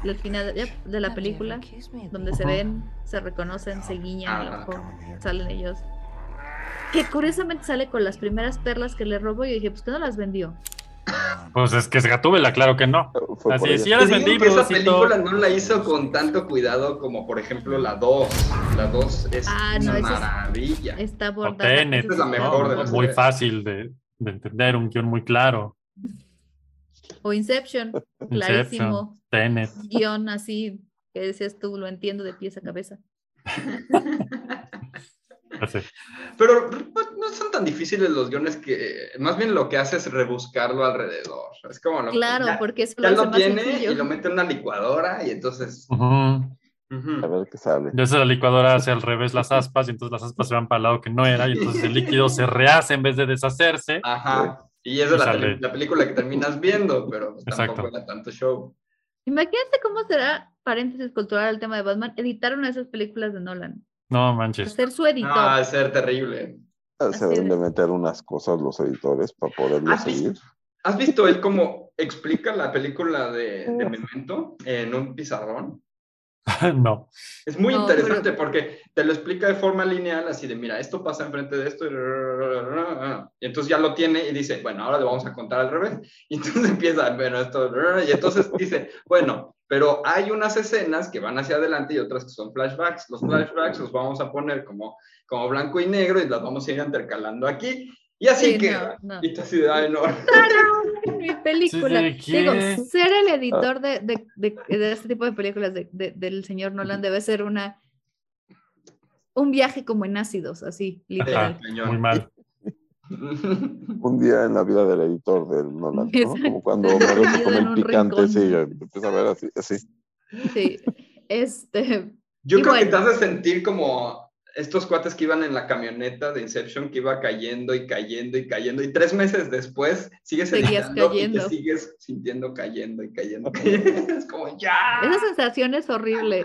[SPEAKER 9] del final ya, de la película, donde se
[SPEAKER 20] Ujú.
[SPEAKER 9] ven, se reconocen, se guiñan, el
[SPEAKER 20] Ah.
[SPEAKER 9] ojo, salen ellos. Que curiosamente sale con las primeras perlas que le robó y yo dije, pues que no las vendió.
[SPEAKER 7] Pues es que es Gatúbela, claro que no.
[SPEAKER 10] por
[SPEAKER 7] Así,
[SPEAKER 10] ahí.
[SPEAKER 7] sí, ya
[SPEAKER 8] Te
[SPEAKER 7] les
[SPEAKER 8] digo
[SPEAKER 7] vendí,
[SPEAKER 8] que esa
[SPEAKER 7] brocito.
[SPEAKER 8] película no la hizo con tanto cuidado como, por ejemplo, la 2. La 2 es
[SPEAKER 9] Ah, no,
[SPEAKER 8] una
[SPEAKER 9] esa es-
[SPEAKER 8] maravilla.
[SPEAKER 9] Está
[SPEAKER 7] O
[SPEAKER 9] bordada.
[SPEAKER 7] Tenet,
[SPEAKER 8] es la mejor de
[SPEAKER 7] ¿no?
[SPEAKER 8] las
[SPEAKER 7] Muy
[SPEAKER 8] tres.
[SPEAKER 7] fácil de, de entender, un guión muy claro.
[SPEAKER 9] O Inception, clarísimo.
[SPEAKER 7] Inception, Tenet.
[SPEAKER 9] Guión así, que decías tú, lo entiendo de pies a cabeza.
[SPEAKER 7] Así.
[SPEAKER 8] *laughs* Pero no- no son tan difíciles los guiones que más bien lo que hace es rebuscarlo alrededor. Es como lo
[SPEAKER 9] Claro,
[SPEAKER 8] ya-
[SPEAKER 9] porque eso lo
[SPEAKER 8] ya
[SPEAKER 9] hace
[SPEAKER 8] lo
[SPEAKER 9] más
[SPEAKER 8] tiene
[SPEAKER 9] sencillo.
[SPEAKER 8] y lo mete en una licuadora y entonces
[SPEAKER 7] Ujú.
[SPEAKER 8] ujú,
[SPEAKER 10] A ver qué
[SPEAKER 9] *laughs*
[SPEAKER 10] sale.
[SPEAKER 7] Entonces la licuadora hace al revés las aspas y entonces las aspas se van para el lado que no era y entonces el líquido se rehace en vez de deshacerse.
[SPEAKER 8] Ajá. y es de
[SPEAKER 7] Y
[SPEAKER 8] la,
[SPEAKER 7] sale.
[SPEAKER 8] tele- la película que terminas viendo, pero pues tampoco
[SPEAKER 7] Exacto.
[SPEAKER 8] era tanto show.
[SPEAKER 9] Imagínate cómo será, paréntesis cultural, el tema de Batman, editar una de esas películas de Nolan.
[SPEAKER 7] No manches. *laughs*
[SPEAKER 9] Ser su editor.
[SPEAKER 8] Ah, de ser terrible.
[SPEAKER 10] Ah, Se deben de meter unas cosas los editores para poderlo
[SPEAKER 8] ¿Has visto?
[SPEAKER 10] seguir.
[SPEAKER 8] ¿Has visto él cómo explica la película de, de Memento en un pizarrón?
[SPEAKER 7] no.
[SPEAKER 8] Es muy
[SPEAKER 9] No,
[SPEAKER 8] interesante porque te lo explica de forma lineal, así de, mira, esto pasa enfrente de esto, y y entonces ya lo tiene y dice, bueno, ahora le vamos a contar al revés. *laughs* Y entonces empieza, bueno, esto, y entonces dice, bueno, pero hay unas escenas que van hacia adelante y otras que son flashbacks. Los flashbacks los vamos a poner como, como blanco y negro y las vamos a ir intercalando aquí. Y así
[SPEAKER 9] Sí,
[SPEAKER 8] que...
[SPEAKER 9] no, no.
[SPEAKER 8] Y te así de, "Ay, no".
[SPEAKER 9] ¡Tarán! mi película.
[SPEAKER 8] Sí, sí,
[SPEAKER 9] Digo,
[SPEAKER 8] ¿qué?
[SPEAKER 9] ser el
[SPEAKER 20] Ah.
[SPEAKER 9] editor de, de, de- de este tipo de películas de- de- del señor Nolan debe ser una un viaje como en ácidos, así, literal.
[SPEAKER 7] Ajá, muy mal.
[SPEAKER 10] Un día en la vida del editor del Nolan, ¿no?
[SPEAKER 9] Exacto.
[SPEAKER 10] Como
[SPEAKER 9] *laughs*
[SPEAKER 10] cuando Homero se
[SPEAKER 9] Metido
[SPEAKER 10] come
[SPEAKER 9] en
[SPEAKER 10] el
[SPEAKER 9] un
[SPEAKER 10] picante,
[SPEAKER 9] rincón.
[SPEAKER 10] sí, empieza a ver así, así.
[SPEAKER 9] Sí. Este,
[SPEAKER 8] Yo
[SPEAKER 9] y
[SPEAKER 8] creo que te
[SPEAKER 9] bueno,
[SPEAKER 8] hace sentir como estos cuates que iban en la camioneta de Inception, que iba cayendo y cayendo y cayendo, y tres meses después sigues
[SPEAKER 9] Seguías
[SPEAKER 8] editando y
[SPEAKER 9] cayendo.
[SPEAKER 8] te sigues sintiendo cayendo y cayendo. cayendo. *laughs* es como ya.
[SPEAKER 9] Esa sensación es horrible.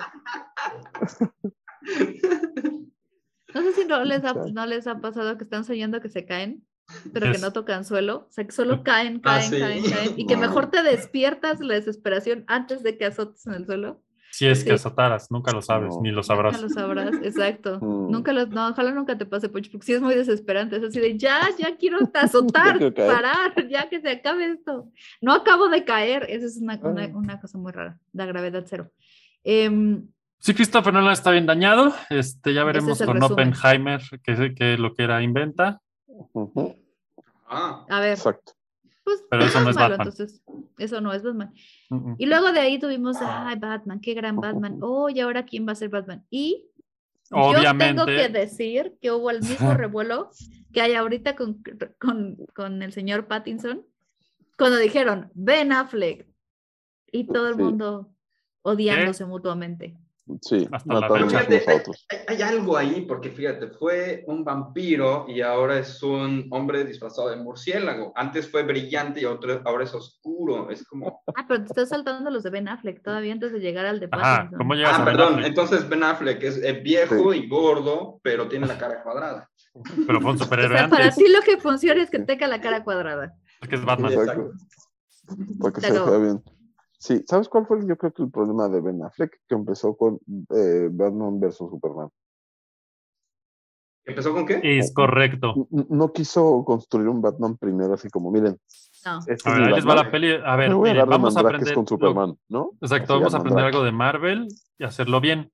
[SPEAKER 9] No sé si no les, ha, no les ha pasado que están soñando que se caen, pero que
[SPEAKER 20] Yes.
[SPEAKER 9] no tocan suelo. O sea, que solo caen,
[SPEAKER 20] Ah,
[SPEAKER 9] caen,
[SPEAKER 20] sí.
[SPEAKER 9] caen, caen. Y que
[SPEAKER 20] No.
[SPEAKER 9] mejor te despiertas la desesperación antes de que azotes en el suelo.
[SPEAKER 7] Si es que
[SPEAKER 9] Sí.
[SPEAKER 7] azotaras, nunca lo sabes, ni lo sabrás.
[SPEAKER 9] Eh, Nunca lo sabrás, exacto. Nunca
[SPEAKER 20] Mm.
[SPEAKER 9] lo, no, ojalá nunca te pase, Pocho, porque sí es muy desesperante. Es así de ya, ya quiero
[SPEAKER 20] *laughs*
[SPEAKER 9] hasta azotar,
[SPEAKER 20] quiero caer.
[SPEAKER 9] parar, ya que se acabe esto. No acabo de caer. Esa es una, una,
[SPEAKER 20] Ah.
[SPEAKER 9] una cosa muy rara, la gravedad cero. Em,
[SPEAKER 7] Sí, Christopher Nolan está bien dañado. Este, ya veremos
[SPEAKER 9] es el
[SPEAKER 7] con
[SPEAKER 9] resumen.
[SPEAKER 7] Oppenheimer que, que lo que era inventa.
[SPEAKER 8] *laughs* Ah,
[SPEAKER 9] a ver.
[SPEAKER 10] Exacto.
[SPEAKER 9] Pues
[SPEAKER 7] Pero eso no es
[SPEAKER 9] malo,
[SPEAKER 7] Batman.
[SPEAKER 9] entonces. Eso no es Batman.
[SPEAKER 7] Mm, mm.
[SPEAKER 9] Y luego de ahí tuvimos, ay, Batman, qué gran Batman. Oh, y ahora quién va a ser Batman. Y yo tengo
[SPEAKER 7] Obviamente.
[SPEAKER 9] que decir que hubo el mismo revuelo que hay ahorita con, con, con el señor Pattinson, cuando dijeron Ben Affleck y todo el
[SPEAKER 10] Sí.
[SPEAKER 7] ¿Eh?
[SPEAKER 9] mundo odiándose mutuamente.
[SPEAKER 10] Sí,
[SPEAKER 7] Hasta la
[SPEAKER 10] mataron
[SPEAKER 7] fecha.
[SPEAKER 10] a nosotros.
[SPEAKER 8] Hay, hay algo ahí, porque fíjate, fue un vampiro y ahora es un hombre disfrazado de murciélago. Antes fue brillante y otro- ahora es oscuro. Es como.
[SPEAKER 9] Ah, pero te estás saltando los de Ben Affleck todavía antes de llegar al de
[SPEAKER 8] Ah,
[SPEAKER 9] Pattinson.
[SPEAKER 8] ah, perdón. Entonces Ben Affleck es, es viejo y gordo, pero tiene la cara cuadrada.
[SPEAKER 7] Pero
[SPEAKER 9] *laughs*
[SPEAKER 7] fue un
[SPEAKER 9] O
[SPEAKER 7] superhéroe
[SPEAKER 9] sea, para
[SPEAKER 7] antes,
[SPEAKER 9] ti lo que funciona es que tenga la cara cuadrada.
[SPEAKER 7] porque es Batman.
[SPEAKER 10] Exacto. Porque se
[SPEAKER 9] Pero-
[SPEAKER 10] vea bien. Sí, ¿sabes cuál fue? Yo creo que el problema de Ben Affleck, que empezó con eh, Batman vs Superman.
[SPEAKER 8] ¿Empezó con qué?
[SPEAKER 7] Es correcto.
[SPEAKER 10] N- No quiso construir un Batman primero, así como, miren,
[SPEAKER 9] No.
[SPEAKER 10] este
[SPEAKER 7] A
[SPEAKER 10] es
[SPEAKER 7] ver,
[SPEAKER 10] mi
[SPEAKER 7] ahí les va
[SPEAKER 10] Batman.
[SPEAKER 7] la peli. A ver,
[SPEAKER 10] Me voy a
[SPEAKER 7] miren,
[SPEAKER 10] dar de
[SPEAKER 7] vamos a
[SPEAKER 10] mandrakes
[SPEAKER 7] aprender.
[SPEAKER 10] con
[SPEAKER 7] lo-
[SPEAKER 10] Superman, ¿no?
[SPEAKER 7] Exacto,
[SPEAKER 10] Así,
[SPEAKER 7] vamos a aprender
[SPEAKER 10] mandrake.
[SPEAKER 7] algo de Marvel y hacerlo bien.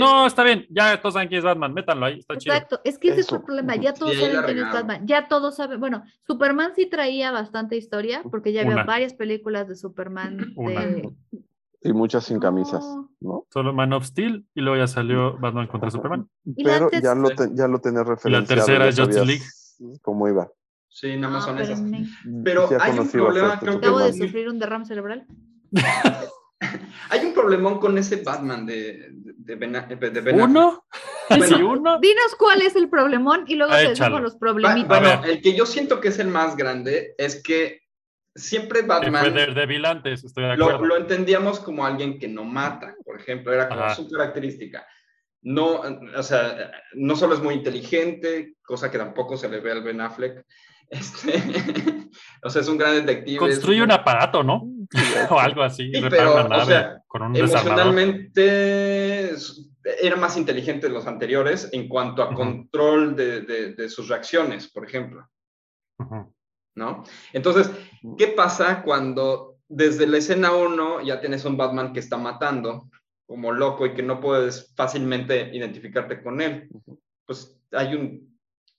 [SPEAKER 7] No, está bien, ya todos saben quién es Batman, métanlo ahí, está chido.
[SPEAKER 9] Exacto, es que ese
[SPEAKER 7] Eso.
[SPEAKER 9] es el problema, ya todos
[SPEAKER 7] Sí, ahí la
[SPEAKER 9] saben quién es
[SPEAKER 7] regaron.
[SPEAKER 9] Batman, ya todos saben, bueno, Superman sí traía bastante historia, porque ya había
[SPEAKER 10] Una.
[SPEAKER 9] varias películas de Superman, de...
[SPEAKER 10] Y muchas sin camisas, ¿no?
[SPEAKER 7] Solo Man of Steel y luego ya salió Batman contra Superman.
[SPEAKER 9] Y la
[SPEAKER 10] Pero
[SPEAKER 9] antes-
[SPEAKER 10] ya lo, ten- ya lo tenías referenciado.
[SPEAKER 7] tercera
[SPEAKER 10] ya
[SPEAKER 7] es Justice
[SPEAKER 10] sabías ¿Cómo iba?
[SPEAKER 8] Sí, nada más
[SPEAKER 9] Ah,
[SPEAKER 8] son esas.
[SPEAKER 10] Sí,
[SPEAKER 8] Pero
[SPEAKER 10] ya
[SPEAKER 8] hay un
[SPEAKER 10] conocí bastante
[SPEAKER 8] problema, creo que
[SPEAKER 9] acabo de
[SPEAKER 8] muy-
[SPEAKER 9] sufrir un derrame cerebral.
[SPEAKER 8] Hay un problemón con ese Batman de, de Ben, Aff- de Ben
[SPEAKER 7] ¿Uno? *laughs*
[SPEAKER 8] Affleck. Bueno,
[SPEAKER 9] Dinos cuál es el problemón y luego
[SPEAKER 8] Ah,
[SPEAKER 9] te
[SPEAKER 8] échalo.
[SPEAKER 9] decimos los
[SPEAKER 8] Ba-
[SPEAKER 9] problemitas.
[SPEAKER 8] Bueno, el que yo siento que es el más grande es que siempre
[SPEAKER 7] Que fue
[SPEAKER 8] Batman
[SPEAKER 7] Daredevil antes, estoy de
[SPEAKER 8] lo,
[SPEAKER 7] acuerdo.
[SPEAKER 8] lo entendíamos como alguien que no mata, por ejemplo, era como
[SPEAKER 7] Ajá.
[SPEAKER 8] su característica. No, o sea, no solo es muy inteligente, cosa que tampoco se le ve al Ben Affleck. *laughs* Este, o sea, es un gran detective. es
[SPEAKER 7] Construye un aparato,
[SPEAKER 8] *laughs*
[SPEAKER 7] ¿no? *laughs* o algo así,
[SPEAKER 8] Sí,
[SPEAKER 7] repara
[SPEAKER 8] pero,
[SPEAKER 7] una
[SPEAKER 8] o
[SPEAKER 7] nave
[SPEAKER 8] sea,
[SPEAKER 7] con un desarmador.
[SPEAKER 8] Emocionalmente es- era más inteligente de los anteriores en cuanto a control de, de- de sus reacciones, por ejemplo.
[SPEAKER 7] Ujú.
[SPEAKER 8] ¿No? Entonces, ¿qué pasa cuando desde la escena 1 ya tienes un Batman que está matando como loco y que no puedes fácilmente identificarte con él? Pues hay un,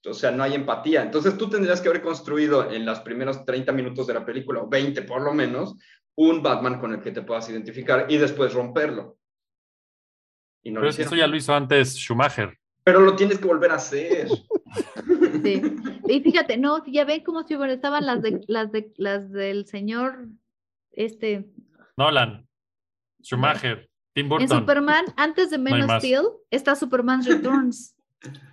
[SPEAKER 8] o sea, no hay empatía. Entonces tú tendrías que haber construido en los primeros 30 minutos de la película, o 20 por lo menos, un Batman con el que te puedas identificar y después romperlo. Y no
[SPEAKER 7] Pero
[SPEAKER 8] lo
[SPEAKER 7] es que eso
[SPEAKER 8] hicieron.
[SPEAKER 7] ya lo hizo antes Schumacher.
[SPEAKER 8] Pero lo tienes que volver a hacer.
[SPEAKER 9] Sí. Y fíjate, no, ya ven cómo si bueno, estaban las
[SPEAKER 7] *laughs*
[SPEAKER 9] de las de las del señor este
[SPEAKER 7] Nolan, Schumacher, Tim
[SPEAKER 9] en
[SPEAKER 7] Burton.
[SPEAKER 9] Superman antes de
[SPEAKER 7] hay
[SPEAKER 9] Man of
[SPEAKER 7] más.
[SPEAKER 9] Steel está Superman Returns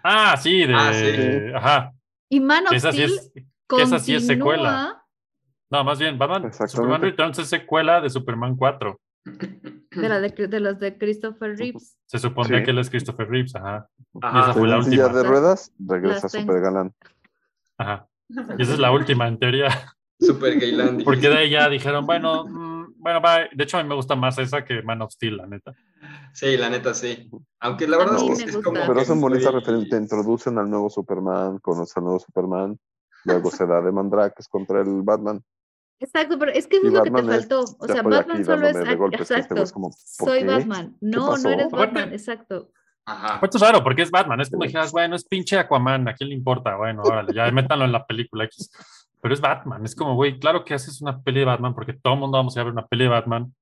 [SPEAKER 7] Ah, sí, de.
[SPEAKER 4] Ah, sí.
[SPEAKER 7] Ajá.
[SPEAKER 9] y Man of
[SPEAKER 7] Que esa sí
[SPEAKER 9] Steel
[SPEAKER 7] es, que esa sí es secuela.
[SPEAKER 9] continúa
[SPEAKER 7] No, más bien, Batman, Superman Returns es secuela de Superman 4.
[SPEAKER 9] de, la de, de las de Christopher Reeves.
[SPEAKER 7] Se supondría
[SPEAKER 10] Sí.
[SPEAKER 7] que él es Christopher Reeves, ajá.
[SPEAKER 10] Ajá.
[SPEAKER 7] Y esa fue la
[SPEAKER 10] Este, En silla
[SPEAKER 7] última.
[SPEAKER 10] de ruedas, regresa
[SPEAKER 9] Las tengo.
[SPEAKER 10] Supergalán.
[SPEAKER 7] Ajá. Y esa es la última, en teoría.
[SPEAKER 8] *laughs* Super Gaylandia.
[SPEAKER 7] Porque de ahí ya dijeron, bueno, mm, bueno, va. De hecho, a mí me gusta más esa que Man of Steel, la neta.
[SPEAKER 8] Sí, la neta sí. Aunque la verdad
[SPEAKER 10] No,
[SPEAKER 8] es que sí es como.
[SPEAKER 10] Pero
[SPEAKER 8] que
[SPEAKER 10] hacen
[SPEAKER 8] muy-
[SPEAKER 10] bonitas referencias, te introducen al nuevo Superman, conoces al nuevo Superman, luego se da de mandrakes contra el Batman.
[SPEAKER 9] Exacto, pero es que eso
[SPEAKER 10] Y
[SPEAKER 9] es lo que te
[SPEAKER 10] Batman es,
[SPEAKER 9] faltó. O
[SPEAKER 10] ya
[SPEAKER 9] sea,
[SPEAKER 10] estoy
[SPEAKER 9] Batman
[SPEAKER 10] aquí
[SPEAKER 9] solo es.
[SPEAKER 10] dándome de golpes, este
[SPEAKER 9] exacto.
[SPEAKER 10] güey es como, ¿por
[SPEAKER 9] Soy
[SPEAKER 10] qué?
[SPEAKER 9] Batman.
[SPEAKER 10] ¿Qué
[SPEAKER 9] No,
[SPEAKER 10] pasó?
[SPEAKER 9] no eres
[SPEAKER 7] Aparte-
[SPEAKER 9] Batman. Exacto.
[SPEAKER 7] Aparte es raro porque es Batman, es como dijeras, bueno, es pinche Aquaman, ¿a quién le importa? Bueno, órale, ya métanlo en la película X. Pero es Batman, es como, güey, claro que haces una peli de Batman porque todo el mundo vamos a ir a ver una peli de Batman.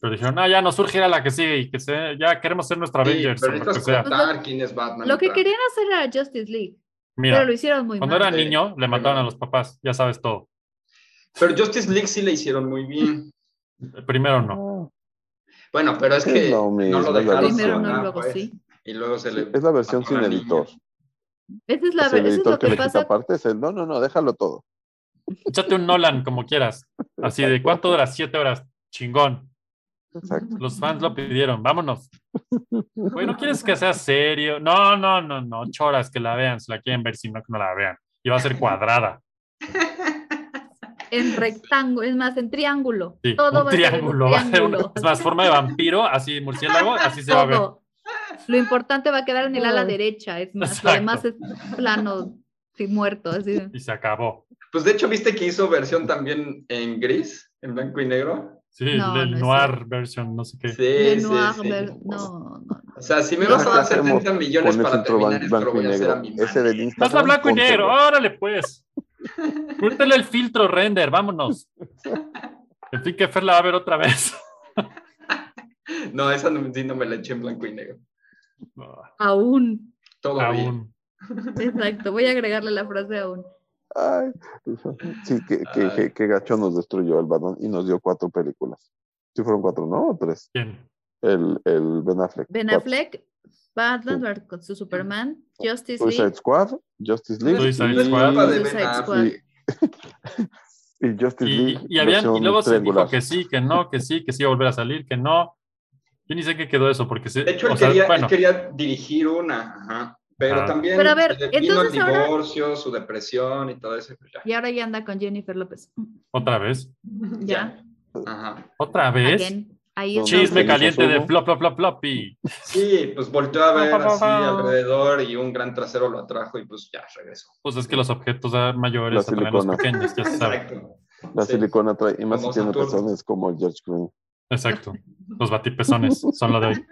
[SPEAKER 7] Pero dijeron, no, ya no surge era la que sigue y que se, ya queremos ser nuestra
[SPEAKER 8] Sí,
[SPEAKER 7] Avengers.
[SPEAKER 8] pero
[SPEAKER 7] o lo que
[SPEAKER 8] necesitas
[SPEAKER 7] sea.
[SPEAKER 8] contar quién es Batman.
[SPEAKER 9] Lo que
[SPEAKER 8] otra.
[SPEAKER 9] querían hacer era Justice League,
[SPEAKER 7] Mira,
[SPEAKER 9] pero lo hicieron muy
[SPEAKER 7] cuando
[SPEAKER 9] mal.
[SPEAKER 7] era niño le mataron a los papás, ya sabes todo.
[SPEAKER 8] Pero Justice League sí le hicieron muy bien.
[SPEAKER 7] Primero no.
[SPEAKER 8] Bueno, pero es que
[SPEAKER 10] Es lo
[SPEAKER 8] no,
[SPEAKER 10] mismo,
[SPEAKER 8] lo
[SPEAKER 10] es la
[SPEAKER 8] dejaron.
[SPEAKER 10] versión.
[SPEAKER 9] Primero no,
[SPEAKER 8] trabajar,
[SPEAKER 9] luego
[SPEAKER 8] pues,
[SPEAKER 9] sí.
[SPEAKER 8] Y luego se le.
[SPEAKER 10] Es la versión sin
[SPEAKER 8] mató a la niña.
[SPEAKER 10] editor.
[SPEAKER 9] Esa es la
[SPEAKER 10] Es el
[SPEAKER 9] verdad. Eso es
[SPEAKER 10] editor
[SPEAKER 9] lo
[SPEAKER 10] que
[SPEAKER 9] que
[SPEAKER 10] le quita
[SPEAKER 9] pasa.
[SPEAKER 10] partes. El, no, no, no, déjalo todo.
[SPEAKER 7] Échate un Nolan como quieras. Así de, ¿cuánto dura? Siete horas. Chingón.
[SPEAKER 10] Exacto.
[SPEAKER 7] Los fans lo
[SPEAKER 9] *laughs*
[SPEAKER 7] pidieron, vámonos. Güey, ¿no quieres que sea serio? No, no, no, no. Ocho horas que la vean, si la quieren ver, si no, que no la vean. Y va a ser cuadrada.
[SPEAKER 9] En rectángulo, es más, en triángulo.
[SPEAKER 7] Sí,
[SPEAKER 9] Todo
[SPEAKER 7] un
[SPEAKER 9] va a ser en
[SPEAKER 7] triángulo. *laughs* va a ser un- es más, forma de vampiro, así murciélago, así se va a ver.
[SPEAKER 9] Todo. Lo importante va a quedar en el ala derecha, es más. Lo
[SPEAKER 7] Exacto.
[SPEAKER 9] demás es plano, sí, muerto. Así.
[SPEAKER 7] Y se acabó.
[SPEAKER 8] Pues de hecho, ¿viste que hizo versión también en gris, en blanco y negro?
[SPEAKER 7] Sí,
[SPEAKER 9] No,
[SPEAKER 7] el
[SPEAKER 9] no es
[SPEAKER 7] noir version, no sé qué.
[SPEAKER 8] Sí,
[SPEAKER 9] De
[SPEAKER 8] sí,
[SPEAKER 9] noir,
[SPEAKER 8] sí.
[SPEAKER 9] ver- No, no.
[SPEAKER 8] O sea, si me
[SPEAKER 10] Ah,
[SPEAKER 8] vas a dar 70 millones
[SPEAKER 10] Pones
[SPEAKER 8] para
[SPEAKER 10] intro
[SPEAKER 8] terminar
[SPEAKER 10] ban-
[SPEAKER 8] esto, lo
[SPEAKER 10] blanco
[SPEAKER 8] voy
[SPEAKER 10] y
[SPEAKER 8] a hacer a
[SPEAKER 10] negro.
[SPEAKER 8] mi
[SPEAKER 10] Ese del
[SPEAKER 7] Vas a
[SPEAKER 10] Instagram.
[SPEAKER 7] blanco y
[SPEAKER 10] póntelo.
[SPEAKER 7] negro, órale pues. Púntele el filtro render, vámonos. En fin, que Fer la va a ver otra vez.
[SPEAKER 8] No, esa no, sí no me la eché en blanco y negro.
[SPEAKER 9] Aún.
[SPEAKER 8] Todavía.
[SPEAKER 9] Exacto. Voy a agregarle la frase aún.
[SPEAKER 10] Ay, sí, que, que, que- que gacho nos destruyó el Batman y nos dio cuatro películas. Sí, fueron cuatro, ¿no? ¿O tres?
[SPEAKER 7] ¿Quién?
[SPEAKER 10] El, el Ben Affleck.
[SPEAKER 9] Ben Affleck, Batman vs. Superman, Justice
[SPEAKER 10] Suicide
[SPEAKER 9] League.
[SPEAKER 10] Squad, Justice League.
[SPEAKER 7] Suicide
[SPEAKER 10] y-
[SPEAKER 7] Squad.
[SPEAKER 10] y-
[SPEAKER 9] Suicide Squad.
[SPEAKER 10] Y, y Justice League.
[SPEAKER 7] Y, habían, y
[SPEAKER 10] versión
[SPEAKER 7] luego se dijo
[SPEAKER 10] triangular.
[SPEAKER 7] que sí, que no, que sí, que sí iba a volver a salir, que no. Yo ni sé qué quedó eso, porque sí.
[SPEAKER 8] De hecho, él,
[SPEAKER 7] o sea,
[SPEAKER 8] quería, él
[SPEAKER 7] bueno,
[SPEAKER 8] quería dirigir una, ajá. pero
[SPEAKER 7] Ah.
[SPEAKER 8] también
[SPEAKER 9] Pero a ver,
[SPEAKER 8] le vino el
[SPEAKER 9] entonces ahora-
[SPEAKER 8] divorcio, su depresión y todo eso. pues ya.
[SPEAKER 9] Y ahora ya anda con Jennifer López.
[SPEAKER 7] otra vez.
[SPEAKER 9] Ya.
[SPEAKER 8] Ajá.
[SPEAKER 7] Otra vez.
[SPEAKER 9] Again. Ahí es
[SPEAKER 7] Chisme
[SPEAKER 9] donde-
[SPEAKER 7] caliente de
[SPEAKER 8] Uno.
[SPEAKER 7] flop, flop, flop, flop. Y
[SPEAKER 8] Sí, pues volteó a ver
[SPEAKER 7] Pa, pa, pa,
[SPEAKER 8] así
[SPEAKER 7] pa.
[SPEAKER 8] alrededor y un gran trasero lo atrajo y pues ya regresó.
[SPEAKER 7] pues es que los objetos ah, mayores
[SPEAKER 10] Las
[SPEAKER 7] atraen a los
[SPEAKER 10] siliconas.
[SPEAKER 7] pequeños, ya se sabe.
[SPEAKER 10] La
[SPEAKER 7] Sí.
[SPEAKER 10] silicona trae. Y más si
[SPEAKER 7] Como
[SPEAKER 10] tiene
[SPEAKER 7] Saturno.
[SPEAKER 10] personas como George Clooney. *laughs*
[SPEAKER 7] Exacto. Los batipezones son lo de hoy.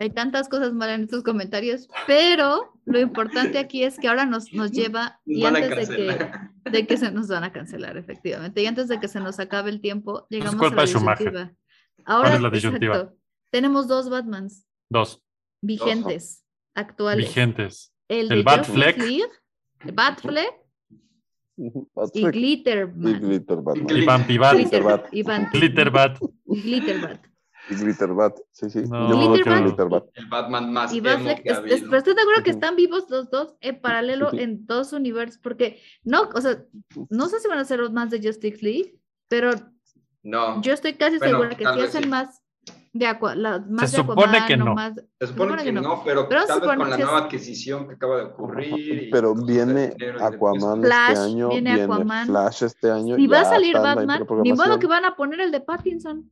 [SPEAKER 9] Hay tantas cosas malas en estos comentarios, pero lo importante aquí es que ahora nos, nos lleva y
[SPEAKER 8] Van a
[SPEAKER 9] antes de
[SPEAKER 8] cancelar.
[SPEAKER 9] que, de que se nos van a cancelar, efectivamente. Y antes de que se nos acabe el tiempo, llegamos
[SPEAKER 7] culpa
[SPEAKER 9] a la
[SPEAKER 7] de Schumacher.
[SPEAKER 9] disyuntiva. Ahora,
[SPEAKER 7] es la disyuntiva?
[SPEAKER 9] exacto, tenemos dos Batmans
[SPEAKER 7] Dos.
[SPEAKER 9] vigentes, actuales.
[SPEAKER 7] Vigentes.
[SPEAKER 9] El
[SPEAKER 7] El,
[SPEAKER 9] de
[SPEAKER 7] Batfleck.
[SPEAKER 9] Justice League, el Batfleck y
[SPEAKER 10] Batfleck Y
[SPEAKER 9] Glitterman.
[SPEAKER 10] Glitterbat. ¿no?
[SPEAKER 7] Y Vampibat.
[SPEAKER 10] Glitterbat.
[SPEAKER 9] Y Van-
[SPEAKER 7] Glitterbat.
[SPEAKER 9] y Glitterbat.
[SPEAKER 10] Y Glitterbat. Sí, sí.
[SPEAKER 7] No.
[SPEAKER 10] Yo me voy con
[SPEAKER 9] Glitterbat.
[SPEAKER 10] Glitterbat.
[SPEAKER 8] El Batman más
[SPEAKER 9] Y
[SPEAKER 8] emo
[SPEAKER 9] Batfleck,
[SPEAKER 8] que ha
[SPEAKER 9] es- es-
[SPEAKER 8] habido.
[SPEAKER 9] pero estoy de acuerdo que están vivos los dos en paralelo
[SPEAKER 10] Sí, sí.
[SPEAKER 9] en dos universos, porque no, o sea, no sé si van a hacer más de Justice League, pero
[SPEAKER 8] No,
[SPEAKER 9] yo estoy casi
[SPEAKER 8] Bueno,
[SPEAKER 9] segura que
[SPEAKER 8] tal
[SPEAKER 9] si
[SPEAKER 8] vez
[SPEAKER 9] hacen
[SPEAKER 8] sí.
[SPEAKER 9] más de Aqua, la- más de
[SPEAKER 7] supone
[SPEAKER 9] Aquaman
[SPEAKER 7] que
[SPEAKER 9] o
[SPEAKER 7] no.
[SPEAKER 9] más-
[SPEAKER 8] se supone que no, pero,
[SPEAKER 9] Pero se
[SPEAKER 8] tal vez
[SPEAKER 9] supone
[SPEAKER 8] con la
[SPEAKER 9] que es-
[SPEAKER 8] nueva adquisición que acaba de ocurrir. y
[SPEAKER 10] *laughs* Pero
[SPEAKER 8] cosas
[SPEAKER 10] viene
[SPEAKER 8] de dinero y de- *laughs*
[SPEAKER 10] Aquaman
[SPEAKER 9] Flash,
[SPEAKER 10] este año.
[SPEAKER 9] viene
[SPEAKER 10] Viene,
[SPEAKER 9] Aquaman.
[SPEAKER 10] Flash este año.
[SPEAKER 9] Ni va a
[SPEAKER 10] ya
[SPEAKER 9] salir
[SPEAKER 10] están ahí
[SPEAKER 9] Batman, ni
[SPEAKER 10] preprogramación.
[SPEAKER 9] modo que van a poner el de Pattinson.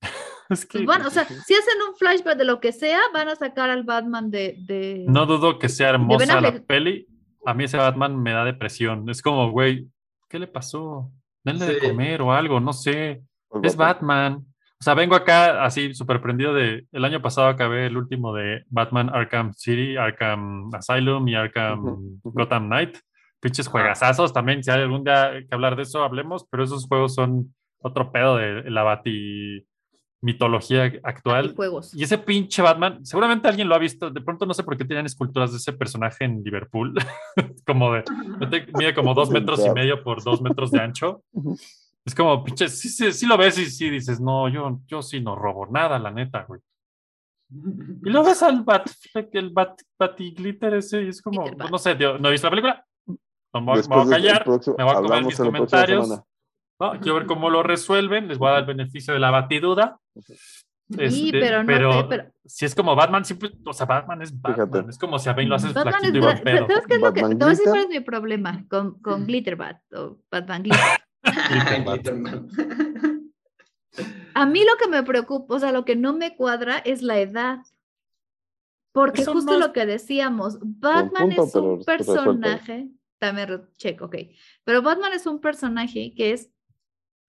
[SPEAKER 7] *laughs* Es que
[SPEAKER 9] Pues van, o sea, si hacen un flashback de lo que sea, van a sacar al Batman de, de-
[SPEAKER 7] no dudo que sea hermosa la
[SPEAKER 9] Affleck.
[SPEAKER 7] peli. A mí ese Batman me da depresión. Es como, güey, ¿qué le pasó? Denle de
[SPEAKER 8] Sí.
[SPEAKER 7] comer o algo, no sé.
[SPEAKER 10] Pues
[SPEAKER 7] Es Batman. O sea, vengo acá así súper prendido de. El año pasado acabé el último de Batman Arkham City, Arkham Asylum y Arkham Gotham Knight. Pinches juegazazos también. Si hay algún día que hablar de eso, hablemos. Pero esos juegos son otro pedo de la bati mitología actual.
[SPEAKER 9] juegos.
[SPEAKER 7] Y ese pinche Batman, seguramente alguien lo ha visto. De pronto no sé por qué tienen esculturas de ese personaje en Liverpool. *laughs* como de, no te- mide como dos metros y medio por dos metros de ancho. Es como, pinche, sí, sí, sí lo ves y sí dices, no, yo, yo sí no robo nada, la neta, güey. Y lo ves al Batfleck, el bat, Batiglitter ese, y es como,
[SPEAKER 9] Glitter Bat.
[SPEAKER 7] no sé, tío, no he visto la película. No Me voy, me
[SPEAKER 10] Después
[SPEAKER 7] voy a
[SPEAKER 10] del- el
[SPEAKER 7] callar,
[SPEAKER 10] próximo-
[SPEAKER 7] me voy a comer
[SPEAKER 10] hablamos
[SPEAKER 7] mis
[SPEAKER 10] en la próxima
[SPEAKER 7] comentarios.
[SPEAKER 10] semana.
[SPEAKER 7] ¿no? Quiero ver cómo lo resuelven, les voy a dar el beneficio de la batiduda.
[SPEAKER 9] Sí,
[SPEAKER 7] Este,
[SPEAKER 9] pero no sé, pero-
[SPEAKER 7] si es como Batman, siempre, o sea, Batman es Batman,
[SPEAKER 10] Fíjate.
[SPEAKER 7] es como si a Bane lo haces
[SPEAKER 9] Batman
[SPEAKER 7] flaquito y
[SPEAKER 9] es
[SPEAKER 7] buen
[SPEAKER 9] gra-
[SPEAKER 7] pedo.
[SPEAKER 9] *laughs* ¿Sabes qué es lo que?
[SPEAKER 10] Batman
[SPEAKER 9] Te voy a decir
[SPEAKER 10] Glitter.
[SPEAKER 9] cuál es mi problema con,
[SPEAKER 7] *laughs*
[SPEAKER 9] con Glitterbat o Batman Glitter.
[SPEAKER 8] Glitterman.
[SPEAKER 9] A mí lo que me preocupa, o sea, lo que no me cuadra es la edad. Porque
[SPEAKER 7] Eso
[SPEAKER 9] justo
[SPEAKER 7] no es-
[SPEAKER 9] lo que decíamos, Batman
[SPEAKER 10] punto,
[SPEAKER 9] es un
[SPEAKER 10] pero resuelto.
[SPEAKER 9] personaje, también re- check, ok, pero Batman es un personaje que es,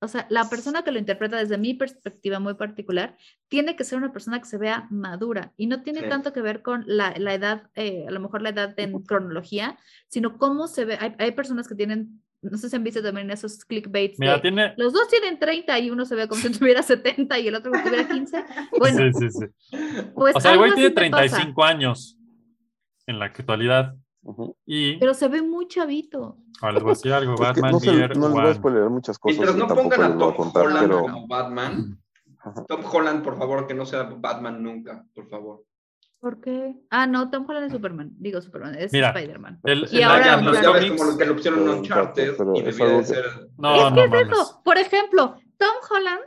[SPEAKER 9] o sea, la persona que lo interpreta desde mi perspectiva muy particular, tiene que ser una persona que se vea madura y no tiene
[SPEAKER 8] Sí.
[SPEAKER 9] tanto que ver con la, la edad, eh, a lo mejor la edad en cronología, sino cómo se ve, hay, hay personas que tienen, no sé si han visto también esos clickbaits.
[SPEAKER 7] Mira,
[SPEAKER 9] de-
[SPEAKER 7] tiene.
[SPEAKER 9] los dos tienen 30 y uno se ve como si tuviera 70 y el otro como si tuviera 15. Bueno,
[SPEAKER 7] sí, sí, sí.
[SPEAKER 9] pues
[SPEAKER 7] o sea, el
[SPEAKER 9] algo
[SPEAKER 7] güey tiene
[SPEAKER 9] así te pasa,
[SPEAKER 7] 35 años en la actualidad. Y
[SPEAKER 9] pero se ve muy chavito.
[SPEAKER 7] ahora les voy a decir algo:
[SPEAKER 10] Es que
[SPEAKER 7] Batman
[SPEAKER 10] no, sé,
[SPEAKER 7] Year
[SPEAKER 10] no les voy a
[SPEAKER 7] One.
[SPEAKER 10] spoiler muchas cosas.
[SPEAKER 8] Mientras
[SPEAKER 10] y
[SPEAKER 8] no
[SPEAKER 10] tampoco
[SPEAKER 8] pongan a
[SPEAKER 10] les voy
[SPEAKER 8] Tom
[SPEAKER 10] a contar,
[SPEAKER 8] Holland
[SPEAKER 10] pero
[SPEAKER 8] como Batman. Tom Holland, por favor, que no sea Batman nunca, por favor.
[SPEAKER 9] ¿Por qué? Ah, no, Tom Holland es Superman. Digo Superman, es
[SPEAKER 7] Mira,
[SPEAKER 9] Spider-man.
[SPEAKER 7] el-
[SPEAKER 9] y
[SPEAKER 7] el-
[SPEAKER 9] ahora...
[SPEAKER 8] ya,
[SPEAKER 7] en los
[SPEAKER 8] ya ves
[SPEAKER 7] cómics-
[SPEAKER 8] como lo que lo pusieron en
[SPEAKER 10] Pero-
[SPEAKER 8] Uncharted
[SPEAKER 10] pero
[SPEAKER 8] y
[SPEAKER 10] es
[SPEAKER 8] debía
[SPEAKER 10] algo
[SPEAKER 8] de
[SPEAKER 10] que-
[SPEAKER 8] ser.
[SPEAKER 7] No,
[SPEAKER 9] es que
[SPEAKER 7] no
[SPEAKER 9] es
[SPEAKER 7] mames.
[SPEAKER 9] eso. Por ejemplo, Tom Holland,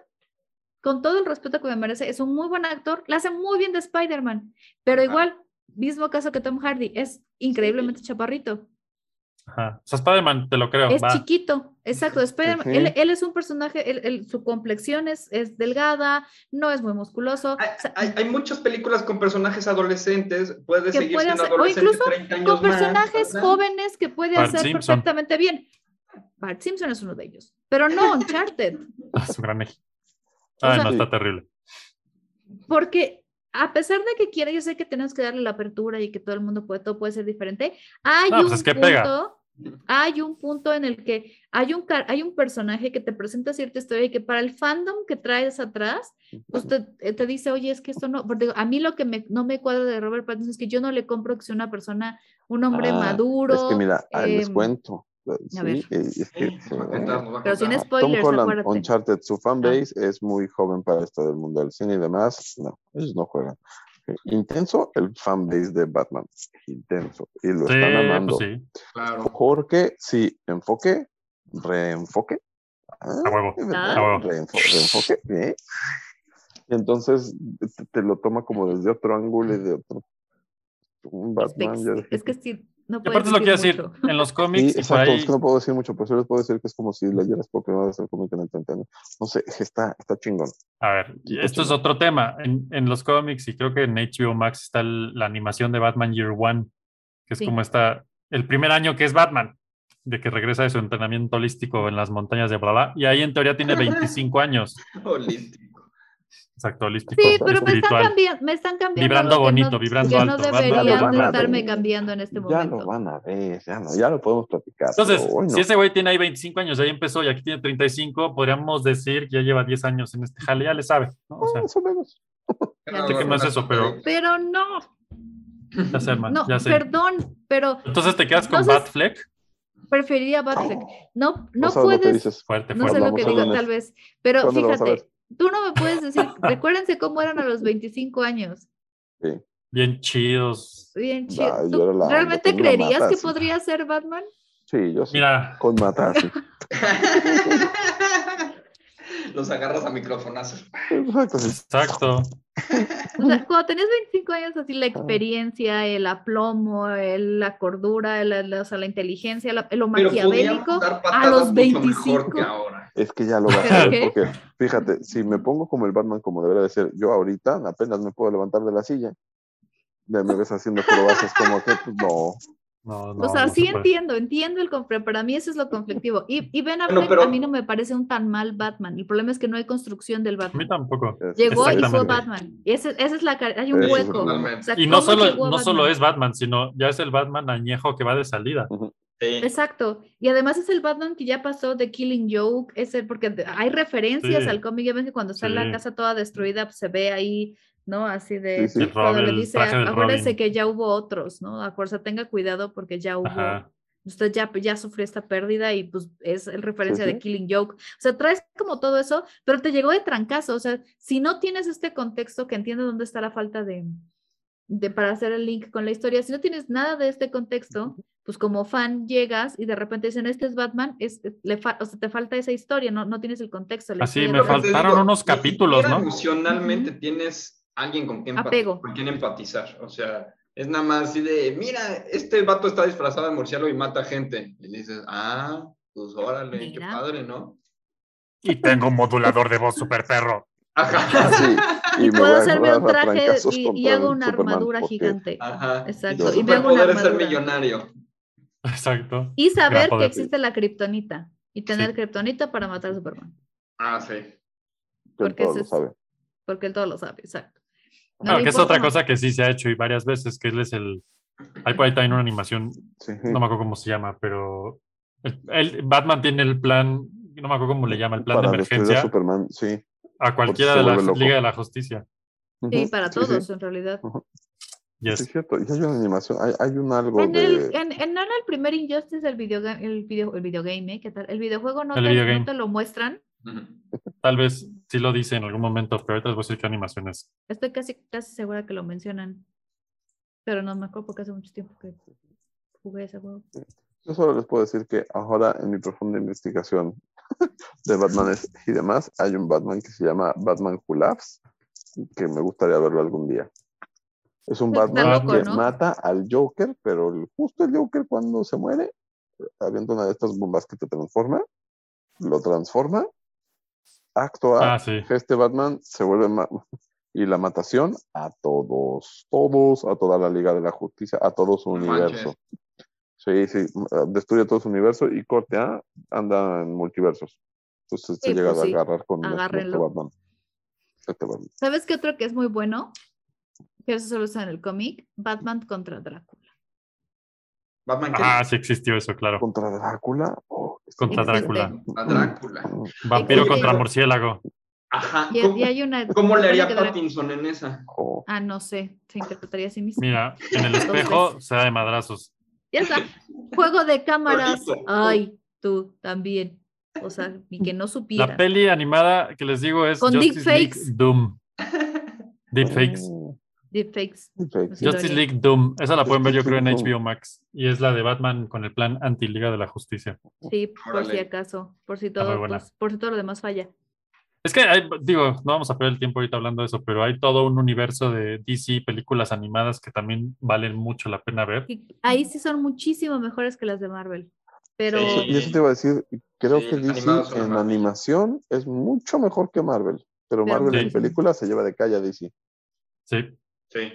[SPEAKER 9] con todo el respeto que me merece, es un muy buen actor, la hace muy bien de Spider-Man, pero
[SPEAKER 8] Ajá.
[SPEAKER 9] igual, mismo caso que Tom Hardy, es increíblemente chaparrito.
[SPEAKER 7] Ajá. O sea, Spider-Man, te lo creo.
[SPEAKER 9] Es
[SPEAKER 7] va.
[SPEAKER 9] chiquito, exacto. Spider
[SPEAKER 10] Ujú.
[SPEAKER 9] él, él es un personaje, él- él- su complexión es, es delgada, no es muy musculoso.
[SPEAKER 8] Hay,
[SPEAKER 9] o sea,
[SPEAKER 8] hay- hay muchas películas con personajes adolescentes, puede
[SPEAKER 9] Que
[SPEAKER 8] seguir
[SPEAKER 9] puede
[SPEAKER 8] siendo
[SPEAKER 9] hacer- o
[SPEAKER 8] adolescente
[SPEAKER 9] incluso
[SPEAKER 8] 30 años
[SPEAKER 9] con
[SPEAKER 8] más,
[SPEAKER 9] personajes
[SPEAKER 8] ¿verdad?
[SPEAKER 9] jóvenes que puede
[SPEAKER 7] Bart
[SPEAKER 9] hacer
[SPEAKER 7] Simpson.
[SPEAKER 9] perfectamente bien. Bart Simpson es uno de ellos, pero no Uncharted,
[SPEAKER 7] Su gran eje. Ah,
[SPEAKER 9] sea-
[SPEAKER 7] no, está terrible.
[SPEAKER 9] porque a pesar de que quiera, yo sé que tenemos que darle la apertura y que todo el mundo puede, todo puede ser diferente. Hay
[SPEAKER 7] No, pues
[SPEAKER 9] un
[SPEAKER 7] es que
[SPEAKER 9] punto,
[SPEAKER 7] pega.
[SPEAKER 9] hay un punto en el que hay un, car- hay un personaje que te presenta cierta historia y que para el fandom que traes atrás usted eh, te dice, oye, es que esto no, porque a mí lo que me- no me cuadra de Robert Pattinson es que yo no le compro que sea una persona, un hombre
[SPEAKER 10] Ah,
[SPEAKER 9] maduro.
[SPEAKER 10] Es que mira, ahí les
[SPEAKER 9] em,
[SPEAKER 10] cuento. Sí,
[SPEAKER 9] A ver.
[SPEAKER 10] eh, es que, sí,
[SPEAKER 9] a Pero sin contar.
[SPEAKER 10] Tom
[SPEAKER 9] spoilers,
[SPEAKER 10] Holland,
[SPEAKER 9] acuérdate.
[SPEAKER 10] Uncharted, su fanbase es muy joven para esto del mundo del cine y demás. No, ellos no juegan. Eh, Intenso el fanbase de Batman. Intenso. Y lo
[SPEAKER 7] Sí,
[SPEAKER 10] están amando.
[SPEAKER 7] pues sí.
[SPEAKER 10] Porque si enfoque, reenfoque. Ah,
[SPEAKER 7] A huevo.
[SPEAKER 10] ¿verdad?
[SPEAKER 7] A
[SPEAKER 9] Ah,
[SPEAKER 7] huevo.
[SPEAKER 10] Reenfo- reenfoque. ¿eh? Y entonces te, te lo toma como desde otro ángulo y de otro. Un Batman. ya
[SPEAKER 9] pues, Es que sí, no
[SPEAKER 7] Y
[SPEAKER 9] puedes
[SPEAKER 7] aparte es lo que iba a
[SPEAKER 9] decir
[SPEAKER 7] decir,
[SPEAKER 9] mucho.
[SPEAKER 7] en los
[SPEAKER 10] Sí,
[SPEAKER 7] cómics y por
[SPEAKER 10] exacto, es
[SPEAKER 7] ahí,
[SPEAKER 10] que no puedo decir mucho, pero yo les puedo decir que es como si leyeras por primera vez el cómic en el Nintendo. No sé, está, está chingón.
[SPEAKER 7] a ver, esto es otro tema, en, en los cómics y creo que en HBO Max está el- la animación de Batman Year One, que es
[SPEAKER 9] Sí.
[SPEAKER 7] como está el primer año que es Batman, de que regresa de su entrenamiento holístico en las montañas de bla bla, y ahí en
[SPEAKER 9] *laughs*
[SPEAKER 7] teoría tiene 25 años, exacto, holístico,
[SPEAKER 9] Sí, pero me están
[SPEAKER 7] espiritual.
[SPEAKER 9] cambiando, me están cambiando.
[SPEAKER 7] Vibrando
[SPEAKER 9] algo que
[SPEAKER 7] bonito,
[SPEAKER 9] no-
[SPEAKER 7] vibrando
[SPEAKER 9] que
[SPEAKER 7] alto.
[SPEAKER 9] No deberían
[SPEAKER 10] Batman, Batman.
[SPEAKER 9] estarme cambiando en este
[SPEAKER 10] Ya
[SPEAKER 9] momento.
[SPEAKER 10] lo van a ver, ya lo, ya lo podemos platicar.
[SPEAKER 7] Entonces,
[SPEAKER 10] pero hoy no.
[SPEAKER 7] si ese güey tiene ahí 25 años, ahí empezó y aquí tiene 35, podríamos decir que ya lleva 10 años en este jale, ya le sabe, ¿no? O sea,
[SPEAKER 10] más o menos.
[SPEAKER 7] sé que no es eso, pero
[SPEAKER 9] Pero no,
[SPEAKER 7] ya sé, hermano,
[SPEAKER 9] no,
[SPEAKER 7] ya sé.
[SPEAKER 9] perdón, pero
[SPEAKER 7] Entonces te quedas con
[SPEAKER 9] Entonces-
[SPEAKER 7] Batfleck.
[SPEAKER 9] preferiría Batfleck. No, no
[SPEAKER 10] sabes lo que
[SPEAKER 9] puedes
[SPEAKER 10] dices.
[SPEAKER 7] Fuerte,
[SPEAKER 9] No sé
[SPEAKER 7] fuerte.
[SPEAKER 9] lo
[SPEAKER 10] Hablamos
[SPEAKER 9] que
[SPEAKER 10] el
[SPEAKER 9] digo,
[SPEAKER 10] lunes.
[SPEAKER 9] tal vez. Pero
[SPEAKER 10] ¿Cuándo lo vas a
[SPEAKER 9] fíjate, tú no me puedes
[SPEAKER 10] *laughs*
[SPEAKER 9] decir, recuérdense cómo eran a los 25 años.
[SPEAKER 7] Bien chidos.
[SPEAKER 9] Bien
[SPEAKER 10] Ay,
[SPEAKER 9] chido.
[SPEAKER 10] yo
[SPEAKER 9] ¿Tú
[SPEAKER 10] era la-
[SPEAKER 9] ¿Realmente
[SPEAKER 10] la
[SPEAKER 9] creerías
[SPEAKER 10] mata,
[SPEAKER 9] que
[SPEAKER 10] sí.
[SPEAKER 9] podría ser Batman?
[SPEAKER 10] Sí, yo sí.
[SPEAKER 7] Mira,
[SPEAKER 10] Con matar, sí.
[SPEAKER 8] *laughs*
[SPEAKER 10] *laughs*
[SPEAKER 8] Los agarras a microfonazos.
[SPEAKER 10] Exacto, sí.
[SPEAKER 7] exacto.
[SPEAKER 9] O sea, cuando tenías 25 años, así
[SPEAKER 10] Ah.
[SPEAKER 9] la experiencia, el aplomo, el- la cordura, el- la- o sea, la inteligencia, la- lo
[SPEAKER 8] Pero
[SPEAKER 9] maquiavélico,
[SPEAKER 8] podíamos dar
[SPEAKER 9] a
[SPEAKER 8] patadas
[SPEAKER 9] los
[SPEAKER 8] mucho mejor
[SPEAKER 9] 25.
[SPEAKER 8] que ahora.
[SPEAKER 10] Es que ya lo vas
[SPEAKER 9] ¿Pero
[SPEAKER 10] a ver,
[SPEAKER 9] qué?
[SPEAKER 10] porque fíjate, si me pongo como el Batman, como debería de ser, yo ahorita apenas me puedo levantar de la silla. Ya me ves haciendo probazas como que, pues, no.
[SPEAKER 7] No, no,
[SPEAKER 9] O sea,
[SPEAKER 7] no
[SPEAKER 9] sí
[SPEAKER 7] se puede.
[SPEAKER 9] entiendo, entiendo el conflicto, para mí eso es lo conflictivo. Y, y Ben Affleck
[SPEAKER 8] Bueno, pero-
[SPEAKER 9] a mí no me parece un tan mal Batman. El problema es que no hay construcción del
[SPEAKER 7] A mí
[SPEAKER 9] Batman.
[SPEAKER 7] tamco.
[SPEAKER 9] Llegó y fue
[SPEAKER 7] Exactamente.
[SPEAKER 9] Batman. Ese- esa es la car- hay un
[SPEAKER 10] Eso es
[SPEAKER 9] hueco.
[SPEAKER 10] totalmente.
[SPEAKER 9] O sea,
[SPEAKER 7] Y no
[SPEAKER 9] ¿cómo
[SPEAKER 7] solo,
[SPEAKER 9] llegó
[SPEAKER 7] no solo
[SPEAKER 9] Batman?
[SPEAKER 7] es Batman, sino ya es el Batman añejo que va de salida.
[SPEAKER 9] Exacto. Y además es el Batman que ya pasó de Killing Joke, es el, porque de- hay referencias
[SPEAKER 7] Sí.
[SPEAKER 9] al cómic, ya ven que cuando está
[SPEAKER 7] Sí.
[SPEAKER 9] la casa toda destruida, pues, se ve ahí, ¿no? Así de
[SPEAKER 10] Sí, sí. El
[SPEAKER 9] cuando
[SPEAKER 7] Robin,
[SPEAKER 9] le
[SPEAKER 7] el
[SPEAKER 9] dice,
[SPEAKER 7] traje del
[SPEAKER 9] acuérdese
[SPEAKER 7] Robin".
[SPEAKER 9] que ya hubo otros, ¿no? A fuerza tenga cuidado porque ya hubo.
[SPEAKER 7] Ajá.
[SPEAKER 9] Usted ya, ya sufrió esta pérdida y pues es el referencia
[SPEAKER 10] Sí, sí.
[SPEAKER 9] de Killing Joke. O sea, traes como todo eso, pero te llegó de trancazo. O sea, si no tienes este contexto que entiende dónde está la falta de, de para hacer el link con la historia, si no tienes nada de este contexto, pues como fan llegas y de repente dicen, este es Batman, es, es- le fa- o sea, te falta esa historia, no, no tienes el contexto. la
[SPEAKER 7] Así
[SPEAKER 9] historia
[SPEAKER 7] Ah, me
[SPEAKER 9] no-
[SPEAKER 8] Pero te
[SPEAKER 7] faltaron
[SPEAKER 8] digo,
[SPEAKER 7] unos
[SPEAKER 8] ni
[SPEAKER 7] capítulos,
[SPEAKER 8] siquiera
[SPEAKER 7] ¿no?
[SPEAKER 8] Emocionalmente tienes alguien con quien, empati-
[SPEAKER 9] Apego.
[SPEAKER 8] con quien empatizar. O sea, es nada más así de, mira, este vato está disfrazado de murciélago y mata gente. Y dices, ah, pues órale, qué
[SPEAKER 9] Mira.
[SPEAKER 8] padre, ¿no? *laughs*
[SPEAKER 7] Y tengo un modulador de voz super perro.
[SPEAKER 8] Ajá.
[SPEAKER 10] Sí,
[SPEAKER 9] Y
[SPEAKER 10] me voy
[SPEAKER 9] puedo
[SPEAKER 10] a
[SPEAKER 9] hacerme
[SPEAKER 10] agarrar
[SPEAKER 9] un
[SPEAKER 10] a
[SPEAKER 9] traje
[SPEAKER 10] trancazos
[SPEAKER 9] y,
[SPEAKER 10] contra
[SPEAKER 9] y hago
[SPEAKER 10] el
[SPEAKER 9] una
[SPEAKER 10] Superman,
[SPEAKER 9] armadura
[SPEAKER 10] porque-
[SPEAKER 9] gigante.
[SPEAKER 7] Ah.
[SPEAKER 8] Ajá.
[SPEAKER 9] Exacto.
[SPEAKER 10] Yo-
[SPEAKER 9] Y me hago una
[SPEAKER 8] Superpoder es ser
[SPEAKER 9] armadura.
[SPEAKER 8] millonario.
[SPEAKER 7] *laughs* Exacto.
[SPEAKER 9] Y saber
[SPEAKER 7] Gran
[SPEAKER 9] que
[SPEAKER 7] poder.
[SPEAKER 9] existe la kriptonita y tener
[SPEAKER 7] Sí.
[SPEAKER 9] kriptonita para matar a Superman.
[SPEAKER 8] Ah, sí.
[SPEAKER 10] que
[SPEAKER 9] Porque
[SPEAKER 10] todo
[SPEAKER 9] ese
[SPEAKER 10] lo
[SPEAKER 9] es-
[SPEAKER 10] sabe.
[SPEAKER 9] Porque él todo lo sabe, exacto. No
[SPEAKER 7] Claro,
[SPEAKER 9] le
[SPEAKER 7] que es
[SPEAKER 9] importa
[SPEAKER 7] otra
[SPEAKER 9] más.
[SPEAKER 7] cosa que sí se ha hecho y varias veces, que él es el... Hay por ahí también una animación,
[SPEAKER 10] Sí.
[SPEAKER 7] *laughs*
[SPEAKER 10] *laughs*
[SPEAKER 7] no me acuerdo cómo se llama, pero... el- el- Batman tiene el plan, no me acuerdo cómo le llama, el plan
[SPEAKER 10] Para
[SPEAKER 7] de
[SPEAKER 10] destruir
[SPEAKER 7] emergencia
[SPEAKER 10] a Superman, sí.
[SPEAKER 7] a cualquiera
[SPEAKER 10] se
[SPEAKER 7] de la
[SPEAKER 10] vuelve loco.
[SPEAKER 7] Liga de la Justicia.
[SPEAKER 9] Sí,
[SPEAKER 10] Ujú,
[SPEAKER 9] para
[SPEAKER 10] sí,
[SPEAKER 9] todos,
[SPEAKER 10] Sí,
[SPEAKER 9] en realidad.
[SPEAKER 10] Sí,
[SPEAKER 7] Yes.
[SPEAKER 10] es cierto. Y hay una animación, hay, hay un algo
[SPEAKER 9] En
[SPEAKER 10] de...
[SPEAKER 9] el, en, en- no era el primer Injustice, el video, el video, el videogame, ¿eh? ¿Qué tal? El videojuego no,
[SPEAKER 7] El
[SPEAKER 9] te,
[SPEAKER 7] videogame.
[SPEAKER 9] no te lo muestran.
[SPEAKER 7] Tal vez sí lo dice en algún momento, pero ahorita les voy a decir qué animaciones.
[SPEAKER 9] Estoy casi, casi segura que lo mencionan. Pero no me acuerdo porque hace mucho tiempo que jugué ese juego.
[SPEAKER 10] Yo solo les puedo decir que ahora en mi profunda investigación *laughs* de Batmanes y demás, hay un Batman que se llama Batman Who Laughs, que me gustaría verlo algún día. Es un
[SPEAKER 9] Pues Está
[SPEAKER 10] Batman
[SPEAKER 9] loco,
[SPEAKER 10] que
[SPEAKER 9] ¿no?
[SPEAKER 10] mata al Joker, pero el- justo el Joker cuando se muere, avienta una de estas bombas que te transforma, lo transforma, acto A,
[SPEAKER 7] Ah, sí.
[SPEAKER 10] este Batman se vuelve ma- y la matación a todos, todos, a toda la Liga de la Justicia, a todo su
[SPEAKER 8] No
[SPEAKER 10] universo. Sí, sí, m- ah, destruye todo su universo y corte, ah, anda en multiversos. Entonces se
[SPEAKER 9] Sí,
[SPEAKER 10] llega
[SPEAKER 9] pues
[SPEAKER 10] a
[SPEAKER 9] sí,
[SPEAKER 10] agarrar con este- este
[SPEAKER 9] agárrenlo.
[SPEAKER 10] Batman. Este Batman.
[SPEAKER 9] ¿Sabes qué otro que es muy bueno? Que eso solo está en el cómic. Batman contra Drácula.
[SPEAKER 8] Batman ¿qué?
[SPEAKER 7] Ah, sí existió eso, claro.
[SPEAKER 10] Contra Drácula. oh, este
[SPEAKER 7] Contra
[SPEAKER 10] Batman.
[SPEAKER 7] Drácula.
[SPEAKER 8] A Drácula.
[SPEAKER 7] Vampiro
[SPEAKER 8] Oye,
[SPEAKER 7] contra
[SPEAKER 8] pero-
[SPEAKER 7] murciélago.
[SPEAKER 8] Ajá.
[SPEAKER 9] Y, y
[SPEAKER 8] ¿Cómo,
[SPEAKER 9] hay una.
[SPEAKER 8] cómo le haría
[SPEAKER 9] que Drácula-
[SPEAKER 8] Pattinson en esa?
[SPEAKER 10] Oh,
[SPEAKER 9] Ah, no sé. Se interpretaría a sí mismo.
[SPEAKER 7] Mira, en el
[SPEAKER 9] Dos
[SPEAKER 7] espejo se da de madrazos.
[SPEAKER 9] Ya está. Juego de cámaras. Ay, tú también. O sea, ni que no supiera.
[SPEAKER 7] La peli animada que les digo es
[SPEAKER 9] Con
[SPEAKER 7] Justice
[SPEAKER 9] deepfakes.
[SPEAKER 7] League
[SPEAKER 9] *laughs*
[SPEAKER 7] Doom.
[SPEAKER 10] mm,
[SPEAKER 7] Deepfakes.
[SPEAKER 9] Deepfakes.
[SPEAKER 7] Justice League Doom. Esa la pueden ver yo creo en HBO Max. Y es la de Batman con el plan anti-Liga de la Justicia.
[SPEAKER 9] Sí, por si acaso. Por si, todo,
[SPEAKER 7] muy buena.
[SPEAKER 9] pues, por si todo lo demás falla.
[SPEAKER 7] Es que, hay- digo, no vamos a perder el tiempo ahorita hablando de eso, pero hay todo un universo de DC películas animadas que también valen mucho la pena ver.
[SPEAKER 9] Ahí sí son muchísimo mejores que las de Marvel. Pero
[SPEAKER 10] Eso- y eso te iba a decir, creo
[SPEAKER 9] Sí,
[SPEAKER 10] que DC
[SPEAKER 9] animados son
[SPEAKER 10] en
[SPEAKER 9] mejores.
[SPEAKER 10] animación es mucho mejor que Marvel, pero
[SPEAKER 9] Pero-
[SPEAKER 10] Marvel
[SPEAKER 7] Sí.
[SPEAKER 10] en películas se lleva de calle a DC.
[SPEAKER 7] Sí.
[SPEAKER 8] Sí.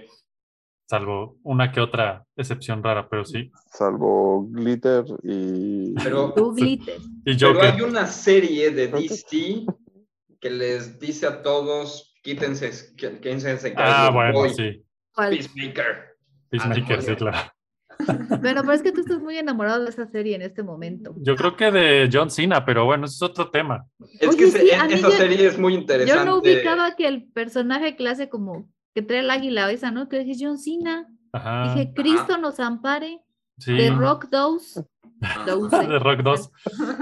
[SPEAKER 7] Salvo una que otra excepción rara, pero sí.
[SPEAKER 10] Salvo Glitter y...
[SPEAKER 8] Pero-
[SPEAKER 9] tú glitter.
[SPEAKER 7] Y
[SPEAKER 8] Pero
[SPEAKER 7] Joker.
[SPEAKER 8] hay una serie de DC que les dice a todos, quítense, qu- quítense.
[SPEAKER 7] Ah,
[SPEAKER 8] que
[SPEAKER 7] bueno,
[SPEAKER 8] voy".
[SPEAKER 7] sí.
[SPEAKER 9] ¿Cuál?
[SPEAKER 8] Peacemaker.
[SPEAKER 7] Peacemaker, sí, claro.
[SPEAKER 9] Bueno, pero es que tú estás muy enamorado de esa serie en este momento.
[SPEAKER 7] Yo creo que de John Cena, pero bueno, ese es otro tema.
[SPEAKER 8] Es
[SPEAKER 9] Oye,
[SPEAKER 8] que se-
[SPEAKER 9] sí,
[SPEAKER 8] es-
[SPEAKER 9] a mí
[SPEAKER 8] esa
[SPEAKER 9] yo-
[SPEAKER 8] serie es muy
[SPEAKER 9] Yo
[SPEAKER 8] interesante.
[SPEAKER 9] no ubicaba que el personaje clase como que trae el águila esa, ¿no? Que dije John Cena.
[SPEAKER 7] Ajá.
[SPEAKER 9] Dije, Cristo nos ampare.
[SPEAKER 7] Ah. Sí.
[SPEAKER 9] De Rock Dose. Dose.
[SPEAKER 7] De Rock 2.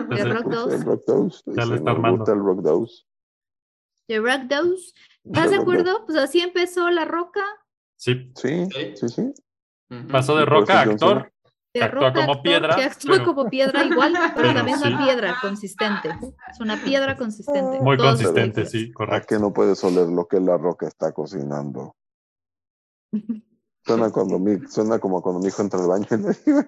[SPEAKER 9] De Rock Dose.
[SPEAKER 10] El Rock Dose.
[SPEAKER 7] Ya
[SPEAKER 10] sí,
[SPEAKER 7] le está
[SPEAKER 10] nos
[SPEAKER 7] armando.
[SPEAKER 10] gusta el Rock Dose.
[SPEAKER 9] De Rock Dose. ¿Estás de acuerdo? Pues así empezó La Roca.
[SPEAKER 7] Sí.
[SPEAKER 10] Sí, sí, sí.
[SPEAKER 7] Pasó de
[SPEAKER 10] Y por
[SPEAKER 7] roca
[SPEAKER 10] eso
[SPEAKER 7] a
[SPEAKER 10] John
[SPEAKER 7] actor.
[SPEAKER 9] De
[SPEAKER 7] Actúa
[SPEAKER 9] Roca.
[SPEAKER 7] como
[SPEAKER 9] actor,
[SPEAKER 7] piedra,
[SPEAKER 9] Que actúa
[SPEAKER 7] pero-
[SPEAKER 9] como piedra
[SPEAKER 7] *laughs*
[SPEAKER 9] igual, pero
[SPEAKER 7] Pero
[SPEAKER 9] también es una
[SPEAKER 7] sí.
[SPEAKER 9] piedra consistente. Es una piedra consistente.
[SPEAKER 7] Muy
[SPEAKER 9] Todos-
[SPEAKER 7] consistente, sí, correcto.
[SPEAKER 10] ¿A que no puedes oler lo que la roca está cocinando?
[SPEAKER 9] *laughs*
[SPEAKER 10] Suena, cuando mi- suena como cuando mi hijo entra al baño y le digo,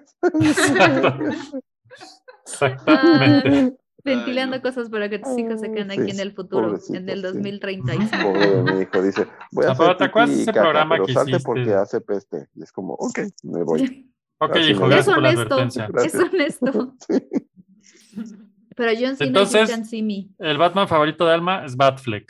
[SPEAKER 7] Exactamente.
[SPEAKER 9] Ah, *laughs* Ventilando cosas para que tus hijos se queden aquí
[SPEAKER 10] Sí,
[SPEAKER 9] en el futuro,
[SPEAKER 10] pobrecito,
[SPEAKER 9] en el
[SPEAKER 10] sí.
[SPEAKER 9] 2035.
[SPEAKER 10] pobre de mi hijo, dice, voy a
[SPEAKER 7] Papá,
[SPEAKER 10] hacer
[SPEAKER 7] ¿te acuerdas
[SPEAKER 10] pipí
[SPEAKER 7] de
[SPEAKER 10] y
[SPEAKER 7] ese
[SPEAKER 10] caca,
[SPEAKER 7] programa
[SPEAKER 10] pero
[SPEAKER 7] que
[SPEAKER 10] salte
[SPEAKER 7] hiciste?
[SPEAKER 10] porque hace peste. Y es como, ok, me
[SPEAKER 9] *laughs*
[SPEAKER 10] voy.
[SPEAKER 9] Ah.
[SPEAKER 7] Ok,
[SPEAKER 10] Así
[SPEAKER 7] hijo,
[SPEAKER 10] me
[SPEAKER 9] Es
[SPEAKER 7] gracias
[SPEAKER 10] voy.
[SPEAKER 7] por la
[SPEAKER 9] honesto,
[SPEAKER 7] advertencia.
[SPEAKER 9] es
[SPEAKER 10] *laughs*
[SPEAKER 9] honesto. Pero John Cena
[SPEAKER 7] Entonces-
[SPEAKER 9] y John Simi.
[SPEAKER 7] El Batman favorito de Alma es Batfleck.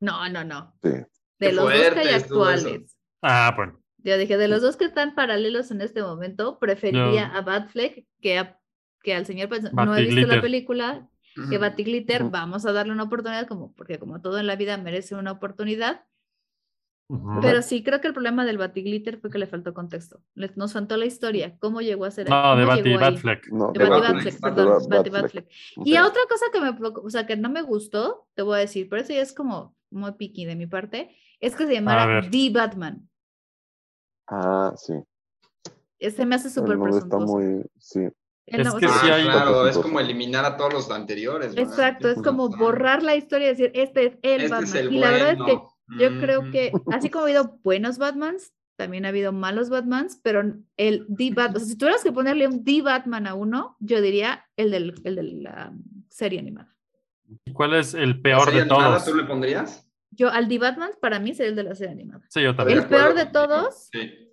[SPEAKER 9] No, no, no.
[SPEAKER 10] Sí.
[SPEAKER 9] De
[SPEAKER 8] Qué
[SPEAKER 9] los dos que
[SPEAKER 8] fuerte
[SPEAKER 9] hay
[SPEAKER 8] es todo eso.
[SPEAKER 9] actuales.
[SPEAKER 7] Ah, bueno.
[SPEAKER 9] Yo dije, de los dos que están paralelos en este momento, preferiría a Batfleck que, a- que al señor Pattinson. No he visto la
[SPEAKER 7] Batiglitter.
[SPEAKER 9] película que
[SPEAKER 8] Ujú.
[SPEAKER 9] Batiglitter,
[SPEAKER 10] Ujú.
[SPEAKER 9] vamos a darle una oportunidad, como, porque como todo en la vida merece una oportunidad.
[SPEAKER 7] Ujú.
[SPEAKER 9] Pero sí, creo que el problema del Batiglitter fue que le faltó contexto. Le- nos faltó la historia, cómo llegó a ser
[SPEAKER 7] No,
[SPEAKER 9] cómo
[SPEAKER 7] de
[SPEAKER 9] llegó
[SPEAKER 7] Batty,
[SPEAKER 9] ahí.
[SPEAKER 7] Batfleck.
[SPEAKER 10] No,
[SPEAKER 9] De
[SPEAKER 10] te
[SPEAKER 9] Batty
[SPEAKER 10] va-
[SPEAKER 9] Batfleck,
[SPEAKER 10] te va-
[SPEAKER 9] perdón, Batty
[SPEAKER 10] Batfleck.
[SPEAKER 9] Batfleck. Y otra cosa que me preocu- o sea, que no me gustó, te voy a decir, pero eso ya es como muy piqui de mi parte, es que se
[SPEAKER 10] A
[SPEAKER 9] llamara
[SPEAKER 10] ver.
[SPEAKER 9] The Batman.
[SPEAKER 10] Ah, sí.
[SPEAKER 9] Este me hace súper
[SPEAKER 10] El nombre está
[SPEAKER 9] presuntuoso.
[SPEAKER 10] muy, sí.
[SPEAKER 9] El no- o
[SPEAKER 7] que
[SPEAKER 9] sea,
[SPEAKER 7] sí
[SPEAKER 8] Ah,
[SPEAKER 7] hay-
[SPEAKER 8] claro, es como eliminar a todos los anteriores. ¿verdad?
[SPEAKER 9] Exacto, es como borrar la historia y decir, este es el
[SPEAKER 8] Este es
[SPEAKER 9] Batman.
[SPEAKER 8] el
[SPEAKER 9] y la verdad es que
[SPEAKER 8] bueno.
[SPEAKER 9] yo creo que, así como ha habido buenos Batmans, también ha habido malos Batmans, pero el The Batman, o sea, si tuvieras que ponerle un The Batman a uno, yo diría el, del, el de la serie animada.
[SPEAKER 7] ¿Y ¿Cuál es el
[SPEAKER 8] ¿La
[SPEAKER 7] peor
[SPEAKER 8] serie
[SPEAKER 7] de
[SPEAKER 8] animada
[SPEAKER 7] todos?
[SPEAKER 8] ¿Tú le pondrías?
[SPEAKER 9] Yo, al The Batman, para mí sería el de la serie animada.
[SPEAKER 7] Sí, yo
[SPEAKER 8] De
[SPEAKER 9] El
[SPEAKER 7] también.
[SPEAKER 9] peor
[SPEAKER 8] acuerdo.
[SPEAKER 9] de todos,
[SPEAKER 8] Sí.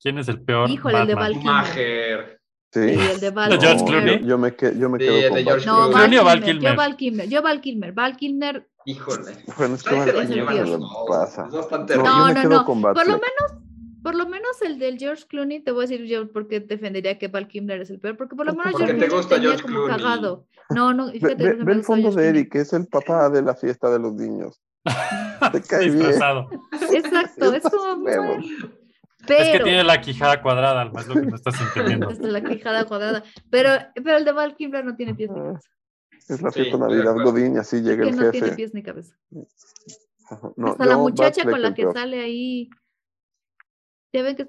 [SPEAKER 7] ¿Quién es el peor?
[SPEAKER 9] Híjole, el de
[SPEAKER 7] Batman?
[SPEAKER 9] Val
[SPEAKER 8] Mager.
[SPEAKER 10] Sí.
[SPEAKER 9] y el de Val
[SPEAKER 7] De George
[SPEAKER 10] No,
[SPEAKER 7] Clooney.
[SPEAKER 10] Yo, yo me, que- yo me
[SPEAKER 8] Sí,
[SPEAKER 10] quedo
[SPEAKER 8] el
[SPEAKER 10] con
[SPEAKER 8] de George
[SPEAKER 10] Batman.
[SPEAKER 9] No, Val
[SPEAKER 7] Clooney o Val
[SPEAKER 9] Kilmer, Yo
[SPEAKER 7] Kilmer.
[SPEAKER 9] Val Kilmer, yo Val Kilmer, Val Kilmer.
[SPEAKER 8] Híjole.
[SPEAKER 10] Bueno, es que
[SPEAKER 8] Ahí se
[SPEAKER 10] Val
[SPEAKER 8] la
[SPEAKER 10] Kilmer
[SPEAKER 8] llevan
[SPEAKER 10] se
[SPEAKER 8] los
[SPEAKER 10] la
[SPEAKER 8] dos,
[SPEAKER 10] pasa.
[SPEAKER 8] los dos están
[SPEAKER 10] No,
[SPEAKER 8] terribles.
[SPEAKER 10] yo
[SPEAKER 9] No,
[SPEAKER 10] me
[SPEAKER 9] no,
[SPEAKER 10] quedo
[SPEAKER 9] no.
[SPEAKER 10] con
[SPEAKER 9] Por lo
[SPEAKER 10] Batfleck.
[SPEAKER 9] menos, por lo menos el del George Clooney, te voy a decir yo por qué defendería que Val Kilmer es el peor, porque por lo menos
[SPEAKER 8] Porque
[SPEAKER 9] George
[SPEAKER 8] te
[SPEAKER 9] Clooney
[SPEAKER 8] gusta
[SPEAKER 9] tenía
[SPEAKER 8] George
[SPEAKER 9] como
[SPEAKER 8] Clooney.
[SPEAKER 9] cagado. No, no,
[SPEAKER 10] Ve,
[SPEAKER 9] fíjate
[SPEAKER 10] ve-
[SPEAKER 9] que no
[SPEAKER 10] ve
[SPEAKER 9] me
[SPEAKER 10] el
[SPEAKER 9] gustó
[SPEAKER 10] fondo
[SPEAKER 9] George
[SPEAKER 10] de
[SPEAKER 9] Clooney.
[SPEAKER 10] Eric, es el papá de la fiesta de los niños. Te cae bien.
[SPEAKER 7] Disfrazado.
[SPEAKER 9] *laughs* Exacto,
[SPEAKER 10] *laughs*
[SPEAKER 9] es como
[SPEAKER 10] Vemos.
[SPEAKER 9] pero
[SPEAKER 7] Es que tiene la quijada cuadrada, Alma, es lo que no estás
[SPEAKER 9] *laughs*
[SPEAKER 7] entendiendo.
[SPEAKER 9] Esta es la quijada cuadrada, pero, pero el de Val Kilmer no tiene pies ni cabeza.
[SPEAKER 10] Es la fiesta
[SPEAKER 8] Sí, estoy de
[SPEAKER 10] Navidad
[SPEAKER 8] acuerdo.
[SPEAKER 10] Godín y así
[SPEAKER 9] Es
[SPEAKER 10] Ah, llega
[SPEAKER 9] que
[SPEAKER 10] el
[SPEAKER 9] no tiene
[SPEAKER 10] jefe.
[SPEAKER 9] pies ni cabeza.
[SPEAKER 10] Ajá, no,
[SPEAKER 9] Hasta la
[SPEAKER 10] yo
[SPEAKER 9] muchacha
[SPEAKER 10] Batfleck
[SPEAKER 9] con la
[SPEAKER 10] el
[SPEAKER 9] que
[SPEAKER 10] peor.
[SPEAKER 9] sale ahí. Ya ven que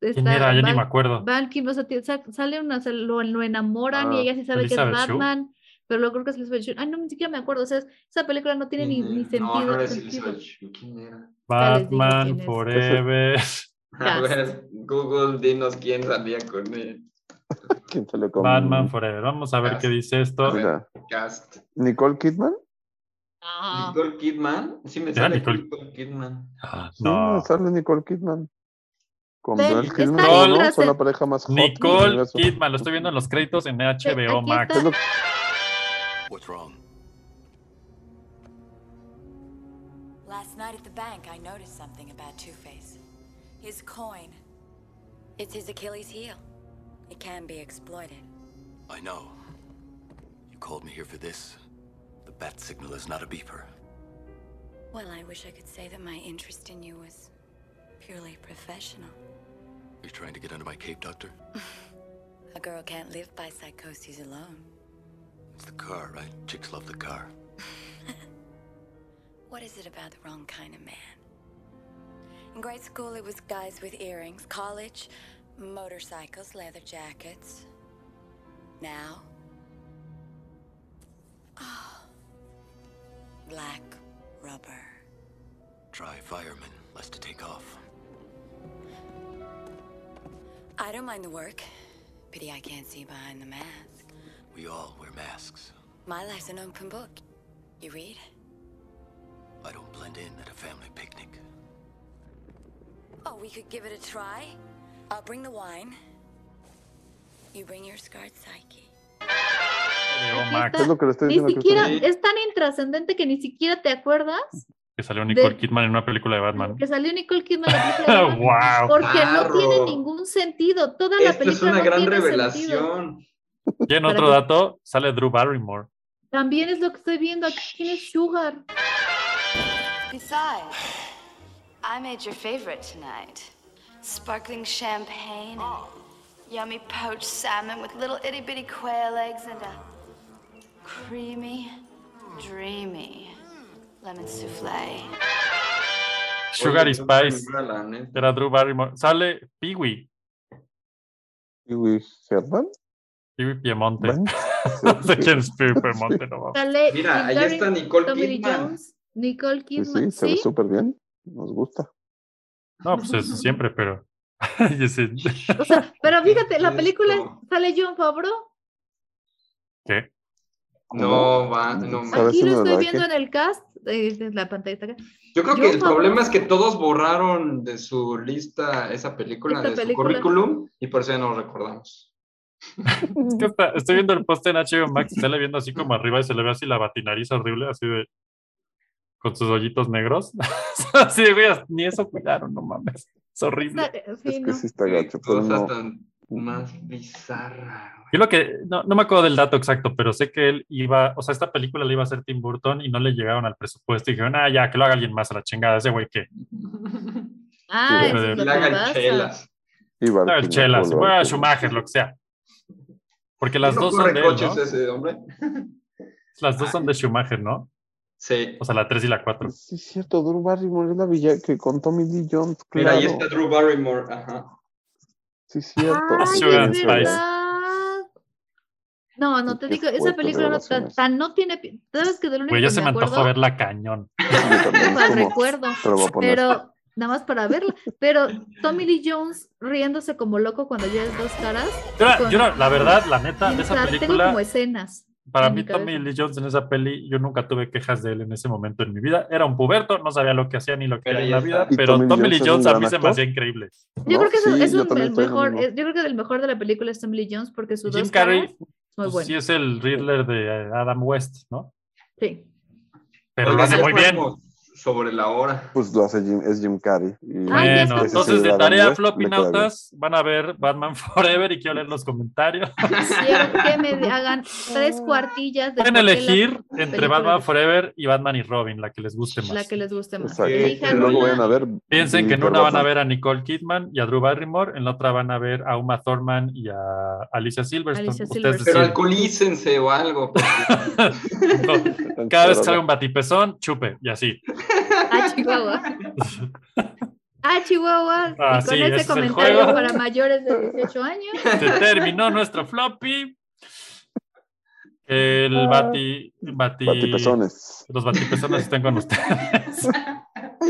[SPEAKER 9] está
[SPEAKER 7] ¿Quién era? Yo ni
[SPEAKER 9] Val-
[SPEAKER 7] me acuerdo.
[SPEAKER 9] Val Kilmer, o sea, tie- sa- sale una, se lo, lo enamoran y
[SPEAKER 10] Ah,
[SPEAKER 9] ella sí sabe que es
[SPEAKER 7] Elizabeth Shue.
[SPEAKER 9] Batman, pero luego creo que es Elizabeth Shue. Ay, no, ni siquiera me acuerdo. O sea, es- esa película no tiene ni, ni sentido.
[SPEAKER 8] No, no eres
[SPEAKER 9] sentido.
[SPEAKER 8] Elizabeth. ¿Quién era?
[SPEAKER 9] Ya les digo quién
[SPEAKER 7] Batman
[SPEAKER 9] es.
[SPEAKER 7] Forever.
[SPEAKER 8] *laughs* A
[SPEAKER 9] Cast.
[SPEAKER 8] ver, Google, dinos quién salía con él.
[SPEAKER 10] ¿Quién salió con-
[SPEAKER 7] Batman Forever. Vamos a ver qué dice esto.
[SPEAKER 10] Mira,
[SPEAKER 8] Cast.
[SPEAKER 10] Nicole Kidman.
[SPEAKER 9] Ah,
[SPEAKER 8] Nicole Kidman. Sí me
[SPEAKER 7] ¿Era
[SPEAKER 8] sale
[SPEAKER 7] Nicole?
[SPEAKER 8] Nicole, Kidman.
[SPEAKER 10] Sí, no,
[SPEAKER 7] Ah, No.
[SPEAKER 10] sale Nicole Kidman. Con
[SPEAKER 9] Ven,
[SPEAKER 10] Joel
[SPEAKER 9] está
[SPEAKER 10] Kidman,
[SPEAKER 7] ahí
[SPEAKER 10] ¿no?
[SPEAKER 9] atrás
[SPEAKER 10] Son la
[SPEAKER 9] el-
[SPEAKER 10] pareja más hot del
[SPEAKER 7] Nicole
[SPEAKER 10] universo.
[SPEAKER 7] Kidman, lo estoy viendo en los créditos en HBO
[SPEAKER 9] Aquí
[SPEAKER 7] Max.
[SPEAKER 9] está.
[SPEAKER 14] What's wrong?
[SPEAKER 20] Last night at the bank, I noticed something about Two Face. His coin. It's his Achilles heel. It can be exploited.
[SPEAKER 14] I know. You called me here for this. The bat signal is not a beeper.
[SPEAKER 20] Well, I wish I could say that my interest in you was purely professional.
[SPEAKER 14] You're trying to get under my cape, Doctor?
[SPEAKER 20] *laughs* A girl can't live by psychoses alone.
[SPEAKER 14] It's the car, right? Chicks love the car.
[SPEAKER 20] *laughs* What is it about the wrong kind of man? In grade school, it was guys with earrings. College, motorcycles, leather jackets. Now, oh, black rubber.
[SPEAKER 14] Try fireman, less to take off.
[SPEAKER 20] I don't mind the work. Pity I can't see behind the mask.
[SPEAKER 14] We all wear masks.
[SPEAKER 20] My life's an open book. You read?
[SPEAKER 14] I don't blend in at a family picnic.
[SPEAKER 20] Oh, we could give it a try. I'll bring the wine. You bring your scarred psyche.
[SPEAKER 7] Max.
[SPEAKER 10] Es lo que le estoy
[SPEAKER 9] Ni
[SPEAKER 10] diciendo.
[SPEAKER 9] siquiera,
[SPEAKER 10] que
[SPEAKER 9] es tan intrascendente que ni siquiera te acuerdas
[SPEAKER 7] Que salió Nicole
[SPEAKER 9] De-
[SPEAKER 7] Kidman en una película de Batman. *laughs*
[SPEAKER 9] que salió Nicole Kidman en la película de
[SPEAKER 8] *laughs*
[SPEAKER 9] Batman,
[SPEAKER 7] ¡Wow!
[SPEAKER 9] porque no tiene
[SPEAKER 8] Claro.
[SPEAKER 9] ningún sentido. Toda la
[SPEAKER 8] Esto
[SPEAKER 9] película
[SPEAKER 8] es una
[SPEAKER 9] no
[SPEAKER 8] gran
[SPEAKER 9] tiene sentido.
[SPEAKER 8] revelación.
[SPEAKER 7] Y en otro dato, sale Drew Barrymore.
[SPEAKER 9] También es lo que estoy viendo. Aquí tienes Sugar.
[SPEAKER 21] Besides, I made your favorite tonight. Sparkling champagne and yummy poached salmon with little itty bitty quail eggs and a creamy, dreamy lemon souffle.
[SPEAKER 7] Sugar
[SPEAKER 8] Oye,
[SPEAKER 7] y Spice.
[SPEAKER 8] no, la
[SPEAKER 9] Eh,
[SPEAKER 8] neta.
[SPEAKER 7] Era Drew Barrymore. Sale Peewee.
[SPEAKER 10] Kiwi Herman.
[SPEAKER 7] Peewee Piemonte. *laughs* no sé quién es Peewee Piemonte, no mames.
[SPEAKER 9] Sale
[SPEAKER 8] Mira, ahí
[SPEAKER 9] Hillary
[SPEAKER 8] está Nicole
[SPEAKER 9] Tommy Lee
[SPEAKER 8] Kidman.
[SPEAKER 9] Jones, Nicole
[SPEAKER 10] Pues Sí, sí,
[SPEAKER 9] Kidman.
[SPEAKER 10] se ve
[SPEAKER 9] Sí,
[SPEAKER 10] súper bien. Nos gusta.
[SPEAKER 7] No, pues es siempre, pero. *laughs* Yo sí.
[SPEAKER 9] o sea, pero fíjate, la
[SPEAKER 8] Esto.
[SPEAKER 9] película es- sale John Favreau.
[SPEAKER 7] ¿Qué?
[SPEAKER 8] No, va, no
[SPEAKER 10] A ver
[SPEAKER 8] más.
[SPEAKER 10] si
[SPEAKER 9] Aquí lo
[SPEAKER 10] me
[SPEAKER 9] estoy
[SPEAKER 10] da
[SPEAKER 9] viendo
[SPEAKER 10] que-
[SPEAKER 9] en el cast, eh, de la pantalla está acá.
[SPEAKER 8] Yo creo
[SPEAKER 9] Yo,
[SPEAKER 8] que el
[SPEAKER 9] Pablo.
[SPEAKER 8] problema es que todos borraron de su lista esa película,
[SPEAKER 9] Esta
[SPEAKER 8] de
[SPEAKER 9] película.
[SPEAKER 8] su currículum, y por eso ya no lo recordamos.
[SPEAKER 7] Es que está- estoy viendo el post en HBO Max y sale viendo así como arriba y se le ve así la batinariz horrible, así de. con sus hoyitos negros. *laughs* así de, güey, ni eso cuidaron, no mames. Es horrible.
[SPEAKER 9] Sale- sí,
[SPEAKER 10] Es que
[SPEAKER 9] no.
[SPEAKER 10] sí está gacho, pero
[SPEAKER 8] Cosas
[SPEAKER 10] Pues no.
[SPEAKER 8] tan más bizarra.
[SPEAKER 7] Yo lo que, no, no me acuerdo del dato exacto, pero sé que él iba, o sea, esta película la iba a hacer Tim Burton y no le llegaron al presupuesto y dijeron, ah, ya, que lo haga alguien más a la chingada, ese güey que.
[SPEAKER 9] Ah,
[SPEAKER 7] Sí,
[SPEAKER 9] eso es
[SPEAKER 7] pero-
[SPEAKER 8] Y
[SPEAKER 9] lo
[SPEAKER 8] la
[SPEAKER 9] que
[SPEAKER 8] hagan
[SPEAKER 9] pasa.
[SPEAKER 8] chelas.
[SPEAKER 10] Y
[SPEAKER 7] Ah, el
[SPEAKER 10] Barquín,
[SPEAKER 7] Chelas,
[SPEAKER 10] Polo,
[SPEAKER 7] bueno,
[SPEAKER 10] Barquín.
[SPEAKER 7] Schumacher, lo que sea. Porque las
[SPEAKER 8] No
[SPEAKER 7] dos son
[SPEAKER 8] corre
[SPEAKER 7] de él,
[SPEAKER 8] coches
[SPEAKER 7] ¿no?
[SPEAKER 8] ese hombre. *laughs*
[SPEAKER 7] Las dos son de Schumacher, ¿no?
[SPEAKER 8] Sí.
[SPEAKER 7] O sea, la 3 y la 4.
[SPEAKER 10] Sí, es cierto, Drew Barrymore es la villa que con Tommy Lee Jones,
[SPEAKER 8] Mira,
[SPEAKER 10] claro.
[SPEAKER 8] ahí está Drew Barrymore. Ajá.
[SPEAKER 10] Sí, es cierto.
[SPEAKER 9] Ay,
[SPEAKER 7] Sugar
[SPEAKER 9] es
[SPEAKER 7] and Spice.
[SPEAKER 9] verdad. No, no te
[SPEAKER 10] Qué
[SPEAKER 9] digo, esa
[SPEAKER 10] fuerte
[SPEAKER 9] película no,
[SPEAKER 10] revelación
[SPEAKER 9] tan,
[SPEAKER 10] es.
[SPEAKER 9] tan no tiene. pi- Sabes que del único
[SPEAKER 7] Güey, ya
[SPEAKER 9] que
[SPEAKER 7] se
[SPEAKER 9] me
[SPEAKER 7] me antojó
[SPEAKER 9] acuerdo,
[SPEAKER 7] verla cañón.
[SPEAKER 10] Yo
[SPEAKER 9] *laughs*
[SPEAKER 10] también,
[SPEAKER 9] para
[SPEAKER 10] como-
[SPEAKER 9] recuerdo,
[SPEAKER 10] te lo voy a poner.
[SPEAKER 9] pero nada más para verla. Pero Tommy Lee Jones riéndose como loco cuando ya es dos caras.
[SPEAKER 7] Yo, era-
[SPEAKER 9] con-
[SPEAKER 7] yo era- la verdad, la neta,
[SPEAKER 9] y
[SPEAKER 7] de esa
[SPEAKER 9] estar- Tengo como
[SPEAKER 7] película,
[SPEAKER 9] escenas.
[SPEAKER 7] para
[SPEAKER 9] en mi
[SPEAKER 7] mí Tommy
[SPEAKER 9] cabeza.
[SPEAKER 7] Lee Jones en esa peli, yo nunca tuve quejas de él en ese momento en mi vida. Era un puberto, no sabía lo que hacía ni lo que
[SPEAKER 8] Pero
[SPEAKER 7] era en
[SPEAKER 8] ahí
[SPEAKER 7] la
[SPEAKER 8] está.
[SPEAKER 7] vida,
[SPEAKER 10] Y
[SPEAKER 7] pero
[SPEAKER 10] Tommy Lee
[SPEAKER 7] Tommy Lee
[SPEAKER 10] Jones es un
[SPEAKER 7] Jones a
[SPEAKER 10] gran
[SPEAKER 7] mí se me
[SPEAKER 10] actor.
[SPEAKER 7] hacía increíble.
[SPEAKER 9] Yo
[SPEAKER 10] No,
[SPEAKER 9] creo que es,
[SPEAKER 10] sí,
[SPEAKER 9] es
[SPEAKER 10] yo
[SPEAKER 9] un-
[SPEAKER 10] también
[SPEAKER 9] el
[SPEAKER 10] estoy en lo
[SPEAKER 9] mejor,
[SPEAKER 10] mismo.
[SPEAKER 9] es- yo creo que del mejor de la película es Tommy Lee Jones porque sus
[SPEAKER 7] Jim
[SPEAKER 9] dos caras
[SPEAKER 7] Carrey,
[SPEAKER 9] es muy
[SPEAKER 7] pues,
[SPEAKER 9] bueno.
[SPEAKER 7] sí es el Riddler de eh, Adam West, ¿no?
[SPEAKER 9] Sí.
[SPEAKER 7] Pero lo
[SPEAKER 8] Oigan,
[SPEAKER 7] hace
[SPEAKER 8] ya
[SPEAKER 7] muy bien.
[SPEAKER 8] fuimos Sobre la hora.
[SPEAKER 10] Pues lo hace Jim, es Jim Carrey. Y
[SPEAKER 9] Ah, ya
[SPEAKER 7] Bueno,
[SPEAKER 9] está.
[SPEAKER 7] entonces
[SPEAKER 10] Ese
[SPEAKER 7] de
[SPEAKER 10] Adam
[SPEAKER 7] tarea
[SPEAKER 10] West le queda bien.
[SPEAKER 7] flopinautas van a ver Batman *laughs* Forever y quiero leer los comentarios.
[SPEAKER 9] *laughs* Quiero que me hagan tres cuartillas de
[SPEAKER 7] Pueden
[SPEAKER 9] por qué
[SPEAKER 7] elegir
[SPEAKER 9] las
[SPEAKER 7] entre
[SPEAKER 9] películas-
[SPEAKER 7] Batman Forever y Batman y Robin, la que les guste
[SPEAKER 9] la
[SPEAKER 7] más.
[SPEAKER 9] que les guste más.
[SPEAKER 10] Exacto.
[SPEAKER 9] Elijan
[SPEAKER 10] Y luego
[SPEAKER 9] una.
[SPEAKER 10] vayan a ver.
[SPEAKER 7] Piensen que en
[SPEAKER 10] Billy
[SPEAKER 7] una van a
[SPEAKER 10] Batman.
[SPEAKER 7] ver a Nicole Kidman y a Drew Barrymore, en la otra van a ver a Uma Thurman y a Alicia Silverstone.
[SPEAKER 9] Alicia
[SPEAKER 7] Ustedes
[SPEAKER 8] Pero
[SPEAKER 9] Sí.
[SPEAKER 8] alcoholícense o algo. porque-
[SPEAKER 10] *laughs*
[SPEAKER 7] deciden. Cada vez que sale un batipezón, chupe, y así.
[SPEAKER 9] A Ah,
[SPEAKER 7] *laughs*
[SPEAKER 9] Chihuahua. A Chihuahua.
[SPEAKER 7] Ah,
[SPEAKER 9] y con
[SPEAKER 7] sí, ese
[SPEAKER 9] ese
[SPEAKER 7] es el
[SPEAKER 9] comentario
[SPEAKER 7] juego.
[SPEAKER 9] para mayores de 18 años.
[SPEAKER 7] Se terminó nuestro
[SPEAKER 9] *laughs*
[SPEAKER 7] floppy.
[SPEAKER 9] Ah.
[SPEAKER 7] El bati, bati,
[SPEAKER 10] Batipezones.
[SPEAKER 7] Los batipezones están con ustedes.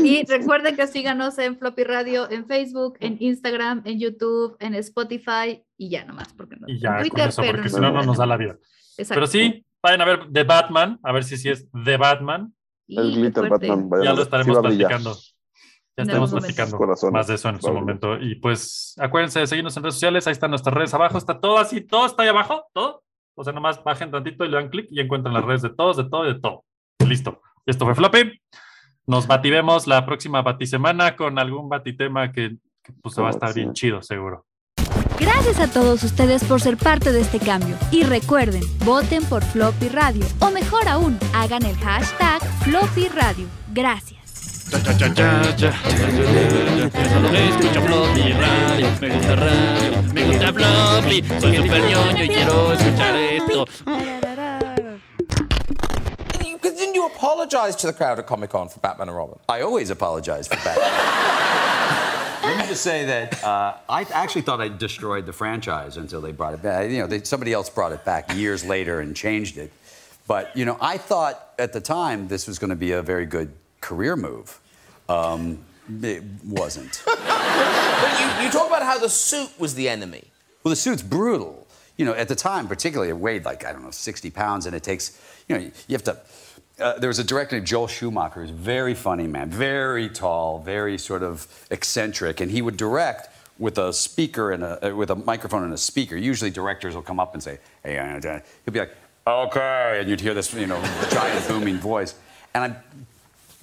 [SPEAKER 9] Y recuerden que síganos en Floppy Radio, en Facebook, en Instagram, en YouTube, en Spotify y ya nomás. Porque no,
[SPEAKER 7] *laughs* Y ya
[SPEAKER 9] en
[SPEAKER 7] con eso, porque si no, no nos da la vida.
[SPEAKER 9] Exacto.
[SPEAKER 7] Pero sí, vayan a ver The Batman, a ver si sí es The Batman.
[SPEAKER 9] Y
[SPEAKER 10] El
[SPEAKER 9] qué
[SPEAKER 10] Glitter
[SPEAKER 9] fuerte.
[SPEAKER 10] Batman. vayan
[SPEAKER 7] Ya
[SPEAKER 10] a
[SPEAKER 7] lo
[SPEAKER 10] ver,
[SPEAKER 7] estaremos
[SPEAKER 10] sí va a brillar.
[SPEAKER 7] platicando. Ya
[SPEAKER 9] En
[SPEAKER 7] estaremos
[SPEAKER 9] algún momento.
[SPEAKER 7] platicando
[SPEAKER 10] Corazones.
[SPEAKER 7] más de eso en su
[SPEAKER 10] Vale.
[SPEAKER 7] momento. Y pues acuérdense de seguirnos en redes sociales. Ahí están nuestras redes abajo. Está todo así, todo está ahí abajo, todo. O sea, nomás bajen tantito y le dan clic y encuentran las redes de todos, de todo y de todo. Listo. Esto fue Floppy. Nos batiremos la próxima batisemana con algún batitema que, que, pues,
[SPEAKER 10] Ah,
[SPEAKER 7] va a estar bien chido, seguro.
[SPEAKER 22] Gracias a todos ustedes por ser parte de este cambio. Y recuerden, voten por Floppy Radio. O mejor aún, hagan el hashtag Floppy Radio. Gracias.
[SPEAKER 1] Escucho Floppy Radio, me gusta radio, me gusta Floppy, soy super ñoño y quiero escuchar esto.
[SPEAKER 3] Because didn't you apologise to the crowd at Comic Con for Batman and Robin? I always apologise for Batman.
[SPEAKER 23] *laughs* Let me just say that uh, I actually thought I destroyed the franchise until they brought it back. You know, they, somebody else brought it back years later and changed it. But you know, I thought at the time this was going to be a very good career move. Um, it wasn't.
[SPEAKER 3] but you, you talk about how the suit was the enemy.
[SPEAKER 23] Well, the suit's brutal. You know, at the time, particularly, it weighed like, I don't know, 60 pounds, and it takes, you know, you have to. Uh, there was a director named Joel Schumacher, who's a very funny man, very tall, very sort of eccentric, and he would direct with a speaker and a uh, with a microphone and a speaker. Usually, directors will come up and say, "Hey," uh, uh," he'll be like, "Okay," and you'd hear this, you know, giant booming voice, and I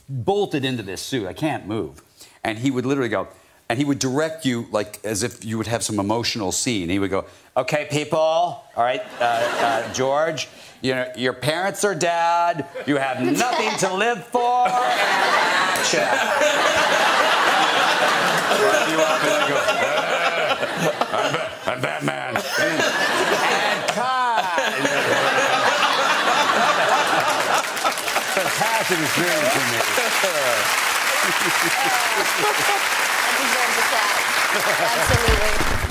[SPEAKER 23] bolted into this suit. I can't move. And he would literally go, and he would direct you like as if you would have some emotional scene. He would go, okay, people, all right, uh, uh, George, you know, your parents are dead. You have nothing to live for. Action. Run you up and go, I'm, Ba- I'm Batman. and *laughs* cut. Fantastic experience for me.
[SPEAKER 3] Absolutely.